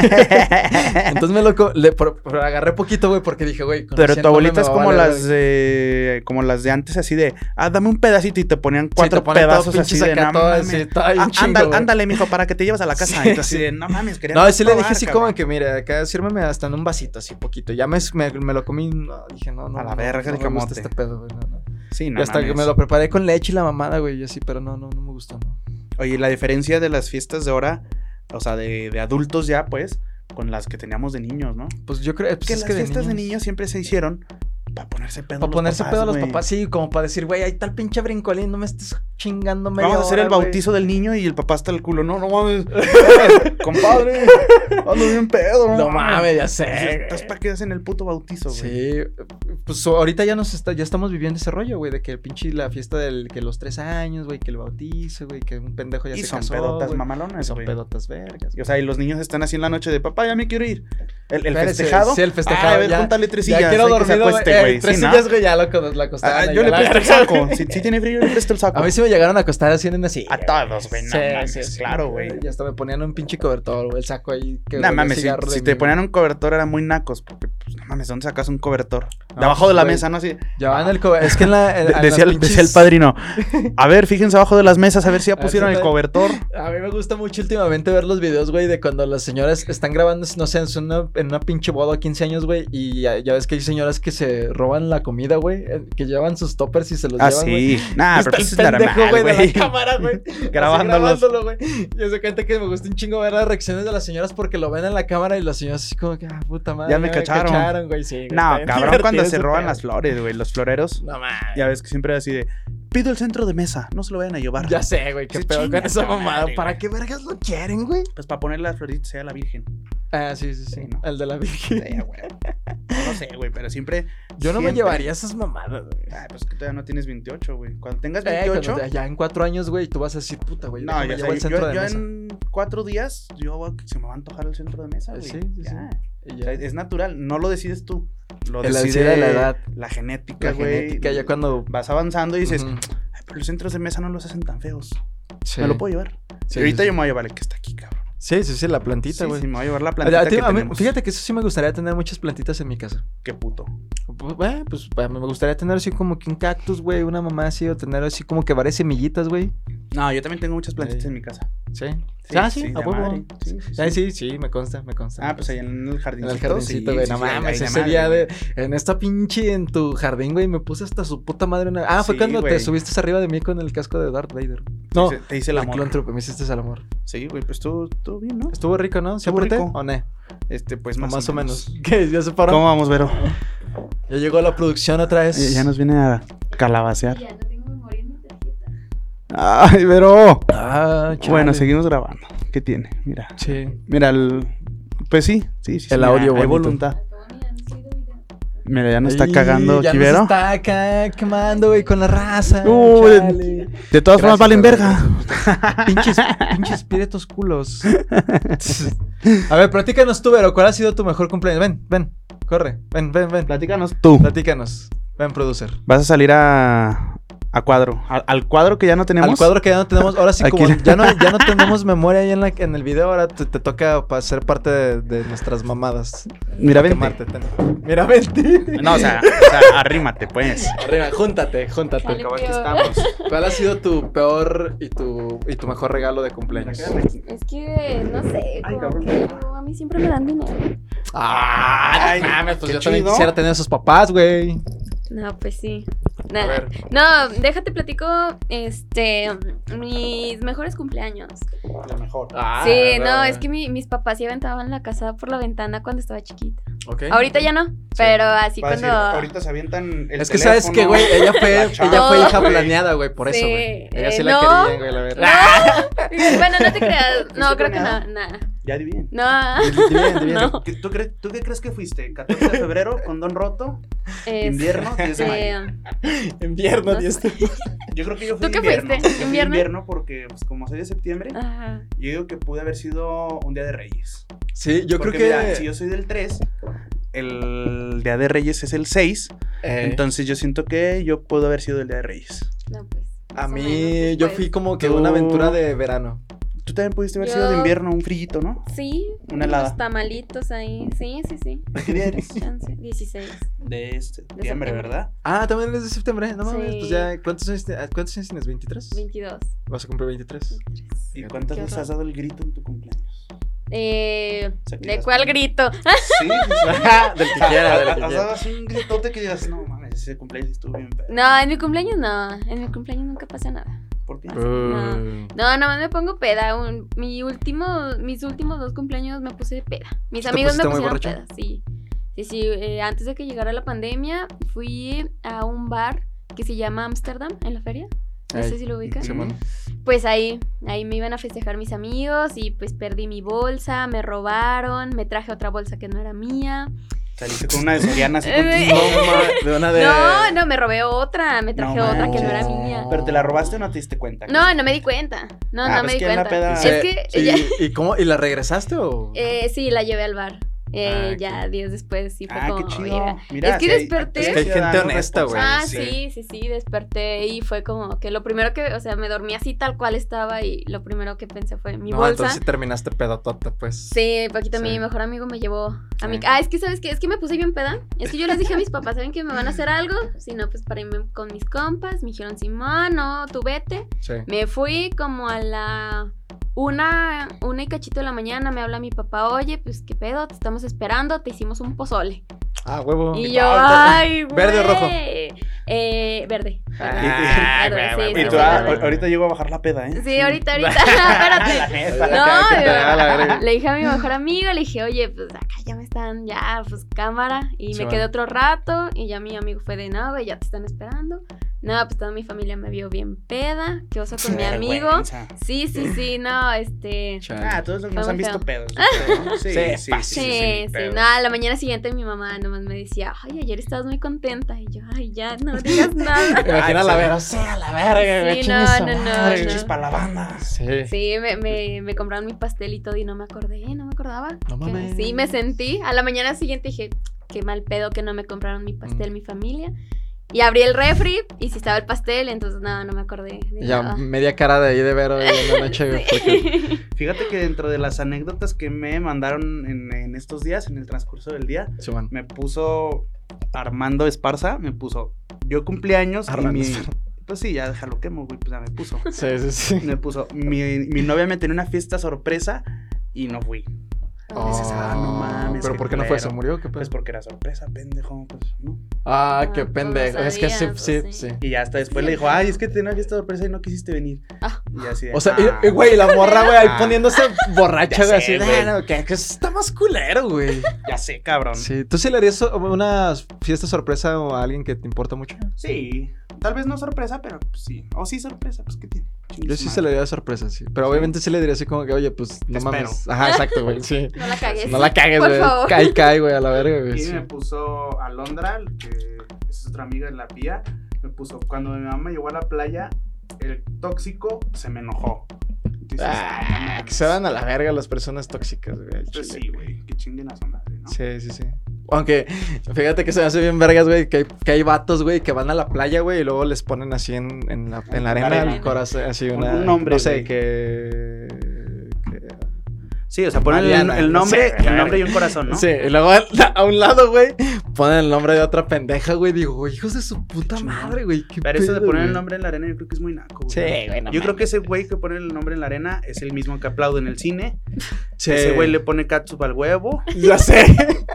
Speaker 2: Entonces me lo co- le pro- pro- agarré poquito, güey, porque dije, güey. con
Speaker 1: Pero tu
Speaker 2: 100
Speaker 1: abuelita
Speaker 2: me
Speaker 1: es
Speaker 2: va a
Speaker 1: como
Speaker 2: valer,
Speaker 1: las
Speaker 2: güey.
Speaker 1: de, como las de antes, así de, ah, dame un pedacito y te ponían cuatro
Speaker 2: Sí, te ponen
Speaker 1: pedazos
Speaker 2: todos
Speaker 1: así
Speaker 2: pinches
Speaker 1: de,
Speaker 2: acá,
Speaker 1: no
Speaker 2: todo
Speaker 1: mames.
Speaker 2: así, todo ahí
Speaker 1: Ah,
Speaker 2: un chingo,
Speaker 1: ándale,
Speaker 2: güey.
Speaker 1: ándale, mijo, para que te llevas a la casa.
Speaker 2: Sí,
Speaker 1: Entonces, así
Speaker 2: sí.
Speaker 1: de, no mames, quería
Speaker 2: No, sí le dije
Speaker 1: probar,
Speaker 2: así
Speaker 1: cabrón.
Speaker 2: como que, mira, acá sírveme hasta en un vasito, así poquito. Ya me, me, me lo comí, no, dije, no, no.
Speaker 1: A la
Speaker 2: no,
Speaker 1: verga
Speaker 2: no
Speaker 1: el
Speaker 2: me gusta
Speaker 1: camote.
Speaker 2: este pedo, güey, no, no.
Speaker 1: Sí, no
Speaker 2: Y hasta que
Speaker 1: mames.
Speaker 2: me lo preparé con leche y la mamada, güey, y así, pero no, no, no me gustó, no.
Speaker 1: Oye, la diferencia de las fiestas de ahora, o sea, de, de adultos ya, pues, con las que teníamos de niños, ¿no?
Speaker 2: Pues yo creo, pues
Speaker 1: que
Speaker 2: es
Speaker 1: las
Speaker 2: que
Speaker 1: fiestas de niños. siempre se hicieron para ponerse pedo
Speaker 2: Para
Speaker 1: los
Speaker 2: ponerse pedo a los
Speaker 1: güey.
Speaker 2: papás, sí, como para decir, güey, ahí está el pinche brincolín, no me estés chingando media
Speaker 1: Vamos a hacer el
Speaker 2: hora, güey".
Speaker 1: bautizo del niño y el papá está al culo. No, no mames. Compadre, ando bien pedo.
Speaker 2: No mames, ya sé.
Speaker 1: Entonces, ¿para qué hacen el puto bautizo, güey?
Speaker 2: Sí, pues ahorita ya nos está, ya estamos viviendo ese rollo, güey, de que el pinche la fiesta del que los tres años, güey, que el bautizo, güey, que un pendejo ya
Speaker 1: y
Speaker 2: se
Speaker 1: son
Speaker 2: casó,
Speaker 1: pedotas
Speaker 2: güey.
Speaker 1: mamalones,
Speaker 2: Son
Speaker 1: güey.
Speaker 2: pedotas vergas.
Speaker 1: Y, O sea, y los niños están así en la noche de papá, ya me quiero ir. El, el
Speaker 2: Espérese,
Speaker 1: festejado.
Speaker 2: sí, el festejado,
Speaker 1: Ah, a ver,
Speaker 2: ya.
Speaker 1: júntale tres sillas.
Speaker 2: ya quiero
Speaker 1: hay que se
Speaker 2: dormir, güey.
Speaker 1: acueste,
Speaker 2: Eh,
Speaker 1: güey.
Speaker 2: tres
Speaker 1: Sí, ¿no?
Speaker 2: sillas, güey, ya lo con- la acostaban
Speaker 1: Ah,
Speaker 2: ahí
Speaker 1: yo
Speaker 2: a
Speaker 1: le
Speaker 2: la
Speaker 1: presto el
Speaker 2: pues, verga.
Speaker 1: saco. Si, si tiene frío, yo le presto el saco.
Speaker 2: A mí sí me llegaron a acostar así eh. en una silla.
Speaker 1: A todos, güey, no mames, claro, güey.
Speaker 2: Y hasta me ponían un pinche cobertor, güey, el saco ahí. que
Speaker 1: No
Speaker 2: olía
Speaker 1: mames, si,
Speaker 2: cigarro de
Speaker 1: si
Speaker 2: mí,
Speaker 1: te
Speaker 2: güey.
Speaker 1: ponían un cobertor eran muy nacos, porque pues no mames, ¿dónde sacas un cobertor?
Speaker 2: Ah,
Speaker 1: De abajo de la
Speaker 2: güey.
Speaker 1: mesa, ¿no? Así.
Speaker 2: Ya van el cobertor. Es que en la. en-
Speaker 1: De-
Speaker 2: en
Speaker 1: decía,
Speaker 2: las
Speaker 1: el, decía el
Speaker 2: pinches- Ah,
Speaker 1: padrino. A ver, fíjense abajo de las mesas a ver si ya
Speaker 2: A ver
Speaker 1: pusieron
Speaker 2: si
Speaker 1: el
Speaker 2: está-
Speaker 1: cobertor.
Speaker 2: A mí me gusta mucho últimamente ver los videos, güey, de cuando las señoras están grabando, no sé, en su- una, en una pinche boda a 15 años, güey, y ya, ya ves que hay señoras que se roban la comida, güey, eh, que llevan sus toppers y se los
Speaker 1: Ah,
Speaker 2: Pues llevan, güey.
Speaker 1: sí. Nah,
Speaker 2: Está
Speaker 1: pero
Speaker 2: el
Speaker 1: eso es normal,
Speaker 2: pendejo, güey, de la
Speaker 1: güey.
Speaker 2: cámara, güey. así
Speaker 1: Grabándolos.
Speaker 2: grabándolo, güey. Yo se cuenta que me gusta un chingo ver las reacciones de las señoras porque lo ven en la cámara y las señoras así como que, ah, puta madre.
Speaker 1: Ya me cacharon.
Speaker 2: güey, sí. güey, está
Speaker 1: No,
Speaker 2: bien
Speaker 1: cabrón,
Speaker 2: divertido
Speaker 1: cuando
Speaker 2: ese
Speaker 1: se roban
Speaker 2: pedo.
Speaker 1: las flores, güey, los floreros.
Speaker 2: No mames.
Speaker 1: Ya ves que siempre así de, pido el centro de mesa, no se lo vayan a llevar.
Speaker 2: Ya sé, güey, qué
Speaker 1: Sí,
Speaker 2: pedo con
Speaker 1: chinga
Speaker 2: esa
Speaker 1: tu madre,
Speaker 2: mamada.
Speaker 1: güey.
Speaker 2: ¿Para qué vergas lo quieren, güey?
Speaker 1: Pues para poner las floritas sea la virgen.
Speaker 2: Ah, sí, sí, sí.
Speaker 1: Sí, no.
Speaker 2: El de la Virgen.
Speaker 1: Sí, güey. No sé, güey, pero siempre...
Speaker 2: Yo no me
Speaker 1: siempre-
Speaker 2: llevaría esas mamadas, güey.
Speaker 1: Ay, pues que todavía no tienes 28, güey. Cuando tengas
Speaker 2: Eh,
Speaker 1: 28...
Speaker 2: cuando- ya en cuatro años, güey, tú vas a decir, puta, güey.
Speaker 1: no,
Speaker 2: déjame
Speaker 1: ya
Speaker 2: llevar
Speaker 1: sé,
Speaker 2: al
Speaker 1: yo,
Speaker 2: centro de
Speaker 1: yo
Speaker 2: mesa.
Speaker 1: en cuatro días yo voy a- se me va a antojar el centro de mesa, güey.
Speaker 2: Eh, Sí, sí,
Speaker 1: Ya.
Speaker 2: Y
Speaker 1: O sea,
Speaker 2: ya.
Speaker 1: es natural, no lo decides tú. Lo
Speaker 2: El
Speaker 1: decide
Speaker 2: ansiedad, la edad.
Speaker 1: La genética,
Speaker 2: La
Speaker 1: güey.
Speaker 2: genética, ya cuando...
Speaker 1: Vas avanzando y dices,
Speaker 2: Ujú.
Speaker 1: "Ay, pero los centros de mesa no los hacen tan feos.
Speaker 2: Sí.
Speaker 1: Me lo puedo llevar. Y
Speaker 2: Sí,
Speaker 1: ahorita
Speaker 2: sí,
Speaker 1: yo me voy a llevar el que está aquí, cabrón.
Speaker 2: Sí, sí, sí, la
Speaker 1: Sí,
Speaker 2: plantita, güey.
Speaker 1: sí, me voy a llevar la
Speaker 2: A- a
Speaker 1: plantita
Speaker 2: ti-
Speaker 1: que
Speaker 2: a mí-
Speaker 1: tenemos.
Speaker 2: fíjate que eso sí me gustaría tener muchas plantitas en mi casa.
Speaker 1: Qué puto.
Speaker 2: Pues, bueno, pues pa- me gustaría tener así como que un cactus, güey, una mamá así, o tener así como que varias semillitas, güey.
Speaker 1: No, yo también tengo muchas plantitas
Speaker 2: Ey.
Speaker 1: en mi casa.
Speaker 2: Sí.
Speaker 1: Sí,
Speaker 2: ah, sí,
Speaker 1: sí,
Speaker 2: a
Speaker 1: de
Speaker 2: huevo.
Speaker 1: madre. Sí, sí,
Speaker 2: Ah,
Speaker 1: sí.
Speaker 2: sí, sí, me consta, me consta.
Speaker 1: Ah,
Speaker 2: me
Speaker 1: pues
Speaker 2: consta.
Speaker 1: ahí en el
Speaker 2: En
Speaker 1: jardincito.
Speaker 2: el
Speaker 1: sí,
Speaker 2: jardincito, güey.
Speaker 1: sí,
Speaker 2: no
Speaker 1: sí, ahí
Speaker 2: mames,
Speaker 1: de
Speaker 2: ese
Speaker 1: madre,
Speaker 2: día
Speaker 1: güey.
Speaker 2: de. En esta pinche. En tu jardín, güey. Me puse hasta su puta madre una. Ah, fue
Speaker 1: Sí,
Speaker 2: cuando te
Speaker 1: güey.
Speaker 2: subiste arriba de mí con el casco de Darth Vader.
Speaker 1: Te
Speaker 2: No.
Speaker 1: hice- Te hice el
Speaker 2: El
Speaker 1: amor.
Speaker 2: Clone Trooper, me hiciste el amor.
Speaker 1: Sí, güey, pues tú, tú bien, ¿no?
Speaker 2: Estuvo rico, ¿no? ¿Sí
Speaker 1: Estuvo
Speaker 2: apreté?
Speaker 1: rico.
Speaker 2: ¿O no?
Speaker 1: Este, pues
Speaker 2: Más,
Speaker 1: más,
Speaker 2: o menos. ¿Qué? ¿Ya se paró?
Speaker 1: ¿Cómo vamos, Vero?
Speaker 2: Ya llegó la producción otra vez.
Speaker 1: Ya nos viene a calabacear.
Speaker 5: Ya no tengo memoria en mi tarjeta.
Speaker 1: Ay, Vero.
Speaker 2: Ah, chale.
Speaker 1: Bueno, seguimos grabando. ¿Qué tiene? Mira.
Speaker 2: Sí.
Speaker 1: Mira, el... pues sí, sí, sí. sí,
Speaker 2: El
Speaker 1: mira,
Speaker 2: audio
Speaker 1: Hay
Speaker 2: bonito.
Speaker 1: voluntad.
Speaker 5: Al cabo ni han sido, mira.
Speaker 1: Mira, ya nos está
Speaker 2: Ey,
Speaker 1: cagando
Speaker 2: ya
Speaker 1: aquí,
Speaker 2: nos
Speaker 1: Vero.
Speaker 2: está acá quemando, güey, con la raza.
Speaker 1: Uy,
Speaker 2: chale.
Speaker 1: De todas formas,
Speaker 2: Gracias,
Speaker 1: valen
Speaker 2: Vero,
Speaker 1: verga.
Speaker 2: Pinches, pinches piretos culos. A ver, platícanos tú, Vero. ¿Cuál ha sido tu mejor cumpleaños? Ven, ven, corre. Ven, ven, ven.
Speaker 1: Platícanos tú.
Speaker 2: Platícanos. Ven, producer.
Speaker 1: Vas a salir a, a cuadro. Al, al cuadro que ya no tenemos.
Speaker 2: Al cuadro que ya no tenemos, ahora sí,
Speaker 1: Aquí
Speaker 2: como
Speaker 1: la-
Speaker 2: ya no, ya no tenemos memoria ahí en, la, en el video, ahora te, te toca pa- ser parte de, de nuestras mamadas.
Speaker 1: Mira, vente.
Speaker 2: Quemarte, ten. Mira, vente.
Speaker 1: No, o sea, o sea, arrímate, pues.
Speaker 2: Arriba, júntate, júntate.
Speaker 5: Dale,
Speaker 1: Como aquí
Speaker 5: tío.
Speaker 1: estamos.
Speaker 2: ¿Cuál ha sido tu peor y tu, y tu mejor regalo de cumpleaños?
Speaker 5: Es que, no sé, como que no, a mí siempre me dan dinero.
Speaker 2: Ah, no mames, pues
Speaker 1: qué
Speaker 2: yo también
Speaker 1: chido.
Speaker 2: quisiera tener esos papás, güey.
Speaker 5: No, pues sí.
Speaker 2: A
Speaker 5: Nada.
Speaker 2: ver,
Speaker 5: No, déjate platico, este, mis mejores cumpleaños.
Speaker 1: Lo mejor.
Speaker 2: Ah,
Speaker 5: sí, no,
Speaker 2: bravo,
Speaker 5: es que mi- mis papás se aventaban la casa por la ventana cuando estaba chiquita.
Speaker 2: ok.
Speaker 5: Ahorita ya no, pero así cuando...
Speaker 1: se avientan el
Speaker 2: Es que sabes que, güey, ella fue,
Speaker 1: la chava,
Speaker 2: ella fue hija
Speaker 1: güey.
Speaker 2: planeada, güey, por eso,
Speaker 5: Sí,
Speaker 2: güey. Ella sí
Speaker 5: eh,
Speaker 2: la
Speaker 5: no.
Speaker 2: querían, güey, la verdad.
Speaker 5: No, bueno, no te creas. No,
Speaker 1: ¿Fuiste
Speaker 5: creo que no,
Speaker 1: planeado?
Speaker 5: nada.
Speaker 2: Eh,
Speaker 1: Ya adiviné.
Speaker 5: No, no.
Speaker 1: ¿Tú, cre- ¿Tú qué crees que fuiste? ¿14 de febrero con Don Roto?
Speaker 5: es-
Speaker 1: ¿Invierno? 10 de mayo.
Speaker 5: eh,
Speaker 2: Invierno,
Speaker 5: No
Speaker 2: Dios te-
Speaker 1: Yo creo que yo fui
Speaker 5: ¿Tú qué
Speaker 1: invierno.
Speaker 5: fuiste?
Speaker 1: Yo fui
Speaker 5: ¿Invierno? Ah.
Speaker 1: invierno porque, pues, como soy de septiembre,
Speaker 5: ajá.
Speaker 1: yo digo que pude haber sido un día de Reyes.
Speaker 2: Sí, yo creo
Speaker 1: Porque,
Speaker 2: que.
Speaker 1: mira, si yo soy del 3, el día de Reyes es el 6.
Speaker 2: Eh,
Speaker 1: Entonces yo siento que yo puedo haber sido el día de Reyes.
Speaker 5: No, pues.
Speaker 2: a
Speaker 5: más o
Speaker 2: mí,
Speaker 5: menos,
Speaker 2: yo
Speaker 5: pues.
Speaker 2: fui como que
Speaker 1: Tú-
Speaker 2: una aventura de verano.
Speaker 1: Tú también pudiste haber sido de
Speaker 5: Yo-
Speaker 1: invierno, un frillito, ¿no?
Speaker 5: Sí,
Speaker 1: Una
Speaker 5: unos
Speaker 1: helada.
Speaker 5: tamalitos ahí. Sí, sí, sí.
Speaker 1: ¿Qué día eres?
Speaker 5: Chance. 16.
Speaker 1: De este septiembre,
Speaker 5: septiembre.
Speaker 1: ¿verdad?
Speaker 2: Ah, también es de septiembre, no mames.
Speaker 5: Sí.
Speaker 2: Pues ya, ¿cuántos años, te- cuántos años tienes? ¿23?
Speaker 5: 22.
Speaker 2: Vas a cumplir 23.
Speaker 1: ¿Y
Speaker 2: Fíjate.
Speaker 1: cuántas
Speaker 5: Eh, Qué
Speaker 1: veces
Speaker 5: horror.
Speaker 1: has dado el grito en tu cumpleaños?
Speaker 5: Eh,
Speaker 1: O sea, que
Speaker 5: ¿De
Speaker 1: digas,
Speaker 5: cuál grito?
Speaker 1: Sí, sí, sí.
Speaker 2: Del que quiera, del que
Speaker 1: Has
Speaker 2: quiera.
Speaker 1: dado así un gritote que digas, no mames, ese cumpleaños estuvo bien pedo.
Speaker 5: No, en mi cumpleaños no. En mi cumpleaños nunca pasa nada.
Speaker 1: ¿Por qué?
Speaker 5: No. No, nomás me pongo peda. Un- mi último, mis últimos dos cumpleaños me puse peda. Mis
Speaker 2: ¿Te
Speaker 5: amigos me
Speaker 2: pusiste muy
Speaker 5: pusieron
Speaker 2: borracha?
Speaker 5: peda, sí. Sí, sí. eh, antes de que llegara la pandemia, fui a un bar que se llama Amsterdam en la feria. No
Speaker 2: Ey.
Speaker 5: sé si lo ubicas.
Speaker 2: Simón.
Speaker 5: Pues ahí, ahí me iban a festejar mis amigos y pues perdí mi bolsa, me robaron, me traje otra bolsa que no era mía.
Speaker 1: Saliste con una de Soriana así con
Speaker 5: Eh,
Speaker 1: tus dos.
Speaker 2: No, ma- de una de.
Speaker 5: No, no, me robé otra, me traje
Speaker 1: No
Speaker 5: otra que no
Speaker 1: manches.
Speaker 5: era mía.
Speaker 1: Pero te la robaste o no te diste cuenta.
Speaker 5: No, no me di cuenta. No,
Speaker 1: Ah, pues
Speaker 5: no me di
Speaker 1: que en la
Speaker 5: cuenta.
Speaker 1: peda-
Speaker 5: Es que
Speaker 2: ¿Y,
Speaker 5: ella-
Speaker 2: ¿Y cómo? ¿Y la regresaste o.?
Speaker 5: eh, sí, la llevé al bar. Eh,
Speaker 1: Ah,
Speaker 5: ya días después sí fue
Speaker 1: Ah,
Speaker 5: como,
Speaker 1: qué chido.
Speaker 5: "Oiga".
Speaker 1: Mira,
Speaker 5: Es que
Speaker 1: si hay-
Speaker 5: desperté.
Speaker 1: si
Speaker 5: Es que
Speaker 1: hay gente
Speaker 6: honesta, güey.
Speaker 5: Ah,
Speaker 1: responsable,
Speaker 5: sí, sí, sí, desperté y fue como que lo primero que, o sea, me dormí así tal cual estaba y lo primero que pensé fue mi
Speaker 2: no,
Speaker 5: bolsa.
Speaker 2: entonces sí terminaste pedotota, pues.
Speaker 5: Sí, Paquito,
Speaker 2: Sí.
Speaker 5: mi mejor amigo me llevó a mi...
Speaker 2: Sí.
Speaker 5: Ah, es que, ¿sabes qué? Es que me puse bien peda. Es que yo les dije a mis papás, ¿saben que me van a hacer algo? Si no, pues para irme con mis compas. Me dijeron, Simón, no, tú vete.
Speaker 2: Sí.
Speaker 5: Me fui como a la una, una y cachito de la mañana. Me habla mi papá, oye, pues qué pedo, te estamos esperando, te hicimos un pozole.
Speaker 2: Ah, huevo.
Speaker 5: Y yo,
Speaker 2: Ah,
Speaker 5: ay, güey.
Speaker 2: ¿Verde o rojo?
Speaker 5: Eh, verde.
Speaker 1: Ah,
Speaker 5: Verde, sí, sí,
Speaker 1: Y tú,
Speaker 5: sí,
Speaker 1: ah,
Speaker 5: verde.
Speaker 1: ahor- ahorita llego a bajar la peda, ¿eh?
Speaker 5: Sí, ahorita, ahorita, espérate.
Speaker 2: cada quien te da la
Speaker 5: No,
Speaker 2: verga.
Speaker 5: yo- le dije a mi mejor amigo, le dije, oye, pues acá ya me están, ya, pues cámara. Y me
Speaker 2: Simón.
Speaker 5: quedé otro rato y ya mi amigo fue de, no, güey, ya te están esperando. Nada, pues toda mi familia me vio bien peda, qué oso con mi amigo.
Speaker 1: Vergüenza.
Speaker 5: Sí, sí, sí, no, este...
Speaker 2: Chale.
Speaker 1: Ah, todos nos han
Speaker 5: Fue muy
Speaker 1: visto
Speaker 5: feo.
Speaker 1: pedos. ¿no? Sí, sí, sí.
Speaker 5: Sí,
Speaker 1: sí,
Speaker 5: sí,
Speaker 1: pedos.
Speaker 5: no, a la mañana siguiente mi mamá nomás me decía, ay, ayer estabas muy contenta. Y yo, ay, ya, no digas nada.
Speaker 2: Imagina la verga. Sí,
Speaker 5: sí, no, no, no, no.
Speaker 1: Pinches pa' la banda.
Speaker 2: Sí.
Speaker 5: Sí, me, me, me compraron mi pastel y todo y no me acordé, no me acordaba.
Speaker 2: No
Speaker 5: Que
Speaker 2: mames.
Speaker 5: Sí, me sentí. A la mañana siguiente dije, qué mal pedo que no me compraron mi
Speaker 1: Mm.
Speaker 5: pastel, mi familia. Y abrí el refri y si estaba el pastel, entonces nada, no me acordé. de
Speaker 2: Ya mm,
Speaker 5: nada.
Speaker 2: media cara de ahí de ver hoy en la noche. güey, porque-
Speaker 1: Fíjate que dentro de las anécdotas que me mandaron en, en estos días, en el transcurso del día,
Speaker 2: Sí, man.
Speaker 1: me puso Armando Esparza, me puso, yo cumplí años y
Speaker 2: Armando
Speaker 1: mi-
Speaker 2: Esparza.
Speaker 1: Pues sí, ya déjalo quemo, güey, pues ya me puso.
Speaker 2: Sí, sí, sí.
Speaker 1: Me puso, mi, mi novia me tenía una fiesta sorpresa y no fui. dices, ah, no mames,
Speaker 2: Oh, Pero
Speaker 1: qué
Speaker 2: ¿por qué no fue? ¿Se
Speaker 1: culero.
Speaker 2: murió? ¿Qué
Speaker 1: Pues
Speaker 2: pedo?
Speaker 1: porque era sorpresa, pendejo, pues, ¿no?
Speaker 2: Ah, qué
Speaker 5: Ah, pues,
Speaker 2: pendejo.
Speaker 5: no
Speaker 2: Es que sí,
Speaker 5: sabía,
Speaker 2: sí,
Speaker 5: pues,
Speaker 2: sí.
Speaker 5: sí.
Speaker 1: Y ya hasta después le dijo, ay, es que tenía una fiesta sorpresa y no quisiste venir.
Speaker 5: Ah.
Speaker 1: Y así de,
Speaker 2: O sea,
Speaker 1: "Ah".
Speaker 2: y- y, güey, la morra, güey, ahí
Speaker 1: Ah.
Speaker 2: poniéndose borracha,
Speaker 1: Ya
Speaker 2: güey,
Speaker 1: sé,
Speaker 2: así.
Speaker 1: güey.
Speaker 2: "Ah, no, que que eso está más culero, güey.
Speaker 1: ya sé, cabrón.
Speaker 2: Sí, ¿tú sí le harías so- una fiesta sorpresa a alguien que te importa mucho?
Speaker 1: Sí, tal vez no sorpresa, pero pues, sí. O sí sorpresa, pues qué tiene.
Speaker 2: Yo sí se le haría sorpresa, sí. Pero obviamente sí le diría así como que, oye, pues no
Speaker 1: Te
Speaker 2: mames. Ajá, exacto, güey, sí.
Speaker 5: No la cagues.
Speaker 2: No la cagues,
Speaker 5: Por
Speaker 2: güey.
Speaker 5: favor.
Speaker 2: Cae, cae, güey, a la verga, güey.
Speaker 1: Y
Speaker 2: sí.
Speaker 1: me puso Alondra, que es otra amiga de la pía, me puso, cuando mi mamá llegó a la playa, el tóxico se me enojó. Dices,
Speaker 2: Ah, que se van a la verga las personas tóxicas, güey.
Speaker 1: pues
Speaker 2: chile.
Speaker 1: sí, güey, que chinguen a su madre, ¿no?
Speaker 2: Sí, sí, sí. Aunque, fíjate que se me hace bien vergas, güey, que, hay- que hay vatos, güey, que van a la playa, güey, y luego les ponen así en, en la, en la arena,
Speaker 1: arena.
Speaker 2: el corazón, así
Speaker 1: Un-
Speaker 2: una...
Speaker 1: un nombre,
Speaker 2: No sé,
Speaker 1: güey.
Speaker 2: que... que-
Speaker 1: Sí, o sea, ponen el,
Speaker 2: Mariana,
Speaker 1: el nombre,
Speaker 2: sí,
Speaker 1: el nombre y un corazón, ¿no?
Speaker 2: Sí, y luego a, la- a un lado, güey, ponen el nombre de otra pendeja, güey. Digo, "Güey, hijos de su puta
Speaker 1: Chingón.
Speaker 2: madre, güey. qué
Speaker 1: Pero eso de
Speaker 2: pedo,
Speaker 1: poner el
Speaker 2: güey".
Speaker 1: nombre en la arena, yo creo que es muy naco. güey.
Speaker 2: Sí, güey, no
Speaker 1: Yo creo
Speaker 2: mames.
Speaker 1: que ese güey que pone el nombre en la arena es el mismo que aplaude en el cine.
Speaker 2: Sí.
Speaker 1: Ese güey le pone catsup al huevo.
Speaker 2: Ya sé.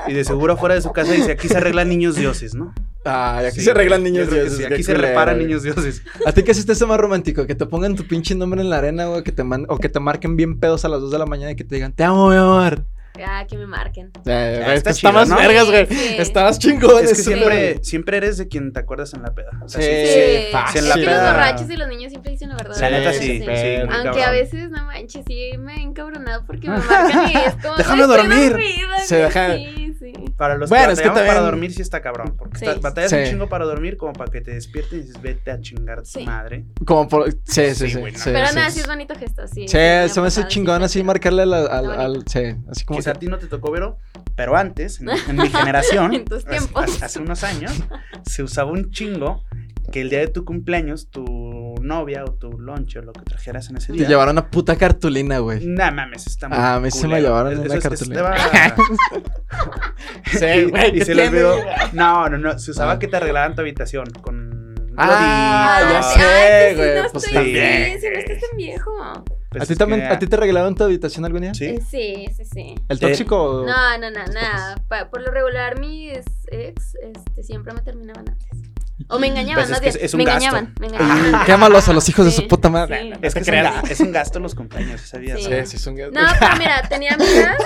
Speaker 1: Y de seguro fuera de su casa dice, aquí se arreglan niños dioses, ¿no?
Speaker 2: Ah, y aquí
Speaker 1: Sí,
Speaker 2: se arreglan
Speaker 1: yo
Speaker 2: niños
Speaker 1: creo que
Speaker 2: dioses.
Speaker 1: sí,
Speaker 2: qué
Speaker 1: aquí se
Speaker 2: culero,
Speaker 1: reparan
Speaker 2: güey.
Speaker 1: niños dioses.
Speaker 2: ¿A ti qué se te hace más romántico? Que te pongan tu pinche nombre en la arena, güey, que te manden o que te marquen bien pedos a las 2 de la mañana y que te digan, te amo, mi amor.
Speaker 5: Ah, que me marquen.
Speaker 2: Eh, güey,
Speaker 1: está
Speaker 2: está,
Speaker 1: chido,
Speaker 2: más
Speaker 1: ¿no?
Speaker 2: vergas, güey.
Speaker 5: Sí.
Speaker 2: Estabas chingón.
Speaker 1: Es que
Speaker 2: eso, güey.
Speaker 1: siempre, siempre eres de quien te acuerdas en la peda. O sea,
Speaker 2: Eh, Sí.
Speaker 5: Sí.
Speaker 1: sí,
Speaker 2: fácil.
Speaker 5: Es que
Speaker 1: La
Speaker 5: los
Speaker 1: peda.
Speaker 5: borrachos y los niños siempre dicen la verdad.
Speaker 1: La neta
Speaker 5: Sí,
Speaker 1: sí,
Speaker 5: sí.
Speaker 1: sí, muy
Speaker 5: Aunque a
Speaker 1: cabrón.
Speaker 5: veces, no manches, sí me he encabronado porque me marcan y es como...
Speaker 2: Déjame
Speaker 5: "Ay, estoy
Speaker 2: dormir".
Speaker 5: dormida,
Speaker 2: Se
Speaker 5: güey,
Speaker 2: deja-
Speaker 5: Sí, sí.
Speaker 1: Para los
Speaker 2: Bueno,
Speaker 1: que
Speaker 2: es que
Speaker 1: batallamos para
Speaker 2: también-
Speaker 1: dormir sí está cabrón. Porque
Speaker 5: Sí.
Speaker 1: estás- batallas
Speaker 2: Sí.
Speaker 1: un chingo para dormir como para que te despiertes y dices, vete a chingar tu
Speaker 5: Sí.
Speaker 1: madre.
Speaker 2: Como por. Sí, sí,
Speaker 1: Sí,
Speaker 2: sí.
Speaker 1: güey, no.
Speaker 2: sí,
Speaker 5: Pero
Speaker 2: sí,
Speaker 5: nada, sí
Speaker 2: sí.
Speaker 5: es bonito gesto, sí.
Speaker 2: Sí, se
Speaker 5: me ha
Speaker 2: me hace
Speaker 5: pasado, sí,
Speaker 2: chingón
Speaker 5: está
Speaker 2: así
Speaker 5: chido.
Speaker 2: marcarle al, al,
Speaker 5: Está
Speaker 2: al- Sí, así como.
Speaker 1: Quizá a
Speaker 2: que-
Speaker 1: ti no te tocó, Vero, pero antes, en, en mi generación,
Speaker 5: En tus
Speaker 1: hace-
Speaker 5: tiempos.
Speaker 1: hace, hace unos años, se usaba un chingo que el día de tu cumpleaños, tu novia o tu lonche o lo que trajeras en ese
Speaker 2: Te
Speaker 1: día.
Speaker 2: llevaron una puta cartulina, güey.
Speaker 1: Nah, mames, está muy
Speaker 2: Ah, a mí sí me
Speaker 1: culero.
Speaker 2: llevaron
Speaker 1: Eso
Speaker 2: una
Speaker 1: es-
Speaker 2: cartulina.
Speaker 1: estaba-
Speaker 2: Sí, güey,
Speaker 1: y
Speaker 2: ¿qué
Speaker 1: se le
Speaker 2: tiene?
Speaker 1: olvidó. No, no, no. Se usaba
Speaker 2: Ah.
Speaker 1: que te arreglaran tu habitación con.
Speaker 2: Ah,
Speaker 5: Ay,
Speaker 2: ya
Speaker 1: globito,
Speaker 2: sé,
Speaker 5: ay, pues sí,
Speaker 2: güey,
Speaker 5: no
Speaker 2: pues
Speaker 5: estoy
Speaker 1: también.
Speaker 5: bien, si no estás tan viejo.
Speaker 1: pues,
Speaker 2: ¿A ti
Speaker 1: es
Speaker 2: también
Speaker 1: que-
Speaker 2: a ti te regalaron tu habitación algún día?
Speaker 1: Sí.
Speaker 5: Eh, Sí, sí, sí.
Speaker 2: ¿El
Speaker 1: Sí.
Speaker 2: tóxico? o-
Speaker 5: No, no, no, nada. Pa- por lo regular, mis ex este, siempre me terminaban antes. O me engañaban,
Speaker 1: Pues es
Speaker 5: más
Speaker 1: que
Speaker 5: bien.
Speaker 1: es- es un
Speaker 5: me
Speaker 1: gasto. Ah.
Speaker 5: engañaban, me engañaban.
Speaker 2: Quémalos a los hijos de su
Speaker 5: Sí,
Speaker 2: puta madre.
Speaker 5: sí.
Speaker 1: Es que es un, ga- es un gasto los cumpleaños, ¿sabías?
Speaker 5: Sí.
Speaker 1: no?
Speaker 2: Sí, sí, es un
Speaker 5: No, pero mira, tenía amigas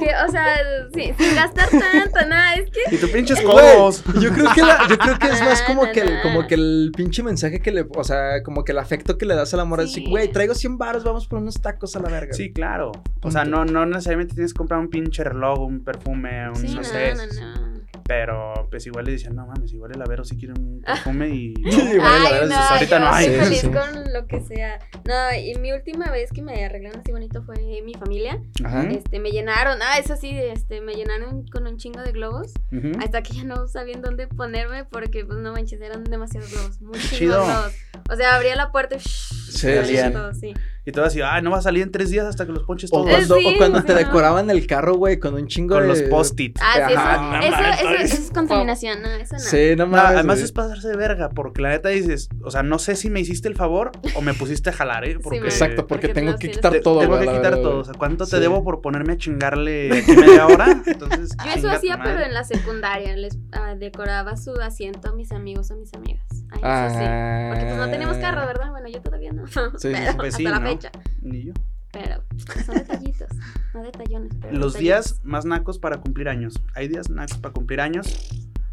Speaker 5: que, o sea, sin, sin gastar tanto, nada, es que
Speaker 1: Y tu pinches
Speaker 2: Güey,
Speaker 1: codos.
Speaker 2: yo creo que la- yo creo que es más como
Speaker 5: Ah,
Speaker 2: que el,
Speaker 5: no,
Speaker 2: como
Speaker 5: no.
Speaker 2: que el pinche mensaje que le, o sea, como que el afecto que le das al amor es así,
Speaker 5: Sí.
Speaker 2: güey, traigo 100 varos, vamos por unos tacos a la verga.
Speaker 1: Sí, claro. O sea, no, no necesariamente tienes que comprar un pinche reloj, un perfume, un
Speaker 5: sí,
Speaker 1: no
Speaker 5: no,
Speaker 1: sé.
Speaker 5: no, no.
Speaker 1: Pero pues igual le decían, no mames, igual el Avero si quieren un perfume y...
Speaker 2: Sí, bueno, la
Speaker 5: Ay,
Speaker 2: verdad
Speaker 5: no,
Speaker 2: es que
Speaker 1: ahorita
Speaker 5: yo
Speaker 1: no hay.
Speaker 5: soy
Speaker 2: Sí, sí,
Speaker 5: feliz
Speaker 2: sí.
Speaker 5: con lo que sea. No, y mi última vez que me arreglaron así bonito fue mi familia.
Speaker 1: Ajá.
Speaker 5: Este, me llenaron, ah, eso sí, este, me llenaron con un chingo de globos.
Speaker 1: ujú.
Speaker 5: Hasta que ya no sabían dónde ponerme porque, pues, no manches, eran demasiados globos. Muy
Speaker 1: Chido.
Speaker 5: chingos globos. O sea, abría la puerta y... Sí,
Speaker 1: salían.
Speaker 5: sí.
Speaker 1: Y todo así, ah, no va a salir en tres días hasta que los ponches
Speaker 2: O
Speaker 1: todos.
Speaker 5: Es-
Speaker 2: cuando,
Speaker 5: sí,
Speaker 2: o cuando te
Speaker 5: sí, no.
Speaker 2: decoraban el carro, güey, con un chingo
Speaker 1: Con
Speaker 2: de...
Speaker 1: los post-it.
Speaker 5: Ah,
Speaker 1: Ajá,
Speaker 5: sí, eso,
Speaker 1: no
Speaker 5: eso, eso,
Speaker 1: mames.
Speaker 5: eso es contaminación, no, eso no.
Speaker 2: Sí, no
Speaker 1: No,
Speaker 2: mames.
Speaker 1: además
Speaker 2: güey.
Speaker 1: es pasarse de verga, porque la neta dices, o sea, no sé si me hiciste el favor o me pusiste a jalar, ¿eh? Porque
Speaker 5: man.
Speaker 2: Exacto, porque
Speaker 5: Porque te
Speaker 2: tengo
Speaker 5: los
Speaker 2: que
Speaker 5: tienes-
Speaker 2: quitar
Speaker 1: te-
Speaker 2: todo,
Speaker 1: tengo
Speaker 2: güey,
Speaker 1: que
Speaker 2: la
Speaker 1: quitar
Speaker 2: verdad,
Speaker 1: todo. O
Speaker 2: güey.
Speaker 1: sea, ¿cuánto
Speaker 2: Sí.
Speaker 1: te debo por ponerme a chingarle aquí media hora? Entonces,
Speaker 5: Yo eso
Speaker 1: chinga tu
Speaker 5: hacía,
Speaker 1: madre.
Speaker 5: pero en la secundaria. Les ah, decoraba su asiento a mis amigos o mis amigas. Ay, eso sí. Porque pues no
Speaker 2: Ah,
Speaker 5: tenemos carro, ¿verdad? Bueno, yo todavía no.
Speaker 2: sí,
Speaker 5: pero
Speaker 1: pues, Ah.
Speaker 5: hasta
Speaker 1: sí,
Speaker 5: la
Speaker 1: ¿no?
Speaker 5: fecha.
Speaker 1: Ni yo.
Speaker 5: Pero pues, son detallitos. No detallones. pero
Speaker 1: Los
Speaker 5: detallitos.
Speaker 1: días más nacos para cumplir años. Hay días nacos para cumplir años.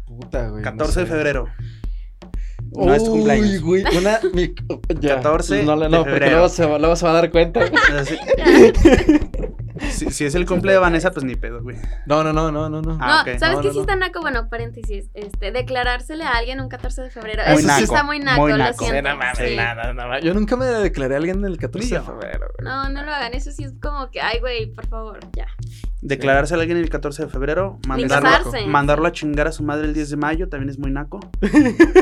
Speaker 2: Puta, güey. no
Speaker 1: 14 de
Speaker 2: sé.
Speaker 1: febrero. No es tu
Speaker 2: Uy,
Speaker 1: cumpleaños.
Speaker 2: güey, una... mi- ya.
Speaker 1: 14
Speaker 2: No,
Speaker 1: de
Speaker 2: no, no, porque
Speaker 1: febrero.
Speaker 2: luego se, va- luego se va a dar cuenta.
Speaker 1: Así- si, si es el cumple de Vanessa, pues ni pedo, güey.
Speaker 2: No, no, no, no, no, no.
Speaker 1: Ah,
Speaker 5: no,
Speaker 1: ok.
Speaker 5: ¿sabes
Speaker 2: No,
Speaker 5: qué
Speaker 2: no,
Speaker 5: sí
Speaker 2: no.
Speaker 5: está naco? Bueno, paréntesis. Este, declarársele a alguien un 14 de febrero.
Speaker 1: Muy
Speaker 5: Eso sí
Speaker 1: naco,
Speaker 5: está muy naco,
Speaker 1: muy
Speaker 5: lo
Speaker 1: naco.
Speaker 5: siento.
Speaker 2: no mames,
Speaker 5: Sí.
Speaker 2: nada, nada. Yo nunca me declaré a alguien el 14 de
Speaker 1: Ni yo.
Speaker 2: febrero, güey.
Speaker 5: No, no lo hagan. Eso sí es como que, ay, güey, por favor, ya.
Speaker 1: Declararse a alguien el 14 de febrero, mandarlo,
Speaker 5: casarse.
Speaker 1: mandarlo a chingar a su madre el 10 de mayo también es muy naco.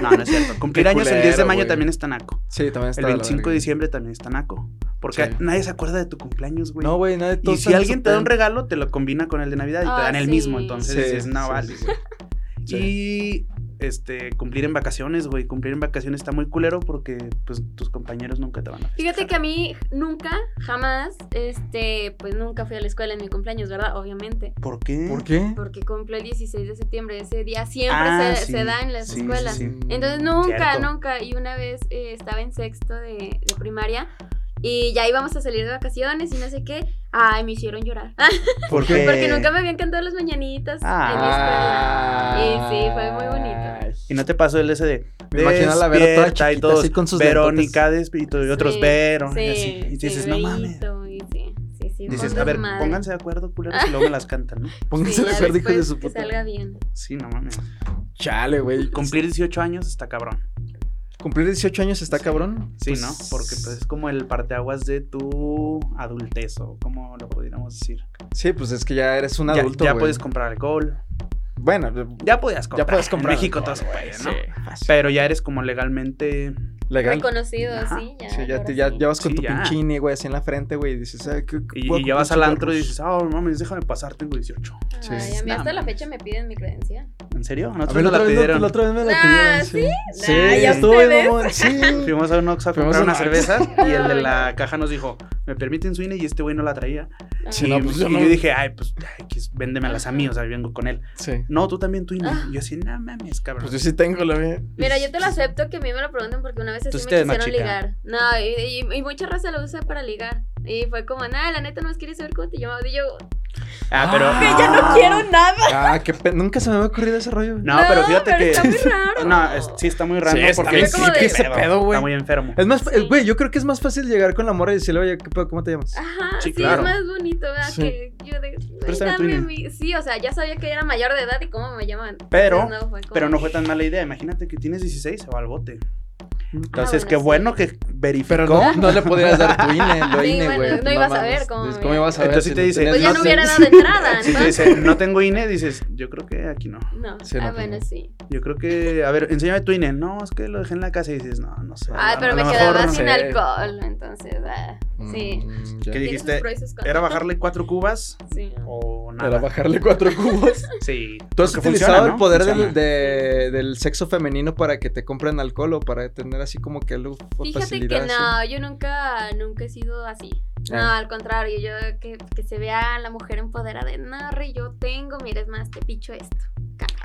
Speaker 1: No, no es cierto. Cumplir
Speaker 2: Qué
Speaker 1: años el 10 de
Speaker 2: culero,
Speaker 1: mayo
Speaker 2: güey.
Speaker 1: también está naco.
Speaker 2: Sí, también está
Speaker 1: El
Speaker 2: de la
Speaker 1: 25 de
Speaker 2: verga.
Speaker 1: diciembre también está naco. Porque
Speaker 2: Sí.
Speaker 1: nadie se acuerda de tu cumpleaños, güey.
Speaker 2: No, güey, nada de
Speaker 1: y
Speaker 2: todos
Speaker 1: si
Speaker 2: están
Speaker 1: alguien te da un
Speaker 2: súper-
Speaker 1: regalo, te lo combina con el de Navidad y te
Speaker 5: Ah,
Speaker 1: dan el
Speaker 5: sí.
Speaker 1: mismo. Entonces
Speaker 2: Sí,
Speaker 1: es no
Speaker 2: sí,
Speaker 1: vale.
Speaker 2: sí, sí. Sí.
Speaker 1: Y este, cumplir en vacaciones, güey. Cumplir en vacaciones está muy culero porque pues tus compañeros nunca te van a festejar.
Speaker 5: Fíjate que a mí nunca, jamás, este, pues nunca fui a la escuela en mi cumpleaños, ¿verdad? Obviamente.
Speaker 1: ¿Por qué?
Speaker 2: ¿Por qué?
Speaker 5: Porque cumplo el 16 de septiembre. Ese día siempre
Speaker 1: Ah,
Speaker 5: se,
Speaker 1: sí,
Speaker 5: se da en las
Speaker 1: sí, sí,
Speaker 5: escuelas.
Speaker 1: sí.
Speaker 5: Entonces nunca,
Speaker 1: Cierto.
Speaker 5: nunca. Y una vez eh, estaba en sexto de, de primaria y ya íbamos a salir de vacaciones y no sé qué. Ay, me hicieron llorar.
Speaker 1: Porque,
Speaker 5: Porque nunca me habían cantado las mañanitas
Speaker 1: Ah.
Speaker 5: en mi escuela. Y sí, fue muy bonito.
Speaker 1: Y no te pasó el ese de.
Speaker 2: Me imagino a la Vero toda
Speaker 1: despierta y
Speaker 2: chiquita,
Speaker 1: todos,
Speaker 2: así con sus
Speaker 1: Verónica despierta y otros
Speaker 5: Sí,
Speaker 1: Vero.
Speaker 5: sí,
Speaker 1: y así. Y
Speaker 5: sí,
Speaker 1: dices, no mames.
Speaker 5: Berito, y sí, sí, sí, fue
Speaker 1: Dices,
Speaker 5: un
Speaker 1: a ver,
Speaker 5: desmadre.
Speaker 1: pónganse de acuerdo, culeros, y luego me las cantan, ¿no?
Speaker 2: Pónganse
Speaker 5: Sí,
Speaker 2: de
Speaker 5: ya
Speaker 2: acuerdo, hijos de
Speaker 5: después
Speaker 2: su
Speaker 5: Que
Speaker 2: puta.
Speaker 5: salga bien.
Speaker 1: Sí, no mames.
Speaker 2: Chale, güey.
Speaker 1: Cumplir 18 años está cabrón.
Speaker 2: Cumplir 18 años está cabrón.
Speaker 1: Sí,
Speaker 2: Pues-
Speaker 1: ¿no? Porque pues, es como el parteaguas de tu adultez, o como lo pudiéramos decir.
Speaker 2: Sí, pues es que ya eres un
Speaker 1: ya
Speaker 2: adulto.
Speaker 1: ya
Speaker 2: güey.
Speaker 1: puedes comprar alcohol.
Speaker 2: Bueno,
Speaker 1: Ya podías comprar.
Speaker 2: puedes
Speaker 1: en
Speaker 2: comprar
Speaker 1: México todo
Speaker 2: alcohol,
Speaker 1: se puede, ¿no?
Speaker 2: güey, sí, fácil.
Speaker 1: Pero ya eres como legalmente.
Speaker 2: legal.
Speaker 5: Reconocido,
Speaker 1: Ajá.
Speaker 5: sí, ya.
Speaker 2: Sí, ya,
Speaker 5: ahora
Speaker 2: te, ya,
Speaker 5: sí.
Speaker 2: ya vas con
Speaker 1: Sí,
Speaker 2: tu
Speaker 1: ya.
Speaker 2: pinche INE, güey, así en la frente, güey, y dices, ah, ¿qué, qué
Speaker 1: Y,
Speaker 2: puedo
Speaker 1: y ya vas
Speaker 2: comprar
Speaker 1: al antro y
Speaker 2: cigarros?
Speaker 1: dices, ah, oh, mames, déjame pasar, tengo 18.
Speaker 2: Sí,
Speaker 5: Ay,
Speaker 2: sí,
Speaker 5: a mí
Speaker 1: no
Speaker 5: hasta la
Speaker 1: mames.
Speaker 5: fecha me piden mi credencia.
Speaker 1: ¿En serio?
Speaker 2: A
Speaker 1: Nosotros
Speaker 2: ver,
Speaker 1: nos
Speaker 2: la,
Speaker 1: pues, la
Speaker 2: otra vez no-
Speaker 1: pidieron.
Speaker 2: la otra vez me la
Speaker 5: Ah,
Speaker 2: pidieron. Sí,
Speaker 5: ¿sí? Nah, ya
Speaker 2: estuvo bien,
Speaker 5: ustedes.
Speaker 2: mamón, Sí.
Speaker 1: Fuimos a un Oxxo a
Speaker 2: Fuimos
Speaker 1: comprar
Speaker 2: a un
Speaker 1: unas
Speaker 2: Oxxo.
Speaker 1: cervezas y el de
Speaker 5: Ay,
Speaker 1: la caja nos dijo, ¿me permiten su INE? Y este güey no la traía.
Speaker 2: Sí,
Speaker 1: y
Speaker 2: no, pues, yo
Speaker 1: y
Speaker 2: no.
Speaker 1: yo dije, ay, pues, ay, que es- véndemelas a mí, o sea, vengo con él.
Speaker 2: Sí.
Speaker 1: No, tú también tu INE.
Speaker 5: Ah.
Speaker 1: Y yo así, no mames, cabrón.
Speaker 2: Pues yo sí tengo la mía.
Speaker 5: Mira, yo te lo acepto que a mí me lo preguntan porque una vez
Speaker 1: Tú
Speaker 5: así me
Speaker 1: sí te ves más
Speaker 5: quisieron
Speaker 1: chica.
Speaker 5: ligar. No, y, y- y mucha raza lo usa para ligar. Y fue como, nada, la neta no más quería saber cómo te llamabas. Y yo,
Speaker 1: ah, pero...
Speaker 5: que ya no quiero nada.
Speaker 2: Ah, qué pe... Nunca se me había ocurrido ese rollo.
Speaker 1: No, pero fíjate
Speaker 5: pero
Speaker 1: que...
Speaker 5: está muy raro.
Speaker 1: No, es- sí está muy raro
Speaker 2: Sí, está
Speaker 1: porque
Speaker 5: bien
Speaker 1: sí,
Speaker 5: como de-
Speaker 1: qué
Speaker 2: ese pedo, güey.
Speaker 1: Está muy enfermo.
Speaker 2: Es más,
Speaker 5: Sí.
Speaker 2: güey, yo creo que es más fácil llegar con la morra y decirle, oye, ¿qué pedo? ¿Cómo te llamas?
Speaker 5: Ajá,
Speaker 1: Sí,
Speaker 5: sí,
Speaker 1: claro.
Speaker 5: es más bonito, ¿verdad?
Speaker 2: Sí.
Speaker 5: Que yo de, "Ay,
Speaker 1: Préstame tu
Speaker 5: dame
Speaker 1: INE".
Speaker 5: mi- Sí, o sea, ya sabía que era mayor de edad y cómo me llamaban.
Speaker 1: Pero-
Speaker 5: Entonces, fue como-
Speaker 1: Pero no fue tan mala idea. Imagínate que tienes 16, se va al bote. Entonces,
Speaker 5: Ah, bueno,
Speaker 1: qué
Speaker 5: sí.
Speaker 1: bueno que verificó.
Speaker 2: Pero no, no le podías dar tu INE, lo
Speaker 5: Sí,
Speaker 2: INE,
Speaker 5: bueno,
Speaker 2: güey.
Speaker 5: no ibas a
Speaker 2: mames.
Speaker 5: ver cómo me-
Speaker 2: ibas a ver?
Speaker 1: Entonces sí
Speaker 2: si
Speaker 1: te
Speaker 2: lo
Speaker 1: dice-
Speaker 2: tenías
Speaker 5: Pues ya
Speaker 1: no sé.
Speaker 5: no hubiera dado entrada,
Speaker 1: Si te
Speaker 5: entonces.
Speaker 1: dice, no tengo INE, dices, yo creo que aquí no.
Speaker 5: No,
Speaker 2: Sí, no,
Speaker 5: ah,
Speaker 2: pues
Speaker 5: bueno,
Speaker 2: no.
Speaker 5: sí.
Speaker 1: Yo creo que, a ver, enséñame tu INE. No, es que lo dejé en la casa y dices, no, no sé.
Speaker 5: Ay,
Speaker 1: a-
Speaker 5: Ah, pero
Speaker 1: a
Speaker 5: me
Speaker 1: lo mejor
Speaker 5: quedaba
Speaker 1: no".
Speaker 5: sin
Speaker 2: sé.
Speaker 5: alcohol, entonces, ah, sí.
Speaker 2: Mm, ya.
Speaker 1: ¿Qué
Speaker 5: Tiene sus
Speaker 1: dijiste?
Speaker 5: pros y sus contras.
Speaker 1: ¿Era bajarle cuatro cubas
Speaker 5: Sí.
Speaker 1: o
Speaker 2: Para
Speaker 1: nada?
Speaker 2: bajarle cuatro cubos.
Speaker 1: Sí.
Speaker 2: ¿Tú has
Speaker 1: Porque funciona,
Speaker 2: utilizado el
Speaker 1: ¿no?
Speaker 2: poder del,
Speaker 1: Funciona.
Speaker 2: de- del sexo femenino para que te compren alcohol o para tener así como que algo
Speaker 5: Fíjate que
Speaker 2: facilidad? así?
Speaker 5: no, yo nunca, nunca he sido así. No,
Speaker 2: Ah.
Speaker 5: al contrario, yo que, que se vea a la mujer empoderada de no, re, yo tengo, mira, es más, te picho esto.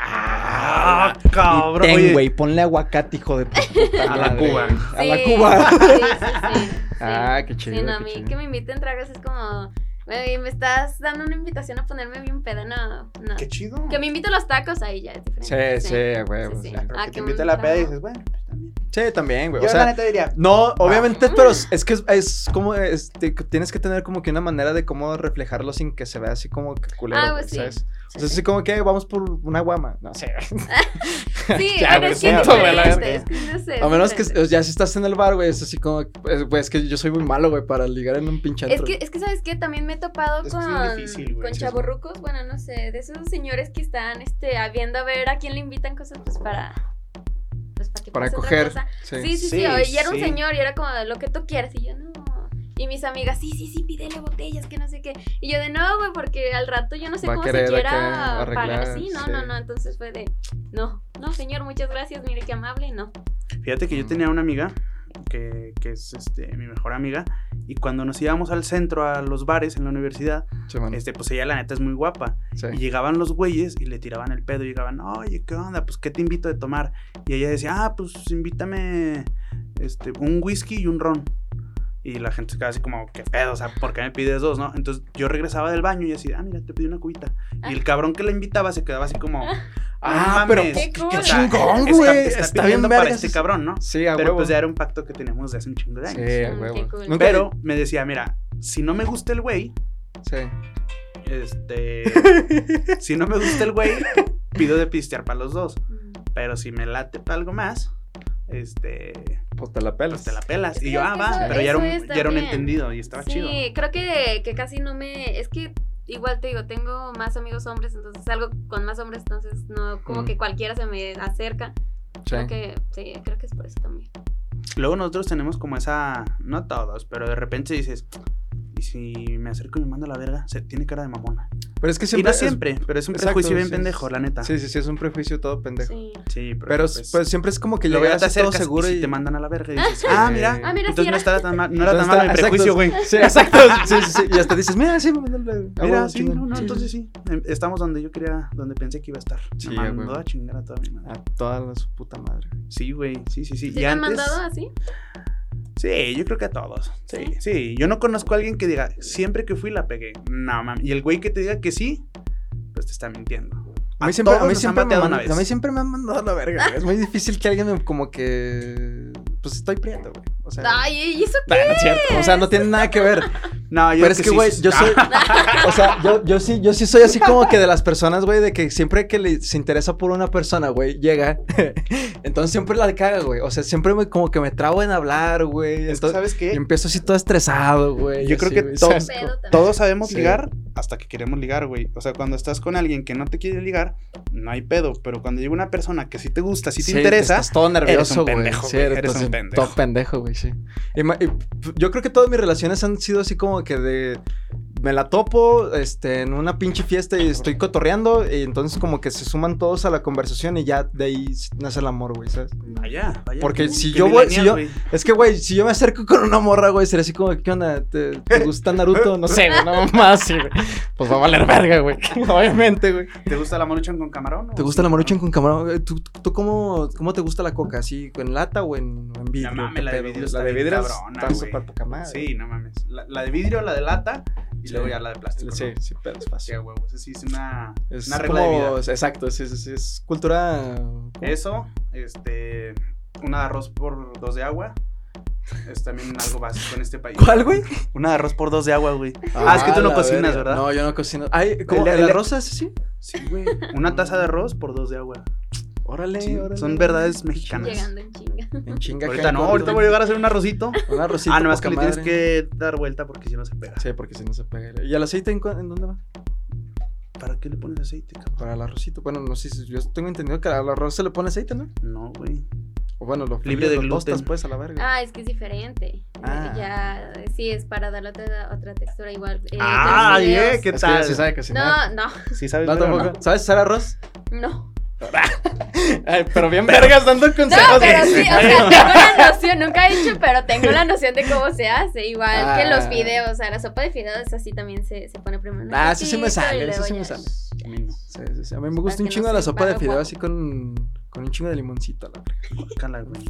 Speaker 1: ¡Ah, cabrón!
Speaker 2: Y
Speaker 1: Oye,
Speaker 2: ten, güey, ponle aguacate, hijo de puta.
Speaker 1: A la
Speaker 2: madre.
Speaker 1: Cuba.
Speaker 2: A la
Speaker 5: Sí,
Speaker 2: Cuba.
Speaker 5: Sí, sí, sí, sí.
Speaker 2: Ah, qué
Speaker 5: Sí,
Speaker 2: chido.
Speaker 5: no, a
Speaker 2: qué
Speaker 5: mí
Speaker 2: chido.
Speaker 5: que me inviten tragos es como, güey, me estás dando una invitación a ponerme bien peda, no, no.
Speaker 1: ¡Qué chido!
Speaker 5: Que me invite a los tacos ahí ya es diferente.
Speaker 2: Sí, sí, güey.
Speaker 5: sí, sí.
Speaker 1: Ah, pero
Speaker 5: Ah,
Speaker 1: que
Speaker 5: qué
Speaker 1: te invita
Speaker 5: bonito.
Speaker 1: a la peda y dices, bueno, pues también.
Speaker 2: Sí, también, güey.
Speaker 1: Yo
Speaker 2: O sea,
Speaker 1: la neta diría,
Speaker 2: No, obviamente, pero es es que es, es como, este, tienes que tener como que una manera de cómo reflejarlo sin que se vea así como que culero,
Speaker 5: Ah,
Speaker 2: güey,
Speaker 5: pues sí.
Speaker 2: ¿sabes?
Speaker 5: Sí,
Speaker 2: O sea,
Speaker 5: sí.
Speaker 2: así como que vamos por una guama, no sé.
Speaker 5: Sí,
Speaker 2: Ya,
Speaker 5: pero
Speaker 2: güey,
Speaker 5: es que es
Speaker 2: siento, güey, la
Speaker 5: diferente,
Speaker 2: verga.
Speaker 5: es que no sé.
Speaker 2: A
Speaker 5: es
Speaker 2: menos que
Speaker 5: diferente.
Speaker 2: ya si estás en el bar, güey, es así como, es, güey, es que yo soy muy malo, güey, para ligar en un pinche
Speaker 5: Es
Speaker 2: antro.
Speaker 5: que, es que, ¿sabes qué? También me he topado
Speaker 1: Es que sí es
Speaker 5: con,
Speaker 1: difícil, güey,
Speaker 5: con
Speaker 1: sí es-
Speaker 5: chavorrucos, bueno, no sé, de esos señores que están este, a viendo a ver a quién le invitan cosas, pues para. Pues para que
Speaker 2: Para
Speaker 5: pase otra
Speaker 2: coger,
Speaker 5: cosa.
Speaker 2: sí.
Speaker 5: Sí, sí, sí.
Speaker 1: Sí,
Speaker 5: oye, y era un
Speaker 1: sí.
Speaker 5: señor y era como lo que tú quieras. Y yo no. Y mis amigas, sí, sí, sí, pídele botellas, que no sé qué. Y yo de no, güey, porque al rato yo no sé
Speaker 2: Va a
Speaker 5: cómo
Speaker 2: querer
Speaker 5: se quiera
Speaker 2: acá arreglar,
Speaker 5: pagar. Sí, no,
Speaker 2: sí.
Speaker 5: no, no. Entonces fue de no, no, señor, muchas gracias, mire qué amable, no.
Speaker 1: Fíjate que yo
Speaker 2: Mm.
Speaker 1: tenía una amiga que, que es este, mi mejor amiga y cuando nos íbamos al centro a los bares en la universidad,
Speaker 2: Sí, man,
Speaker 1: este, pues ella la neta es muy guapa
Speaker 2: sí.
Speaker 1: y llegaban los güeyes y le tiraban el pedo y llegaban, oye, ¿qué onda? Pues ¿qué te invito de tomar? Y ella decía, ah, pues invítame este, un whisky y un ron. Y la gente se quedaba así como, ¿qué pedo? O sea, ¿por qué me pides dos, no? Entonces yo regresaba del baño y así, ah, mira, te pedí una cubita. Y el cabrón que la invitaba se quedaba así como,
Speaker 2: Ah,
Speaker 1: ah,
Speaker 2: pero
Speaker 1: pero
Speaker 5: qué cool.
Speaker 1: o sea,
Speaker 2: chingón,
Speaker 1: está-
Speaker 2: güey,
Speaker 1: Está,
Speaker 2: está bien
Speaker 1: pidiendo para
Speaker 2: vergas
Speaker 1: este
Speaker 2: eso.
Speaker 1: cabrón, ¿no?
Speaker 2: Sí, a
Speaker 1: Pero
Speaker 2: huevo.
Speaker 1: pues ya era un pacto que teníamos de hace un chingo de años.
Speaker 2: Sí, a
Speaker 5: Mm, qué
Speaker 2: huevo.
Speaker 5: cool.
Speaker 2: Nunca-
Speaker 1: Pero me decía, mira, si no me gusta el güey,
Speaker 2: Sí.
Speaker 1: este. si no me gusta el güey, pido de pistear para los dos.
Speaker 5: Mm.
Speaker 1: Pero si me late para algo más, este.
Speaker 2: Pues te la pelas.
Speaker 1: Pues te la pelas.
Speaker 5: Sí,
Speaker 1: Y yo,
Speaker 5: es
Speaker 1: ah,
Speaker 5: que
Speaker 1: va.
Speaker 5: eso-
Speaker 1: pero ya era,
Speaker 5: eso
Speaker 1: un,
Speaker 5: es
Speaker 1: ya era un
Speaker 5: también.
Speaker 1: entendido y estaba
Speaker 5: sí,
Speaker 1: chido.
Speaker 5: creo que, que casi no me. Es que igual te digo, tengo más amigos hombres, entonces salgo con más hombres, entonces no, como
Speaker 2: Mm.
Speaker 5: que cualquiera se me acerca.
Speaker 2: Sí.
Speaker 5: Creo que, sí, creo que es por eso también.
Speaker 1: Luego nosotros tenemos como esa. No todos, pero de repente dices. Y si me acerco y me mando a la verga, se tiene cara de mamona.
Speaker 2: Pero es que
Speaker 1: y
Speaker 2: siempre.
Speaker 1: no
Speaker 2: es-
Speaker 1: siempre, pero es un
Speaker 2: Exacto,
Speaker 1: prejuicio bien
Speaker 2: sí,
Speaker 1: pendejo,
Speaker 2: es-
Speaker 1: la neta.
Speaker 2: Sí, sí, sí, es un prejuicio todo pendejo.
Speaker 5: Sí.
Speaker 1: Sí,
Speaker 2: Pero pues, siempre es como que
Speaker 1: luego ya
Speaker 2: llegas
Speaker 1: te
Speaker 2: así todo
Speaker 1: acercas
Speaker 2: seguro
Speaker 1: y,
Speaker 2: y,
Speaker 1: si te mandan a la verga. Y dices, ah, mira.
Speaker 5: Ah, mira, sí
Speaker 1: Entonces no
Speaker 5: era.
Speaker 1: estaba tan mal, no era tan
Speaker 2: Entonces
Speaker 1: malo mi
Speaker 2: está-
Speaker 1: prejuicio,
Speaker 2: exacto.
Speaker 1: güey.
Speaker 2: Sí, exacto. Sí, sí, sí. Y hasta dices, mira, sí, me mandó la- ah,
Speaker 1: Mira,
Speaker 2: huevo,
Speaker 1: sí,
Speaker 2: chingón.
Speaker 1: no, no,
Speaker 2: Sí,
Speaker 1: entonces
Speaker 2: sí.
Speaker 1: sí. em- Estamos donde yo quería, donde pensé que iba a estar.
Speaker 2: Sí,
Speaker 1: me
Speaker 2: ya,
Speaker 1: mandó
Speaker 2: güey.
Speaker 1: a chingar a toda mi madre.
Speaker 2: A toda la su puta madre.
Speaker 1: Sí, güey, sí, sí, sí.
Speaker 5: ¿Sí te han mandado así?
Speaker 1: Sí, yo creo que a todos. Sí, sí, Yo no conozco a alguien que diga, siempre que fui la pegué. No, mami. Y el güey que te diga que sí, pues te está mintiendo.
Speaker 2: A mí, siempre, a,
Speaker 1: todos
Speaker 2: mí
Speaker 1: nos han
Speaker 2: siempre me
Speaker 1: bateado
Speaker 2: manda-
Speaker 1: una vez.
Speaker 2: a mí siempre me han mandado la verga. güey. Es muy difícil que alguien me como que. Pues estoy prieto, güey. O sea.
Speaker 5: Ay, ¿y eso
Speaker 2: nah, no es cierto. O sea, no tiene nada que ver.
Speaker 1: No, yo
Speaker 2: Pero es que, güey, yo
Speaker 1: Ah,
Speaker 2: soy. O sea, yo, yo sí, yo sí soy así como que de las personas, güey, de que siempre que les interesa por una persona, güey, llega. Entonces siempre la caga, güey. O sea, siempre me, como que me trabo en hablar, güey. Entonces
Speaker 1: ¿Sabes
Speaker 2: y
Speaker 1: qué?
Speaker 2: empiezo así todo estresado, güey.
Speaker 1: Yo creo
Speaker 2: así,
Speaker 1: que
Speaker 2: güey,
Speaker 1: todos-
Speaker 2: ¿sabes?
Speaker 5: pedo también?
Speaker 1: Todos sabemos
Speaker 2: Sí.
Speaker 1: ligar hasta que queremos ligar, güey. O sea, cuando estás con alguien que no te quiere ligar, no hay pedo. Pero cuando llega una persona que sí te gusta, sí te interesa,
Speaker 2: Estás todo nervioso,
Speaker 1: un
Speaker 2: güey.
Speaker 1: pendejo,
Speaker 2: Sí,
Speaker 1: güey,
Speaker 2: eres
Speaker 1: eres un
Speaker 2: todo-
Speaker 1: pendejo.
Speaker 2: Todo pendejo, güey, sí. Y ma- y p- yo creo que todas mis relaciones han sido así como que de. Me la topo este, en una pinche fiesta y estoy cotorreando. Y entonces, como que se suman todos a la conversación y ya de ahí nace el amor, güey, ¿sabes?
Speaker 1: Vaya, vaya.
Speaker 2: Porque
Speaker 1: qué-
Speaker 2: si
Speaker 1: qué
Speaker 2: yo voy- si
Speaker 1: millennial,
Speaker 2: yo-
Speaker 1: güey.
Speaker 2: Es que, güey, si yo me acerco con una morra, güey, sería así como, ¿qué onda? ¿Te, te gusta Naruto? No sé, güey, no más, sí, güey. Pues va a valer verga, güey. Obviamente, güey.
Speaker 1: ¿Te gusta la maruchan con camarón? o
Speaker 2: ¿Te gusta
Speaker 1: sin
Speaker 2: la maruchan con camarón? güey? ¿Tú, tú cómo, cómo te gusta la coca? ¿Así en lata o en, o en vidrio?
Speaker 1: No mames,
Speaker 2: ¿Qué
Speaker 1: la de
Speaker 2: pedo,
Speaker 1: vidrio
Speaker 2: güey?
Speaker 1: está
Speaker 2: La de
Speaker 1: bien
Speaker 2: vidrio
Speaker 1: cabrona,
Speaker 2: está
Speaker 1: Ah, güey.
Speaker 2: súper poca madre.
Speaker 1: Sí, no mames. La, la de vidrio, la de lata y
Speaker 2: Sí.
Speaker 1: luego ya la de plástico.
Speaker 2: Sí,
Speaker 1: ¿no?
Speaker 2: sí, pero es
Speaker 1: Sí,
Speaker 2: fácil.
Speaker 1: a huevo. Esa sí es una,
Speaker 2: Es
Speaker 1: una regla de
Speaker 2: como-
Speaker 1: vida.
Speaker 2: Exacto, sí, sí, sí. Es cultura...
Speaker 1: Eso, este. Una de arroz por dos de agua. Es también algo básico en este país.
Speaker 2: ¿Cuál, güey?
Speaker 1: Una de arroz por dos de agua, güey. Ah, es que tú no
Speaker 2: la
Speaker 1: cocinas,
Speaker 2: verga.
Speaker 1: ¿verdad?
Speaker 2: No, yo no cocino. Ay, ¿cómo?
Speaker 1: El-
Speaker 2: ¿El,
Speaker 1: el-
Speaker 2: arroz es así?
Speaker 1: Sí, güey. Una taza de arroz por dos de agua.
Speaker 2: Órale,
Speaker 1: Sí,
Speaker 2: órale.
Speaker 1: son verdades mexicanas.
Speaker 5: Llegando en chinga.
Speaker 2: En chinga.
Speaker 1: Ahorita no, ahorita voy a llegar a hacer un arrocito.
Speaker 2: Un arrocito.
Speaker 1: Ah, nomás que
Speaker 2: poca
Speaker 1: le tienes
Speaker 2: madre.
Speaker 1: que dar vuelta porque si no se pega.
Speaker 2: Sí, porque si no se pega. ¿Y el aceite en, cu- en dónde va?
Speaker 1: ¿Para qué le pones aceite, cabrón?
Speaker 2: Para el arrocito. Bueno, no sé, si- yo tengo entendido que al arroz se le pone aceite, ¿no?
Speaker 1: No, güey.
Speaker 2: O bueno, lo
Speaker 1: Libre de
Speaker 2: lo
Speaker 1: gluten.
Speaker 2: tostas, pues, a la verga.
Speaker 5: Ah, es que es diferente.
Speaker 2: Ah.
Speaker 5: Ya, sí, es para darle otra, otra textura igual. eh,
Speaker 1: Ah,
Speaker 5: de los
Speaker 1: yeah,
Speaker 5: fideos.
Speaker 1: ¿qué
Speaker 2: Es que ella
Speaker 1: tal?
Speaker 2: sí sabe cocinar.
Speaker 5: No, no,
Speaker 1: Sí sabes,
Speaker 2: No,
Speaker 1: verga,
Speaker 2: tampoco. ¿Sabes hacer arroz?
Speaker 5: no.
Speaker 2: Ay, pero bien vergas dando
Speaker 5: No,
Speaker 2: consejos.
Speaker 5: pero sí, o sea, tengo la noción, nunca he hecho, pero tengo la noción de cómo se hace. Igual que los
Speaker 2: Ah.
Speaker 5: fideos, o sea, la sopa de fideos así también se, se pone primero. en
Speaker 2: Ah,
Speaker 5: el
Speaker 2: sí se me
Speaker 5: platito y
Speaker 2: sale, eso
Speaker 5: luego
Speaker 2: sí
Speaker 5: ya-
Speaker 2: me sale.
Speaker 1: A mí no.
Speaker 2: Sí, sí, sí. A mí me
Speaker 5: Para
Speaker 2: gusta
Speaker 5: que
Speaker 2: un
Speaker 5: no
Speaker 2: chingo
Speaker 5: se
Speaker 2: la sopa de
Speaker 5: empague,
Speaker 2: fideo
Speaker 5: guau.
Speaker 2: así con, con un chingo de limoncito. La verga.
Speaker 1: Guácala, güey.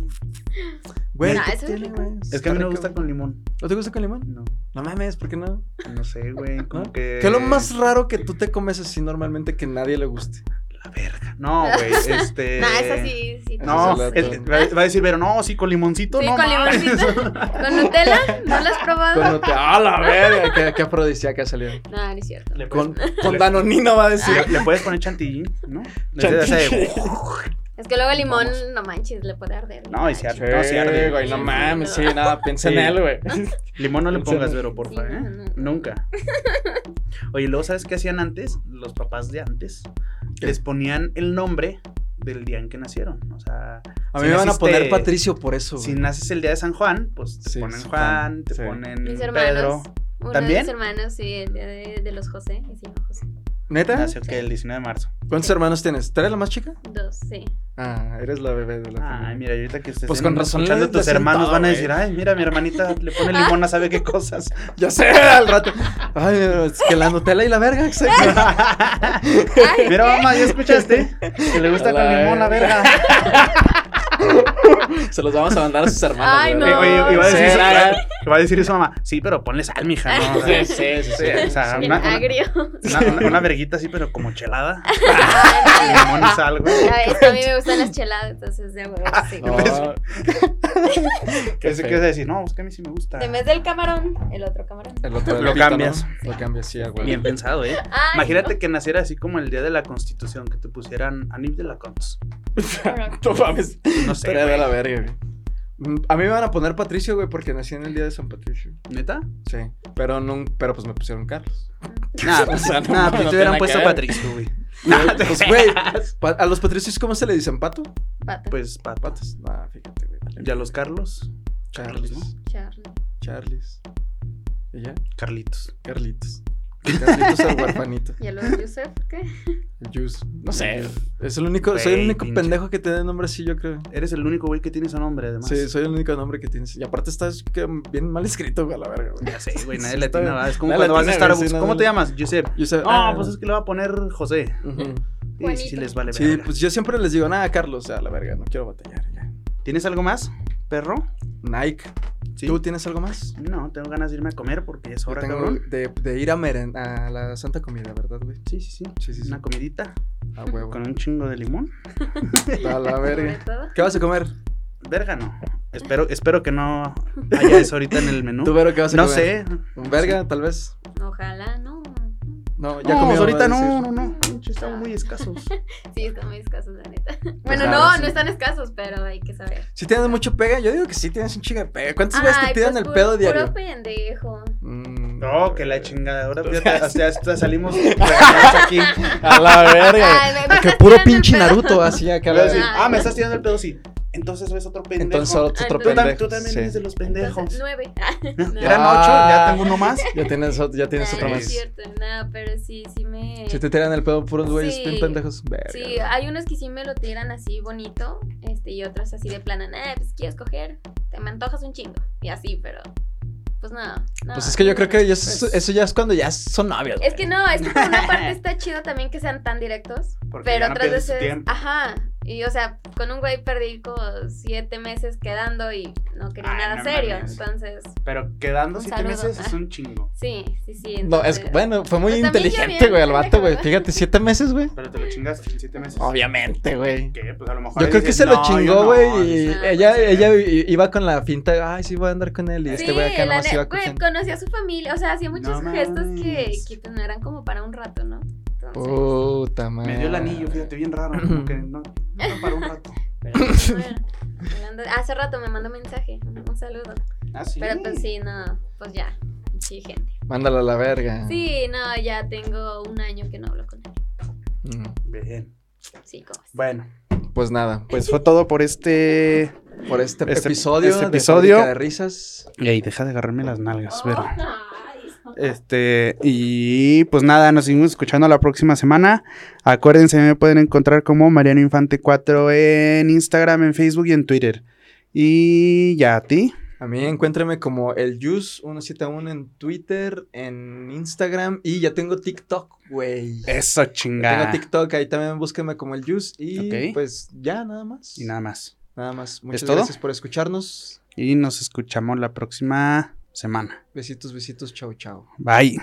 Speaker 2: Güey,
Speaker 5: Nah,
Speaker 2: ¿qué
Speaker 5: eso es
Speaker 2: tiene,
Speaker 5: rico.
Speaker 2: güey?
Speaker 1: Es que a mí
Speaker 2: Está
Speaker 1: me
Speaker 2: rico.
Speaker 1: gusta con limón.
Speaker 2: ¿No te gusta con limón?
Speaker 1: No,
Speaker 2: No mames, ¿por qué no?
Speaker 1: no sé, güey. Como que.
Speaker 2: ¿Qué es lo más raro que tú te comes así normalmente que nadie le guste?
Speaker 1: La verga. No, güey, este...
Speaker 5: No, Ah, esa sí, sí.
Speaker 1: No,
Speaker 2: Esa es
Speaker 1: el- va va a decir, pero no, sí, con limoncito,
Speaker 5: Sí,
Speaker 1: no
Speaker 5: con
Speaker 1: mames.
Speaker 5: limoncito. ¿Con Nutella? ¿No la has probado?
Speaker 2: Con Nutella. ¡Ah, la verga! Qué, qué afrodisíaca salió.
Speaker 5: No, no es cierto.
Speaker 1: Le puedes-
Speaker 2: Con, con Danonino va a decir.
Speaker 1: le, le puedes poner chantilly, ¿no? Desde hace-
Speaker 5: Es que luego el limón, no manches, le puede arder.
Speaker 1: No, y se
Speaker 5: Sí,
Speaker 1: arde, no, se arde.
Speaker 2: Ah, güey, no mames, sí, nada, piensa
Speaker 1: Sí.
Speaker 2: en él, güey.
Speaker 1: Limón no le pongas, Vero, porfa,
Speaker 5: no,
Speaker 1: ¿eh?
Speaker 5: no.
Speaker 1: Nunca. Oye, luego, ¿sabes qué hacían antes? Los papás de antes
Speaker 2: ¿Qué?
Speaker 1: les ponían el nombre del día en que nacieron. O sea,
Speaker 2: A
Speaker 1: Si
Speaker 2: mí me van a
Speaker 1: naciste-
Speaker 2: poner Patricio por eso.
Speaker 1: si
Speaker 2: güey.
Speaker 1: naces el día de San Juan, pues te
Speaker 2: Sí,
Speaker 1: ponen
Speaker 2: sí,
Speaker 1: Juan, te
Speaker 2: sí.
Speaker 1: ponen
Speaker 5: Mis
Speaker 1: Mm, Pedro.
Speaker 5: hermanos. Uno de
Speaker 1: ¿También?
Speaker 5: mis hermanos, sí, el día de, de los José. Y sí, José.
Speaker 2: ¿Neta?
Speaker 1: Nació que el 19 de marzo.
Speaker 2: ¿Cuántos hermanos tienes? ¿Tú eres la más chica?
Speaker 5: Dos, sí.
Speaker 2: Ah, eres la bebé de la
Speaker 1: Ay,
Speaker 2: familia.
Speaker 1: mira, ahorita que ustedes
Speaker 2: Pues con razón le-
Speaker 1: escuchando
Speaker 2: le
Speaker 1: tus hermanos
Speaker 2: sentaba,
Speaker 1: van a
Speaker 2: güey.
Speaker 1: decir, ay, mira, mi hermanita le pone limón a sabe qué cosas.
Speaker 2: Ya sé, al rato. Ay, es que la Nutella y la verga. exacto.
Speaker 5: Ay,
Speaker 1: Mira,
Speaker 5: ¿qué?
Speaker 1: mamá, ¿ya escuchaste? Que le gusta
Speaker 2: A la
Speaker 1: con limón la
Speaker 2: verga.
Speaker 1: verga.
Speaker 2: Se los vamos a mandar a sus hermanos.
Speaker 5: Ay,
Speaker 2: güey.
Speaker 5: no.
Speaker 1: Eh, oye, iba a decir,
Speaker 2: Sí,
Speaker 1: eso,
Speaker 2: la-
Speaker 1: iba a decir eso, mamá. Sí, pero ponle sal, mija, ¿no? O sea,
Speaker 2: Sí, sí, sí, sí.
Speaker 1: o sea,
Speaker 5: Bien
Speaker 1: una- una-
Speaker 5: agrio.
Speaker 1: Una, una- una verguita así, pero como chelada. Limón y sal, güey.
Speaker 5: Ya ves Ah, que a mí me gustan las cheladas, entonces de huevo,
Speaker 1: Ah,
Speaker 5: sí.
Speaker 2: No.
Speaker 1: Pensé que ibas a decir, no, es que a mí sí me gusta.
Speaker 5: En vez del camarón, el otro camarón.
Speaker 2: El otro
Speaker 1: Lo
Speaker 2: pito, ¿no?
Speaker 1: cambias.
Speaker 2: Lo cambias, sí, a huevo.
Speaker 1: Bien pensado, ¿eh?
Speaker 5: Ay,
Speaker 1: Imagínate que naciera así como el día de la Constitución, que te pusieran Anib de la Cons.
Speaker 5: no.
Speaker 2: No mames.
Speaker 1: No sé,
Speaker 2: Estaría de
Speaker 1: güey.
Speaker 2: la verga, güey. Mm, A mí me van a poner Patricio, güey, porque nací en el día de San Patricio.
Speaker 1: ¿Neta?
Speaker 2: Sí. Pero, no, pero pues me pusieron Carlos.
Speaker 1: Nada, pues,
Speaker 2: O sea, no,
Speaker 1: nada, pues
Speaker 2: no
Speaker 1: te hubieran
Speaker 2: tiene
Speaker 1: puesto
Speaker 2: que ver.
Speaker 1: Patricio, güey.
Speaker 2: Pues, güey, pa- a los Patricios, ¿cómo se le dicen? ¿Pato?
Speaker 5: Pato,
Speaker 1: Pues, pato.
Speaker 2: Patas. Ah, fíjate, güey. vale.
Speaker 1: ¿Y a los Carlos?
Speaker 2: Carlos,
Speaker 1: Carlos,
Speaker 5: Charlie.
Speaker 2: Charles. ¿Y ya?
Speaker 1: Carlitos.
Speaker 2: Carlitos. Carlitos el huerfanito.
Speaker 5: ¿Y a los Yusef qué?
Speaker 2: El Juice. No sé. Es el único, soy el
Speaker 1: Güey,
Speaker 2: único
Speaker 1: pinche.
Speaker 2: pendejo que tiene nombre así, yo creo.
Speaker 1: Eres el único güey que tiene ese nombre, además.
Speaker 2: Sí, soy el único nombre que tienes. Y aparte estás que bien mal escrito, güey, a la verga, güey.
Speaker 1: Ya sé, güey, nadie
Speaker 2: Sí,
Speaker 1: le
Speaker 2: está
Speaker 1: atina,
Speaker 2: bien.
Speaker 1: ¿verdad? Es como
Speaker 2: Nadie
Speaker 1: cuando vas
Speaker 2: le
Speaker 1: a
Speaker 2: atina, güey,
Speaker 1: Starbucks.
Speaker 2: sí, no,
Speaker 1: ¿Cómo
Speaker 2: no.
Speaker 1: te llamas? Joseph.
Speaker 2: Yo sé-
Speaker 1: Ah,
Speaker 2: ah,
Speaker 1: pues es que le va a poner José.
Speaker 2: ujú.
Speaker 1: Y si
Speaker 5: Juanito.
Speaker 1: les vale
Speaker 2: Sí,
Speaker 1: verga.
Speaker 2: pues yo siempre les digo, nada, Carlos, a la verga, no quiero batallar. ya.
Speaker 1: ¿Tienes algo más, perro?
Speaker 2: Nike.
Speaker 1: Sí.
Speaker 2: ¿Tú tienes algo más?
Speaker 1: No, tengo ganas de irme a comer porque ya es
Speaker 2: Yo
Speaker 1: hora,
Speaker 2: tengo
Speaker 1: cabrón.
Speaker 2: de, de ir a, meren- a la santa comida, ¿verdad, güey?
Speaker 1: Sí, sí, sí.
Speaker 2: Sí, sí, sí.
Speaker 1: Una comidita
Speaker 2: A huevo.
Speaker 1: con un chingo de limón.
Speaker 2: A la
Speaker 5: Sobre
Speaker 1: eh.
Speaker 2: verga.
Speaker 5: todo.
Speaker 2: ¿Qué vas a comer?
Speaker 1: Verga, no. Espero, espero que no haya eso ahorita en el menú.
Speaker 2: ¿Tú, Vero, qué vas a
Speaker 1: No
Speaker 2: comer?
Speaker 1: sé.
Speaker 2: No sé. Verga, tal vez.
Speaker 5: Ojalá, no.
Speaker 2: No, ya
Speaker 1: Ya comimos
Speaker 2: comí, va a
Speaker 1: ahorita
Speaker 2: decir.
Speaker 1: no, no, no. Pinche, Estamos muy escasos.
Speaker 5: Sí, están muy escasos, la neta.
Speaker 1: Pues
Speaker 5: Bueno,
Speaker 2: claro,
Speaker 5: no,
Speaker 2: sí.
Speaker 5: no están escasos, pero hay que saber.
Speaker 2: Si tienes mucho pega, yo digo que sí tienes un chingo de pega. ¿Cuántas veces te
Speaker 5: Ay,
Speaker 2: tiran
Speaker 5: pues,
Speaker 2: el
Speaker 5: puro-
Speaker 2: pedo diario?
Speaker 5: Puro pendejo.
Speaker 2: Mm,
Speaker 1: No, que la chingada. Ahora fíjate, hasta, hasta salimos regañados aquí.
Speaker 2: A la verga.
Speaker 5: Ay, me- me
Speaker 2: Que
Speaker 5: estás
Speaker 2: puro
Speaker 5: tirando el
Speaker 2: pinche
Speaker 5: pedo.
Speaker 2: Naruto así acá.
Speaker 1: Luego decir,
Speaker 2: la-
Speaker 1: ah, me estás tirando el pedo, sí. Entonces ves otro pendejo.
Speaker 2: Entonces otro
Speaker 5: Ay,
Speaker 1: tú, tam-
Speaker 2: pendejo.
Speaker 1: tú también
Speaker 2: sí.
Speaker 1: eres de los
Speaker 5: Entonces,
Speaker 1: pendejos.
Speaker 5: nueve.
Speaker 1: Eran
Speaker 2: Ah.
Speaker 1: ocho, ya tengo uno más.
Speaker 2: Ya tienes, ot- ya tienes
Speaker 5: Ay,
Speaker 2: otro
Speaker 5: no
Speaker 2: más.
Speaker 5: es cierto, no, pero sí, sí me...
Speaker 2: Si te tiran el pedo puros güeyes
Speaker 5: Sí.
Speaker 2: bien pendejos. Verga.
Speaker 5: Sí, hay unos que sí me lo tiran así bonito, este, y otros así de plana, nah, pues quieres coger, te me antojas un chingo, y así, pero, pues no, no,
Speaker 2: Pues es que yo creo que ellos-
Speaker 1: Pues-
Speaker 2: eso ya es cuando ya son novios.
Speaker 5: Es que no, es que por una parte está chido también que sean tan directos,
Speaker 1: Porque
Speaker 5: pero
Speaker 1: ya no
Speaker 5: otras
Speaker 1: pierdes tu
Speaker 5: veces,
Speaker 1: tiempo.
Speaker 5: ajá, y o sea, con un güey perdí como siete meses quedando y no quería
Speaker 1: Ay,
Speaker 5: nada
Speaker 1: no
Speaker 5: serio,
Speaker 1: mames.
Speaker 5: entonces,
Speaker 1: Pero quedando
Speaker 5: Un
Speaker 1: siete
Speaker 5: saludo. ah.
Speaker 1: meses es un chingo.
Speaker 5: sí, sí, sí.
Speaker 2: No, es
Speaker 5: entonces-
Speaker 2: bueno, fue muy
Speaker 5: Pues también yo
Speaker 2: inteligente,
Speaker 5: bien,
Speaker 2: güey, al vato,
Speaker 5: pendejo,
Speaker 2: güey.
Speaker 5: ¿verdad?
Speaker 2: Fíjate, siete meses, güey.
Speaker 1: Pero te lo chingas en siete meses.
Speaker 2: Obviamente, güey.
Speaker 1: ¿Qué? Pues a lo mejor.
Speaker 2: Yo
Speaker 1: ahí
Speaker 2: creo que
Speaker 1: dices,
Speaker 2: se lo
Speaker 1: "No, yo
Speaker 2: chingó,
Speaker 1: no".
Speaker 2: güey. y
Speaker 5: no,
Speaker 2: ella,
Speaker 5: no sé.
Speaker 2: ella i- iba con la finta, de, ay, sí voy a andar con él. Y este güey acá
Speaker 5: la
Speaker 2: nomás
Speaker 5: ne-
Speaker 2: iba
Speaker 5: güey,
Speaker 2: cogiendo.
Speaker 5: conocí a su familia, o sea, hacía muchos
Speaker 1: No
Speaker 5: gestos que,
Speaker 1: mames.
Speaker 5: que pues, no eran como para un rato, ¿no? Entonces,
Speaker 2: Oh. Puta madre.
Speaker 1: Me dio el anillo, fíjate, bien raro. Como que no, no para un rato.
Speaker 5: pero, pues, bueno, hablando- hace rato me mandó un mensaje, un saludo.
Speaker 1: Ah, sí.
Speaker 5: Pero pues sí, no, pues ya, sí, gente.
Speaker 2: Mándala a la verga.
Speaker 5: Sí, no, ya tengo un año que no hablo con él.
Speaker 2: Mm,
Speaker 1: Bien.
Speaker 5: Sí, ¿cómo es?
Speaker 1: Bueno,
Speaker 2: Pues nada,
Speaker 4: Pues fue todo por este.
Speaker 2: por este,
Speaker 4: Este-
Speaker 2: episodio,
Speaker 4: este
Speaker 2: de
Speaker 4: episodio.
Speaker 2: Fábrica de risas.
Speaker 1: Ey, deja de agarrarme las nalgas, pero.
Speaker 5: Ay,
Speaker 4: Este. Y pues nada, nos seguimos escuchando la próxima semana. Acuérdense, me pueden encontrar como Mariano Infante 4 en Instagram, en Facebook y en Twitter. Y ya a ti.
Speaker 2: A mí encuéntrame como el Yus 171 en Twitter, en Instagram y ya tengo TikTok, güey.
Speaker 4: Eso
Speaker 2: Tengo
Speaker 4: chingada.
Speaker 2: TikTok, ahí también búsquenme como el Yus y
Speaker 4: Ok.
Speaker 2: pues ya nada más.
Speaker 4: Y nada más.
Speaker 2: Nada más. Muchas
Speaker 4: todo?
Speaker 2: gracias por escucharnos.
Speaker 4: Y nos escuchamos la próxima semana.
Speaker 2: Besitos, besitos, chau, chau.
Speaker 4: Bye.